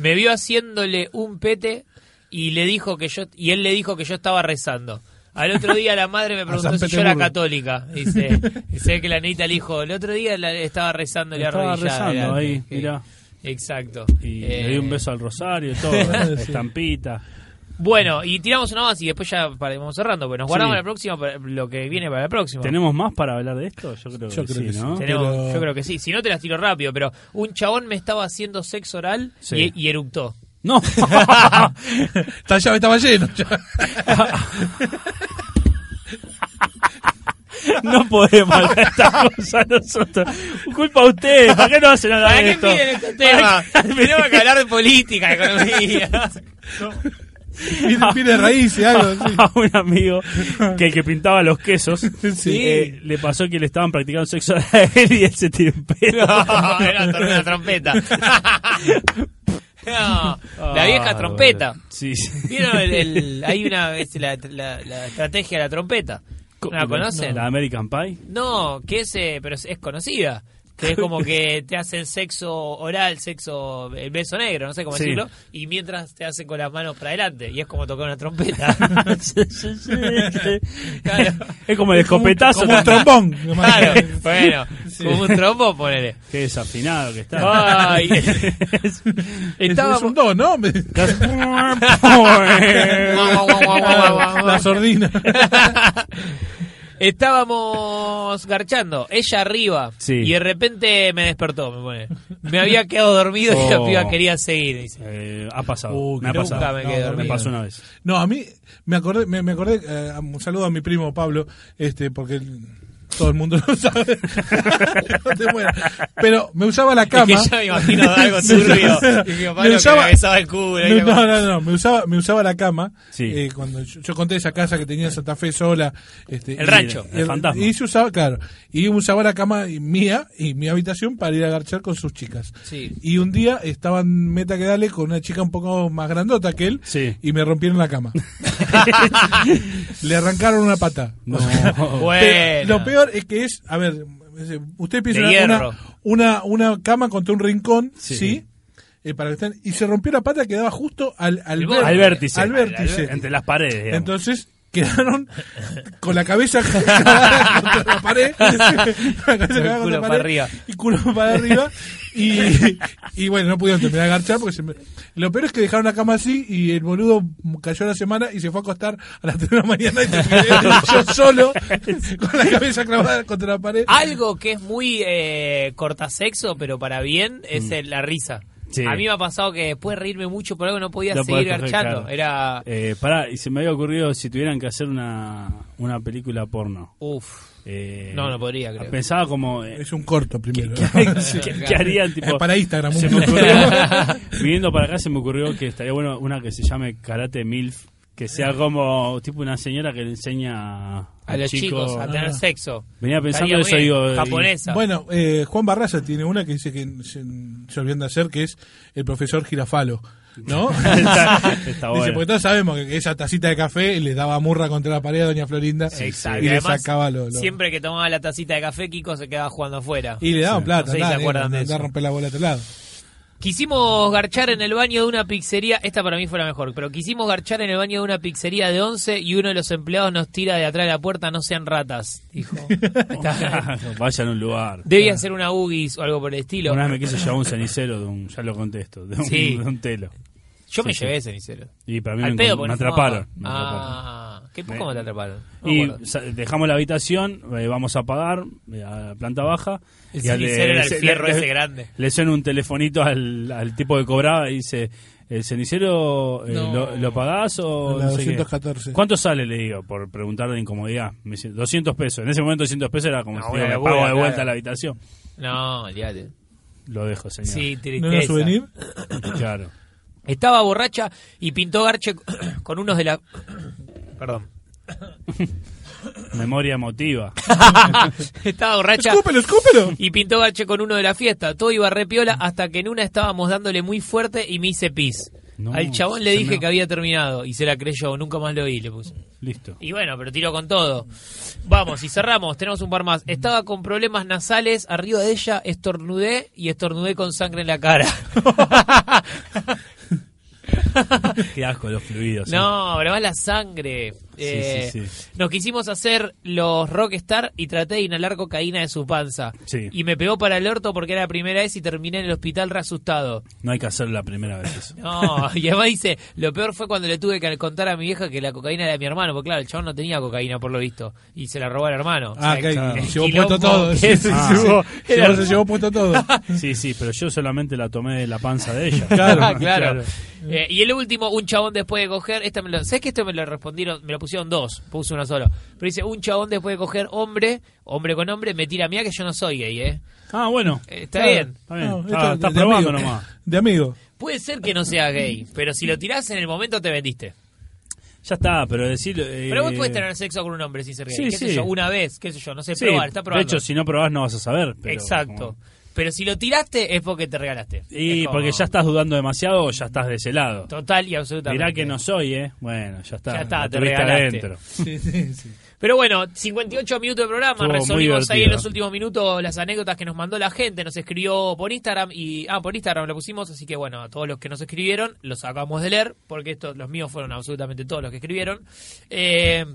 Speaker 1: me vio haciéndole un pete y le dijo que yo y él le dijo que yo estaba rezando. Al otro día la madre
Speaker 3: <laughs>
Speaker 1: me preguntó
Speaker 2: San
Speaker 1: si yo era
Speaker 2: Petersburgo.
Speaker 1: católica. Dice, dice que la nenita le dijo, el otro día la- estaba rezándole
Speaker 3: Estaba
Speaker 1: arrodillada.
Speaker 3: rezando
Speaker 1: delante".
Speaker 3: ahí, mirá.
Speaker 1: Exacto.
Speaker 3: Y
Speaker 1: Eh,
Speaker 3: le di un beso al Rosario y todo.
Speaker 2: <laughs> Sí.
Speaker 3: Estampita.
Speaker 1: Bueno, y tiramos una más y después ya para- vamos cerrando. Pues nos guardamos
Speaker 3: Sí.
Speaker 1: la próxima, para- lo que viene para la próxima.
Speaker 3: ¿Tenemos más para hablar de esto? Yo creo
Speaker 2: Yo
Speaker 3: que
Speaker 2: creo
Speaker 3: sí,
Speaker 2: que sí.
Speaker 3: ¿no?
Speaker 1: Tenemos-
Speaker 2: pero-
Speaker 1: Yo creo que sí. Si no, te las tiro rápido. Pero un chabón me estaba haciendo sexo oral
Speaker 3: Sí.
Speaker 1: y, y eructó.
Speaker 3: No. <laughs>
Speaker 2: Está, ya estaba lleno.
Speaker 1: <laughs>
Speaker 2: ya.
Speaker 3: no podemos hablar de estas cosas nosotros. Culpa a ustedes. ¿Para qué no hacen nada
Speaker 1: ¿Para
Speaker 3: de
Speaker 1: qué
Speaker 3: esto?
Speaker 1: piden este tema? <laughs> Tenemos que hablar de política, economía.
Speaker 2: Viene, viene raíz y algo. sí.
Speaker 3: <laughs> a un amigo que el que pintaba los quesos eh, le pasó que le estaban practicando sexo a él y él se tiró un pedo.
Speaker 1: <laughs> No, era tor- una trompeta. <laughs> No, la
Speaker 3: Ah,
Speaker 1: vieja trompeta.
Speaker 3: bueno. Sí, sí.
Speaker 1: ¿Vieron?
Speaker 3: <laughs>
Speaker 1: El, el- hay una es la, la- la estrategia de la trompeta. ¿No la conocen? <laughs>
Speaker 3: ¿La American Pie?
Speaker 1: No, que es, eh, pero es, es conocida. que es como que te hacen sexo oral, sexo, el beso negro, no sé cómo
Speaker 3: Sí.
Speaker 1: decirlo, y mientras te hacen con las manos para adelante, y es como tocar una trompeta. <laughs>
Speaker 3: Sí, sí, sí.
Speaker 1: Claro.
Speaker 3: Es como el
Speaker 2: Como un-
Speaker 3: escopetazo.
Speaker 2: Como un
Speaker 3: también.
Speaker 2: trombón.
Speaker 1: Claro, bueno, como un trombo, ponele.
Speaker 3: Qué desafinado que está.
Speaker 1: Ay,
Speaker 2: Es-
Speaker 1: estaba...
Speaker 2: Es un <laughs> do, ¿no? <laughs> La sordina.
Speaker 1: <laughs> Estábamos garchando, ella arriba,
Speaker 3: Sí.
Speaker 1: y de repente me despertó, me pone. Me había quedado dormido y la
Speaker 3: Oh.
Speaker 1: piba quería seguir. dice.
Speaker 3: <laughs> Eh, ha pasado.
Speaker 2: Uh,
Speaker 3: me ha
Speaker 2: que
Speaker 3: pasado.
Speaker 1: nunca me quedé
Speaker 3: me
Speaker 1: dormido.
Speaker 3: pasó una vez.
Speaker 2: No, a mí me acordé, me, me acordé eh, un saludo a mi primo Pablo, este, porque él- todo el mundo lo sabe. <laughs> No te mueras. Pero me usaba la
Speaker 1: Es
Speaker 2: cama.
Speaker 1: que ya me imagino
Speaker 2: <laughs>
Speaker 1: algo turbio. Y mi papá
Speaker 2: Me
Speaker 1: lo que
Speaker 2: usaba-
Speaker 1: me besaba el culo. y
Speaker 2: Me-
Speaker 1: era
Speaker 2: no,
Speaker 1: como-
Speaker 2: no, no, me usaba, me usaba la cama.
Speaker 3: Sí.
Speaker 2: eh, cuando yo, yo conté esa casa que tenía en Santa Fe sola. Este,
Speaker 1: El rancho,
Speaker 3: el fantasma.
Speaker 2: Y se usaba, claro. Y usaba la cama y- mía y mi habitación para ir a garchar con sus chicas.
Speaker 1: Sí.
Speaker 2: Y un día estaban meta que dale con una chica un poco más grandota que él
Speaker 3: Sí.
Speaker 2: y me rompieron la
Speaker 3: <laughs>
Speaker 2: cama. <laughs> Le arrancaron una pata.
Speaker 3: No.
Speaker 2: Pero
Speaker 1: Bueno.
Speaker 2: Lo peor es que es, a ver, es- usted piensa
Speaker 1: De
Speaker 2: una,
Speaker 1: hierro.
Speaker 2: una, una- una cama contra un rincón,
Speaker 3: Sí.
Speaker 2: sí, Eh, para que estén, y se rompió la pata que daba justo al, al,
Speaker 1: El
Speaker 2: ver-
Speaker 1: borde.
Speaker 3: Al vértice.
Speaker 2: al vértice.
Speaker 3: Entre las paredes. digamos.
Speaker 2: Entonces quedaron con la cabeza <laughs> clavada contra la
Speaker 3: <laughs>
Speaker 2: pared, con la cabeza
Speaker 1: El
Speaker 2: clavada
Speaker 1: culo
Speaker 2: contra la
Speaker 1: para
Speaker 2: pared,
Speaker 1: arriba.
Speaker 2: y culo para arriba y, y bueno, no pudieron terminar de agarchar porque se me- lo peor es que dejaron la cama así y el boludo cayó la semana y se fue a acostar a las 3 de la mañana y terminé yo solo con la cabeza clavada contra la pared.
Speaker 1: Algo que es muy eh, cortasexo, pero para bien, es eh, la risa.
Speaker 3: Mm. Sí.
Speaker 1: A mí me ha pasado que después de reírme mucho por algo no podía
Speaker 3: No
Speaker 1: seguir
Speaker 3: podés coger,
Speaker 1: garchando.
Speaker 3: claro.
Speaker 1: Era.
Speaker 3: Eh, pará, y se me había ocurrido si tuvieran que hacer una, una película porno.
Speaker 1: Uf.
Speaker 3: Eh,
Speaker 1: No, no podría, creo.
Speaker 3: Pensaba como... eh,
Speaker 2: Es un corto primero. <laughs>
Speaker 3: <laughs> ¿Qué, qué harían?
Speaker 2: Eh,
Speaker 3: Tipo,
Speaker 2: para Instagram,
Speaker 3: se
Speaker 2: un
Speaker 3: me
Speaker 2: poco. <laughs>
Speaker 3: ocurrió- <laughs> viniendo para acá se me ocurrió que estaría bueno una que se llame Karate MILF, que
Speaker 2: Ah.
Speaker 3: sea como tipo una señora que le enseña a,
Speaker 1: A los chicos, a tener
Speaker 3: <laughs>
Speaker 2: Ah.
Speaker 1: sexo.
Speaker 3: Venía pensando
Speaker 1: Estaría
Speaker 3: eso,
Speaker 1: muy bien.
Speaker 3: digo, y-
Speaker 1: Japonesa.
Speaker 2: Bueno, eh, Juan Barraza tiene una que dice que se, se olvidan de hacer, que es el profesor Girafalo.
Speaker 1: <laughs>
Speaker 2: ¿No?
Speaker 3: Está-
Speaker 2: Dice,
Speaker 3: está bueno.
Speaker 2: porque todos sabemos que esa tacita de café le daba murra contra la pared a Doña Florinda
Speaker 1: Exacto.
Speaker 2: y le
Speaker 1: Además,
Speaker 2: sacaba lo, lo-
Speaker 1: Siempre que tomaba la tacita de café, Kiko se quedaba jugando afuera.
Speaker 2: Y le daban plata,
Speaker 1: No sé si
Speaker 2: nada,
Speaker 1: se acuerdan
Speaker 2: eh,
Speaker 1: de
Speaker 2: andá a
Speaker 1: eso.
Speaker 2: romper la bola a otro lado.
Speaker 1: Quisimos garchar en el baño de una pizzería, esta para mí fue la mejor, pero quisimos garchar en el baño de una pizzería de 11 y uno de los empleados nos tira de atrás de la puerta, no sean ratas,
Speaker 3: <laughs>
Speaker 1: dijo.
Speaker 3: Vayan a un lugar.
Speaker 1: Debía ser una UGIS o algo por el estilo.
Speaker 3: Una vez me quiso llevar un cenicero de un, ya lo contesto, de un,
Speaker 1: Sí.
Speaker 3: de un telo.
Speaker 1: Yo me
Speaker 3: Sí,
Speaker 1: llevé cenicero.
Speaker 3: Y para mí
Speaker 1: Al
Speaker 3: me,
Speaker 1: pedo, porque
Speaker 3: me
Speaker 1: no fumaba.
Speaker 3: atraparon. me atraparon.
Speaker 1: Ah, qué poco
Speaker 3: Me-
Speaker 1: me te atraparon. No me
Speaker 3: Y
Speaker 1: acuerdo.
Speaker 3: sa- dejamos la habitación, eh, vamos a pagar eh, a la planta baja.
Speaker 1: El
Speaker 3: y al-
Speaker 1: cenicero era el
Speaker 3: se-
Speaker 1: fierro ese grande.
Speaker 3: Le suena un telefonito al, al tipo que cobraba y dice, ¿el cenicero eh,
Speaker 1: No.
Speaker 3: lo, lo pagás o
Speaker 2: La
Speaker 3: no sé qué?
Speaker 2: 214.
Speaker 3: ¿Cuánto sale? Le digo, por preguntar de incomodidad. Me dice, 200 pesos. En ese momento 200 pesos era como
Speaker 1: No,
Speaker 3: si
Speaker 1: una
Speaker 3: digo, me
Speaker 1: locura,
Speaker 3: pago de vuelta
Speaker 1: claro.
Speaker 3: a la habitación.
Speaker 1: No, olvídate.
Speaker 3: Lo dejo, señor.
Speaker 1: Sí, tristeza.
Speaker 2: ¿No era souvenir?
Speaker 3: Claro.
Speaker 1: Estaba borracha y pintó garche <coughs> con unos de la... <coughs>
Speaker 3: <laughs>
Speaker 1: Perdón.
Speaker 3: Memoria emotiva.
Speaker 1: Estaba borracha... <laughs>
Speaker 2: ¡Escúpelo, escúpelo!
Speaker 1: Y pintó garche con uno de la fiesta. Todo iba re piola hasta que en una estábamos dándole muy fuerte y me hice pis.
Speaker 3: No,
Speaker 1: Al chabón le
Speaker 3: se
Speaker 1: dije
Speaker 3: me-
Speaker 1: que había terminado y se la creyó. Nunca más lo oí, le puse.
Speaker 3: Listo.
Speaker 1: <laughs> Y bueno, pero tiró con todo. Vamos, y cerramos. Tenemos un par más. Estaba con problemas nasales. Arriba de ella estornudé y estornudé con sangre en la
Speaker 3: <laughs>
Speaker 1: cara.
Speaker 3: Qué asco los fluidos. ¿eh?
Speaker 1: No, pero más la sangre. Eh,
Speaker 3: sí, sí.
Speaker 1: Nos quisimos hacer los rockstar y traté de inhalar cocaína de su panza.
Speaker 3: Sí.
Speaker 1: Y me pegó para el orto porque era la primera vez y terminé en el hospital re asustado.
Speaker 3: No hay que hacerlo la primera vez eso.
Speaker 1: No, <laughs> y además dice, lo peor fue cuando le tuve que contar a mi vieja que la cocaína era de mi hermano, porque claro, el chabón no tenía cocaína por lo visto, y se la robó al hermano. O
Speaker 2: Ah, ok,
Speaker 1: sea,
Speaker 2: se
Speaker 1: el
Speaker 2: llevó
Speaker 1: quilombo
Speaker 2: puesto todo.
Speaker 1: que
Speaker 2: Sí,
Speaker 1: es-
Speaker 2: se
Speaker 3: Ah.
Speaker 2: llevó-
Speaker 1: Era-
Speaker 2: se llevó
Speaker 1: <laughs>
Speaker 2: puesto todo.
Speaker 3: Sí, sí, pero yo solamente la tomé de la panza de ella.
Speaker 1: Ah, <laughs> claro. Eh, y el último, un chabón después de coger, esta me lo, ¿sabes que esto me lo respondieron? Me lo pusieron dos, puse uno solo. Pero dice, un chabón después de coger hombre, hombre con hombre, me tira a mí que yo no soy gay, ¿eh?
Speaker 3: Ah, bueno.
Speaker 1: Eh, Está
Speaker 2: Claro.
Speaker 1: bien.
Speaker 3: Está bien.
Speaker 2: No, esto
Speaker 3: Está- está
Speaker 2: de
Speaker 3: probando
Speaker 2: amigo.
Speaker 3: nomás.
Speaker 2: De amigo.
Speaker 1: Puede ser que no sea
Speaker 3: <laughs>
Speaker 1: gay, pero si lo tirás en el momento te vendiste.
Speaker 3: Ya está, pero decirlo. eh,
Speaker 1: Pero vos podés tener sexo con un hombre sin ser gay,
Speaker 3: sí,
Speaker 1: qué sé
Speaker 3: sí.
Speaker 1: yo, una vez, qué sé yo, no sé,
Speaker 3: sí,
Speaker 1: probar, está
Speaker 3: De
Speaker 1: probando.
Speaker 3: hecho, si no probás, no vas a saber. pero
Speaker 1: Exacto.
Speaker 3: como-
Speaker 1: Pero si lo tiraste es porque te regalaste.
Speaker 3: Y
Speaker 1: Es como-
Speaker 3: porque ya estás dudando demasiado o ya estás de ese lado.
Speaker 1: Total y absolutamente.
Speaker 3: Mirá que no soy, ¿eh? Bueno, ya está.
Speaker 1: Ya está,
Speaker 3: la
Speaker 1: te
Speaker 3: tuviste
Speaker 1: regalaste.
Speaker 3: adentro.
Speaker 2: Sí, sí, sí.
Speaker 1: Pero bueno, 58 minutos de programa,
Speaker 3: Estuvo muy
Speaker 1: resolvimos ahí
Speaker 3: divertido.
Speaker 1: en los últimos minutos las anécdotas que nos mandó la gente, nos escribió por Instagram y ah, por Instagram lo pusimos, así que bueno, a todos los que nos escribieron los acabamos de leer, porque estos los míos fueron absolutamente todos los que escribieron. Eh,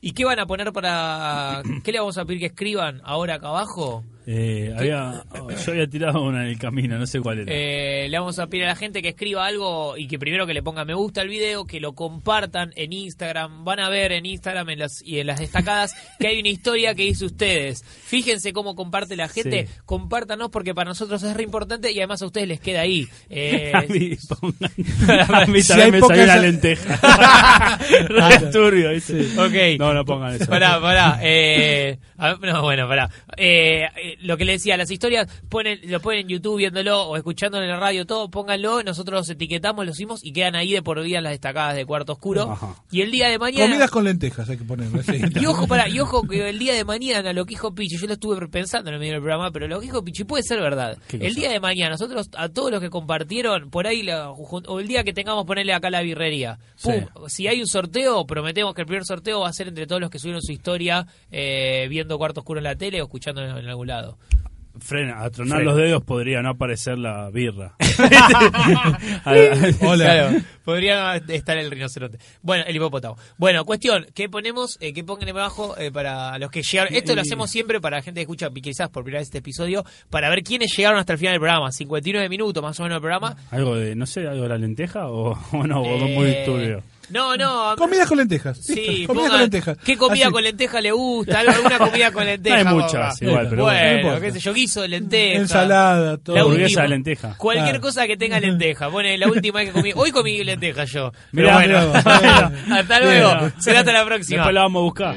Speaker 1: ¿Y qué van a poner para qué le vamos a pedir que escriban ahora acá abajo?
Speaker 3: Eh, había, yo había tirado una en el camino, no sé cuál era.
Speaker 1: Eh, le vamos a pedir a la gente que escriba algo y que primero que le ponga me gusta al video, que lo compartan en Instagram. Van a ver en Instagram en las, y en las destacadas que hay una historia que hizo ustedes. Fíjense cómo comparte la gente.
Speaker 3: Sí.
Speaker 1: Compártanos porque para nosotros es re importante y además a ustedes les queda
Speaker 3: <laughs>
Speaker 1: ahí. Eh,
Speaker 3: <laughs> a mí,
Speaker 1: <laughs>
Speaker 3: pongan- a mí
Speaker 2: Si
Speaker 3: también
Speaker 2: hay
Speaker 3: me
Speaker 2: pocas-
Speaker 3: salió la lenteja. <laughs> Re turbio, ¿viste?
Speaker 1: ok.
Speaker 3: No, no pongan eso.
Speaker 1: Pará, pará. eh, a- no, bueno, pará. Eh, eh, lo que le decía, las historias ponen, lo ponen en YouTube viéndolo o escuchándolo en la radio, todo, pónganlo, nosotros los etiquetamos, los hicimos y quedan ahí de por vida en las destacadas de Cuarto Oscuro.
Speaker 3: Ajá.
Speaker 1: Y el día de mañana...
Speaker 2: Comidas con lentejas hay que ponerlo. sí.
Speaker 1: Y ojo, para, y ojo que el día de mañana lo que dijo Pichi, yo lo estuve pensando en el medio del programa, pero lo que dijo Pichi puede ser verdad.
Speaker 3: ¿Qué cosa?
Speaker 1: El día de mañana, nosotros a todos los que compartieron, por ahí, la- o el día que tengamos ponerle acá la birrería, pum, si hay un sorteo, prometemos que el primer sorteo va a ser entre todos los que subieron su historia eh, viendo Cuarto Oscuro en la tele o escuchándolo en algún lado.
Speaker 3: Frena, a tronar
Speaker 1: Frena.
Speaker 3: los dedos podría no aparecer la birra. <laughs> A-
Speaker 2: Hola.
Speaker 1: Claro, podría estar el rinoceronte. Bueno, el hipopótamo. Bueno, cuestión, ¿qué ponemos? Eh, ¿Qué pongan abajo eh, para los que llegaron? Esto lo hacemos siempre para la gente que escucha quizás por primera vez este episodio, para ver quiénes llegaron hasta el final del programa. 59 minutos más o menos del programa.
Speaker 3: algo de, no sé, algo de la lenteja o, <laughs> o no, o muy
Speaker 1: Eh,
Speaker 3: turbio.
Speaker 1: No, no.
Speaker 2: Comidas con lentejas.
Speaker 1: Sí,
Speaker 2: listo, comidas con
Speaker 1: pongan,
Speaker 2: lentejas.
Speaker 1: ¿Qué comida
Speaker 2: Así.
Speaker 1: con lenteja le gusta? Algo- ¿Alguna comida
Speaker 2: <laughs>
Speaker 1: con lenteja?
Speaker 3: hay
Speaker 1: papá.
Speaker 3: muchas igual, pero bueno,
Speaker 2: no
Speaker 1: bueno,
Speaker 2: importa.
Speaker 1: qué sé yo, guiso de lenteja.
Speaker 2: Ensalada, todo.
Speaker 1: La
Speaker 3: Hamburguesa
Speaker 1: última.
Speaker 3: de lenteja.
Speaker 1: Cualquier
Speaker 2: Claro.
Speaker 1: cosa que
Speaker 2: <laughs>
Speaker 1: tenga lenteja. Pone la última vez que comí. Hoy comí lenteja yo. Pero
Speaker 3: Mirá,
Speaker 1: bueno.
Speaker 2: mirá vos.
Speaker 1: bueno, <laughs> hasta luego. Será hasta la próxima.
Speaker 3: Después la vamos a buscar.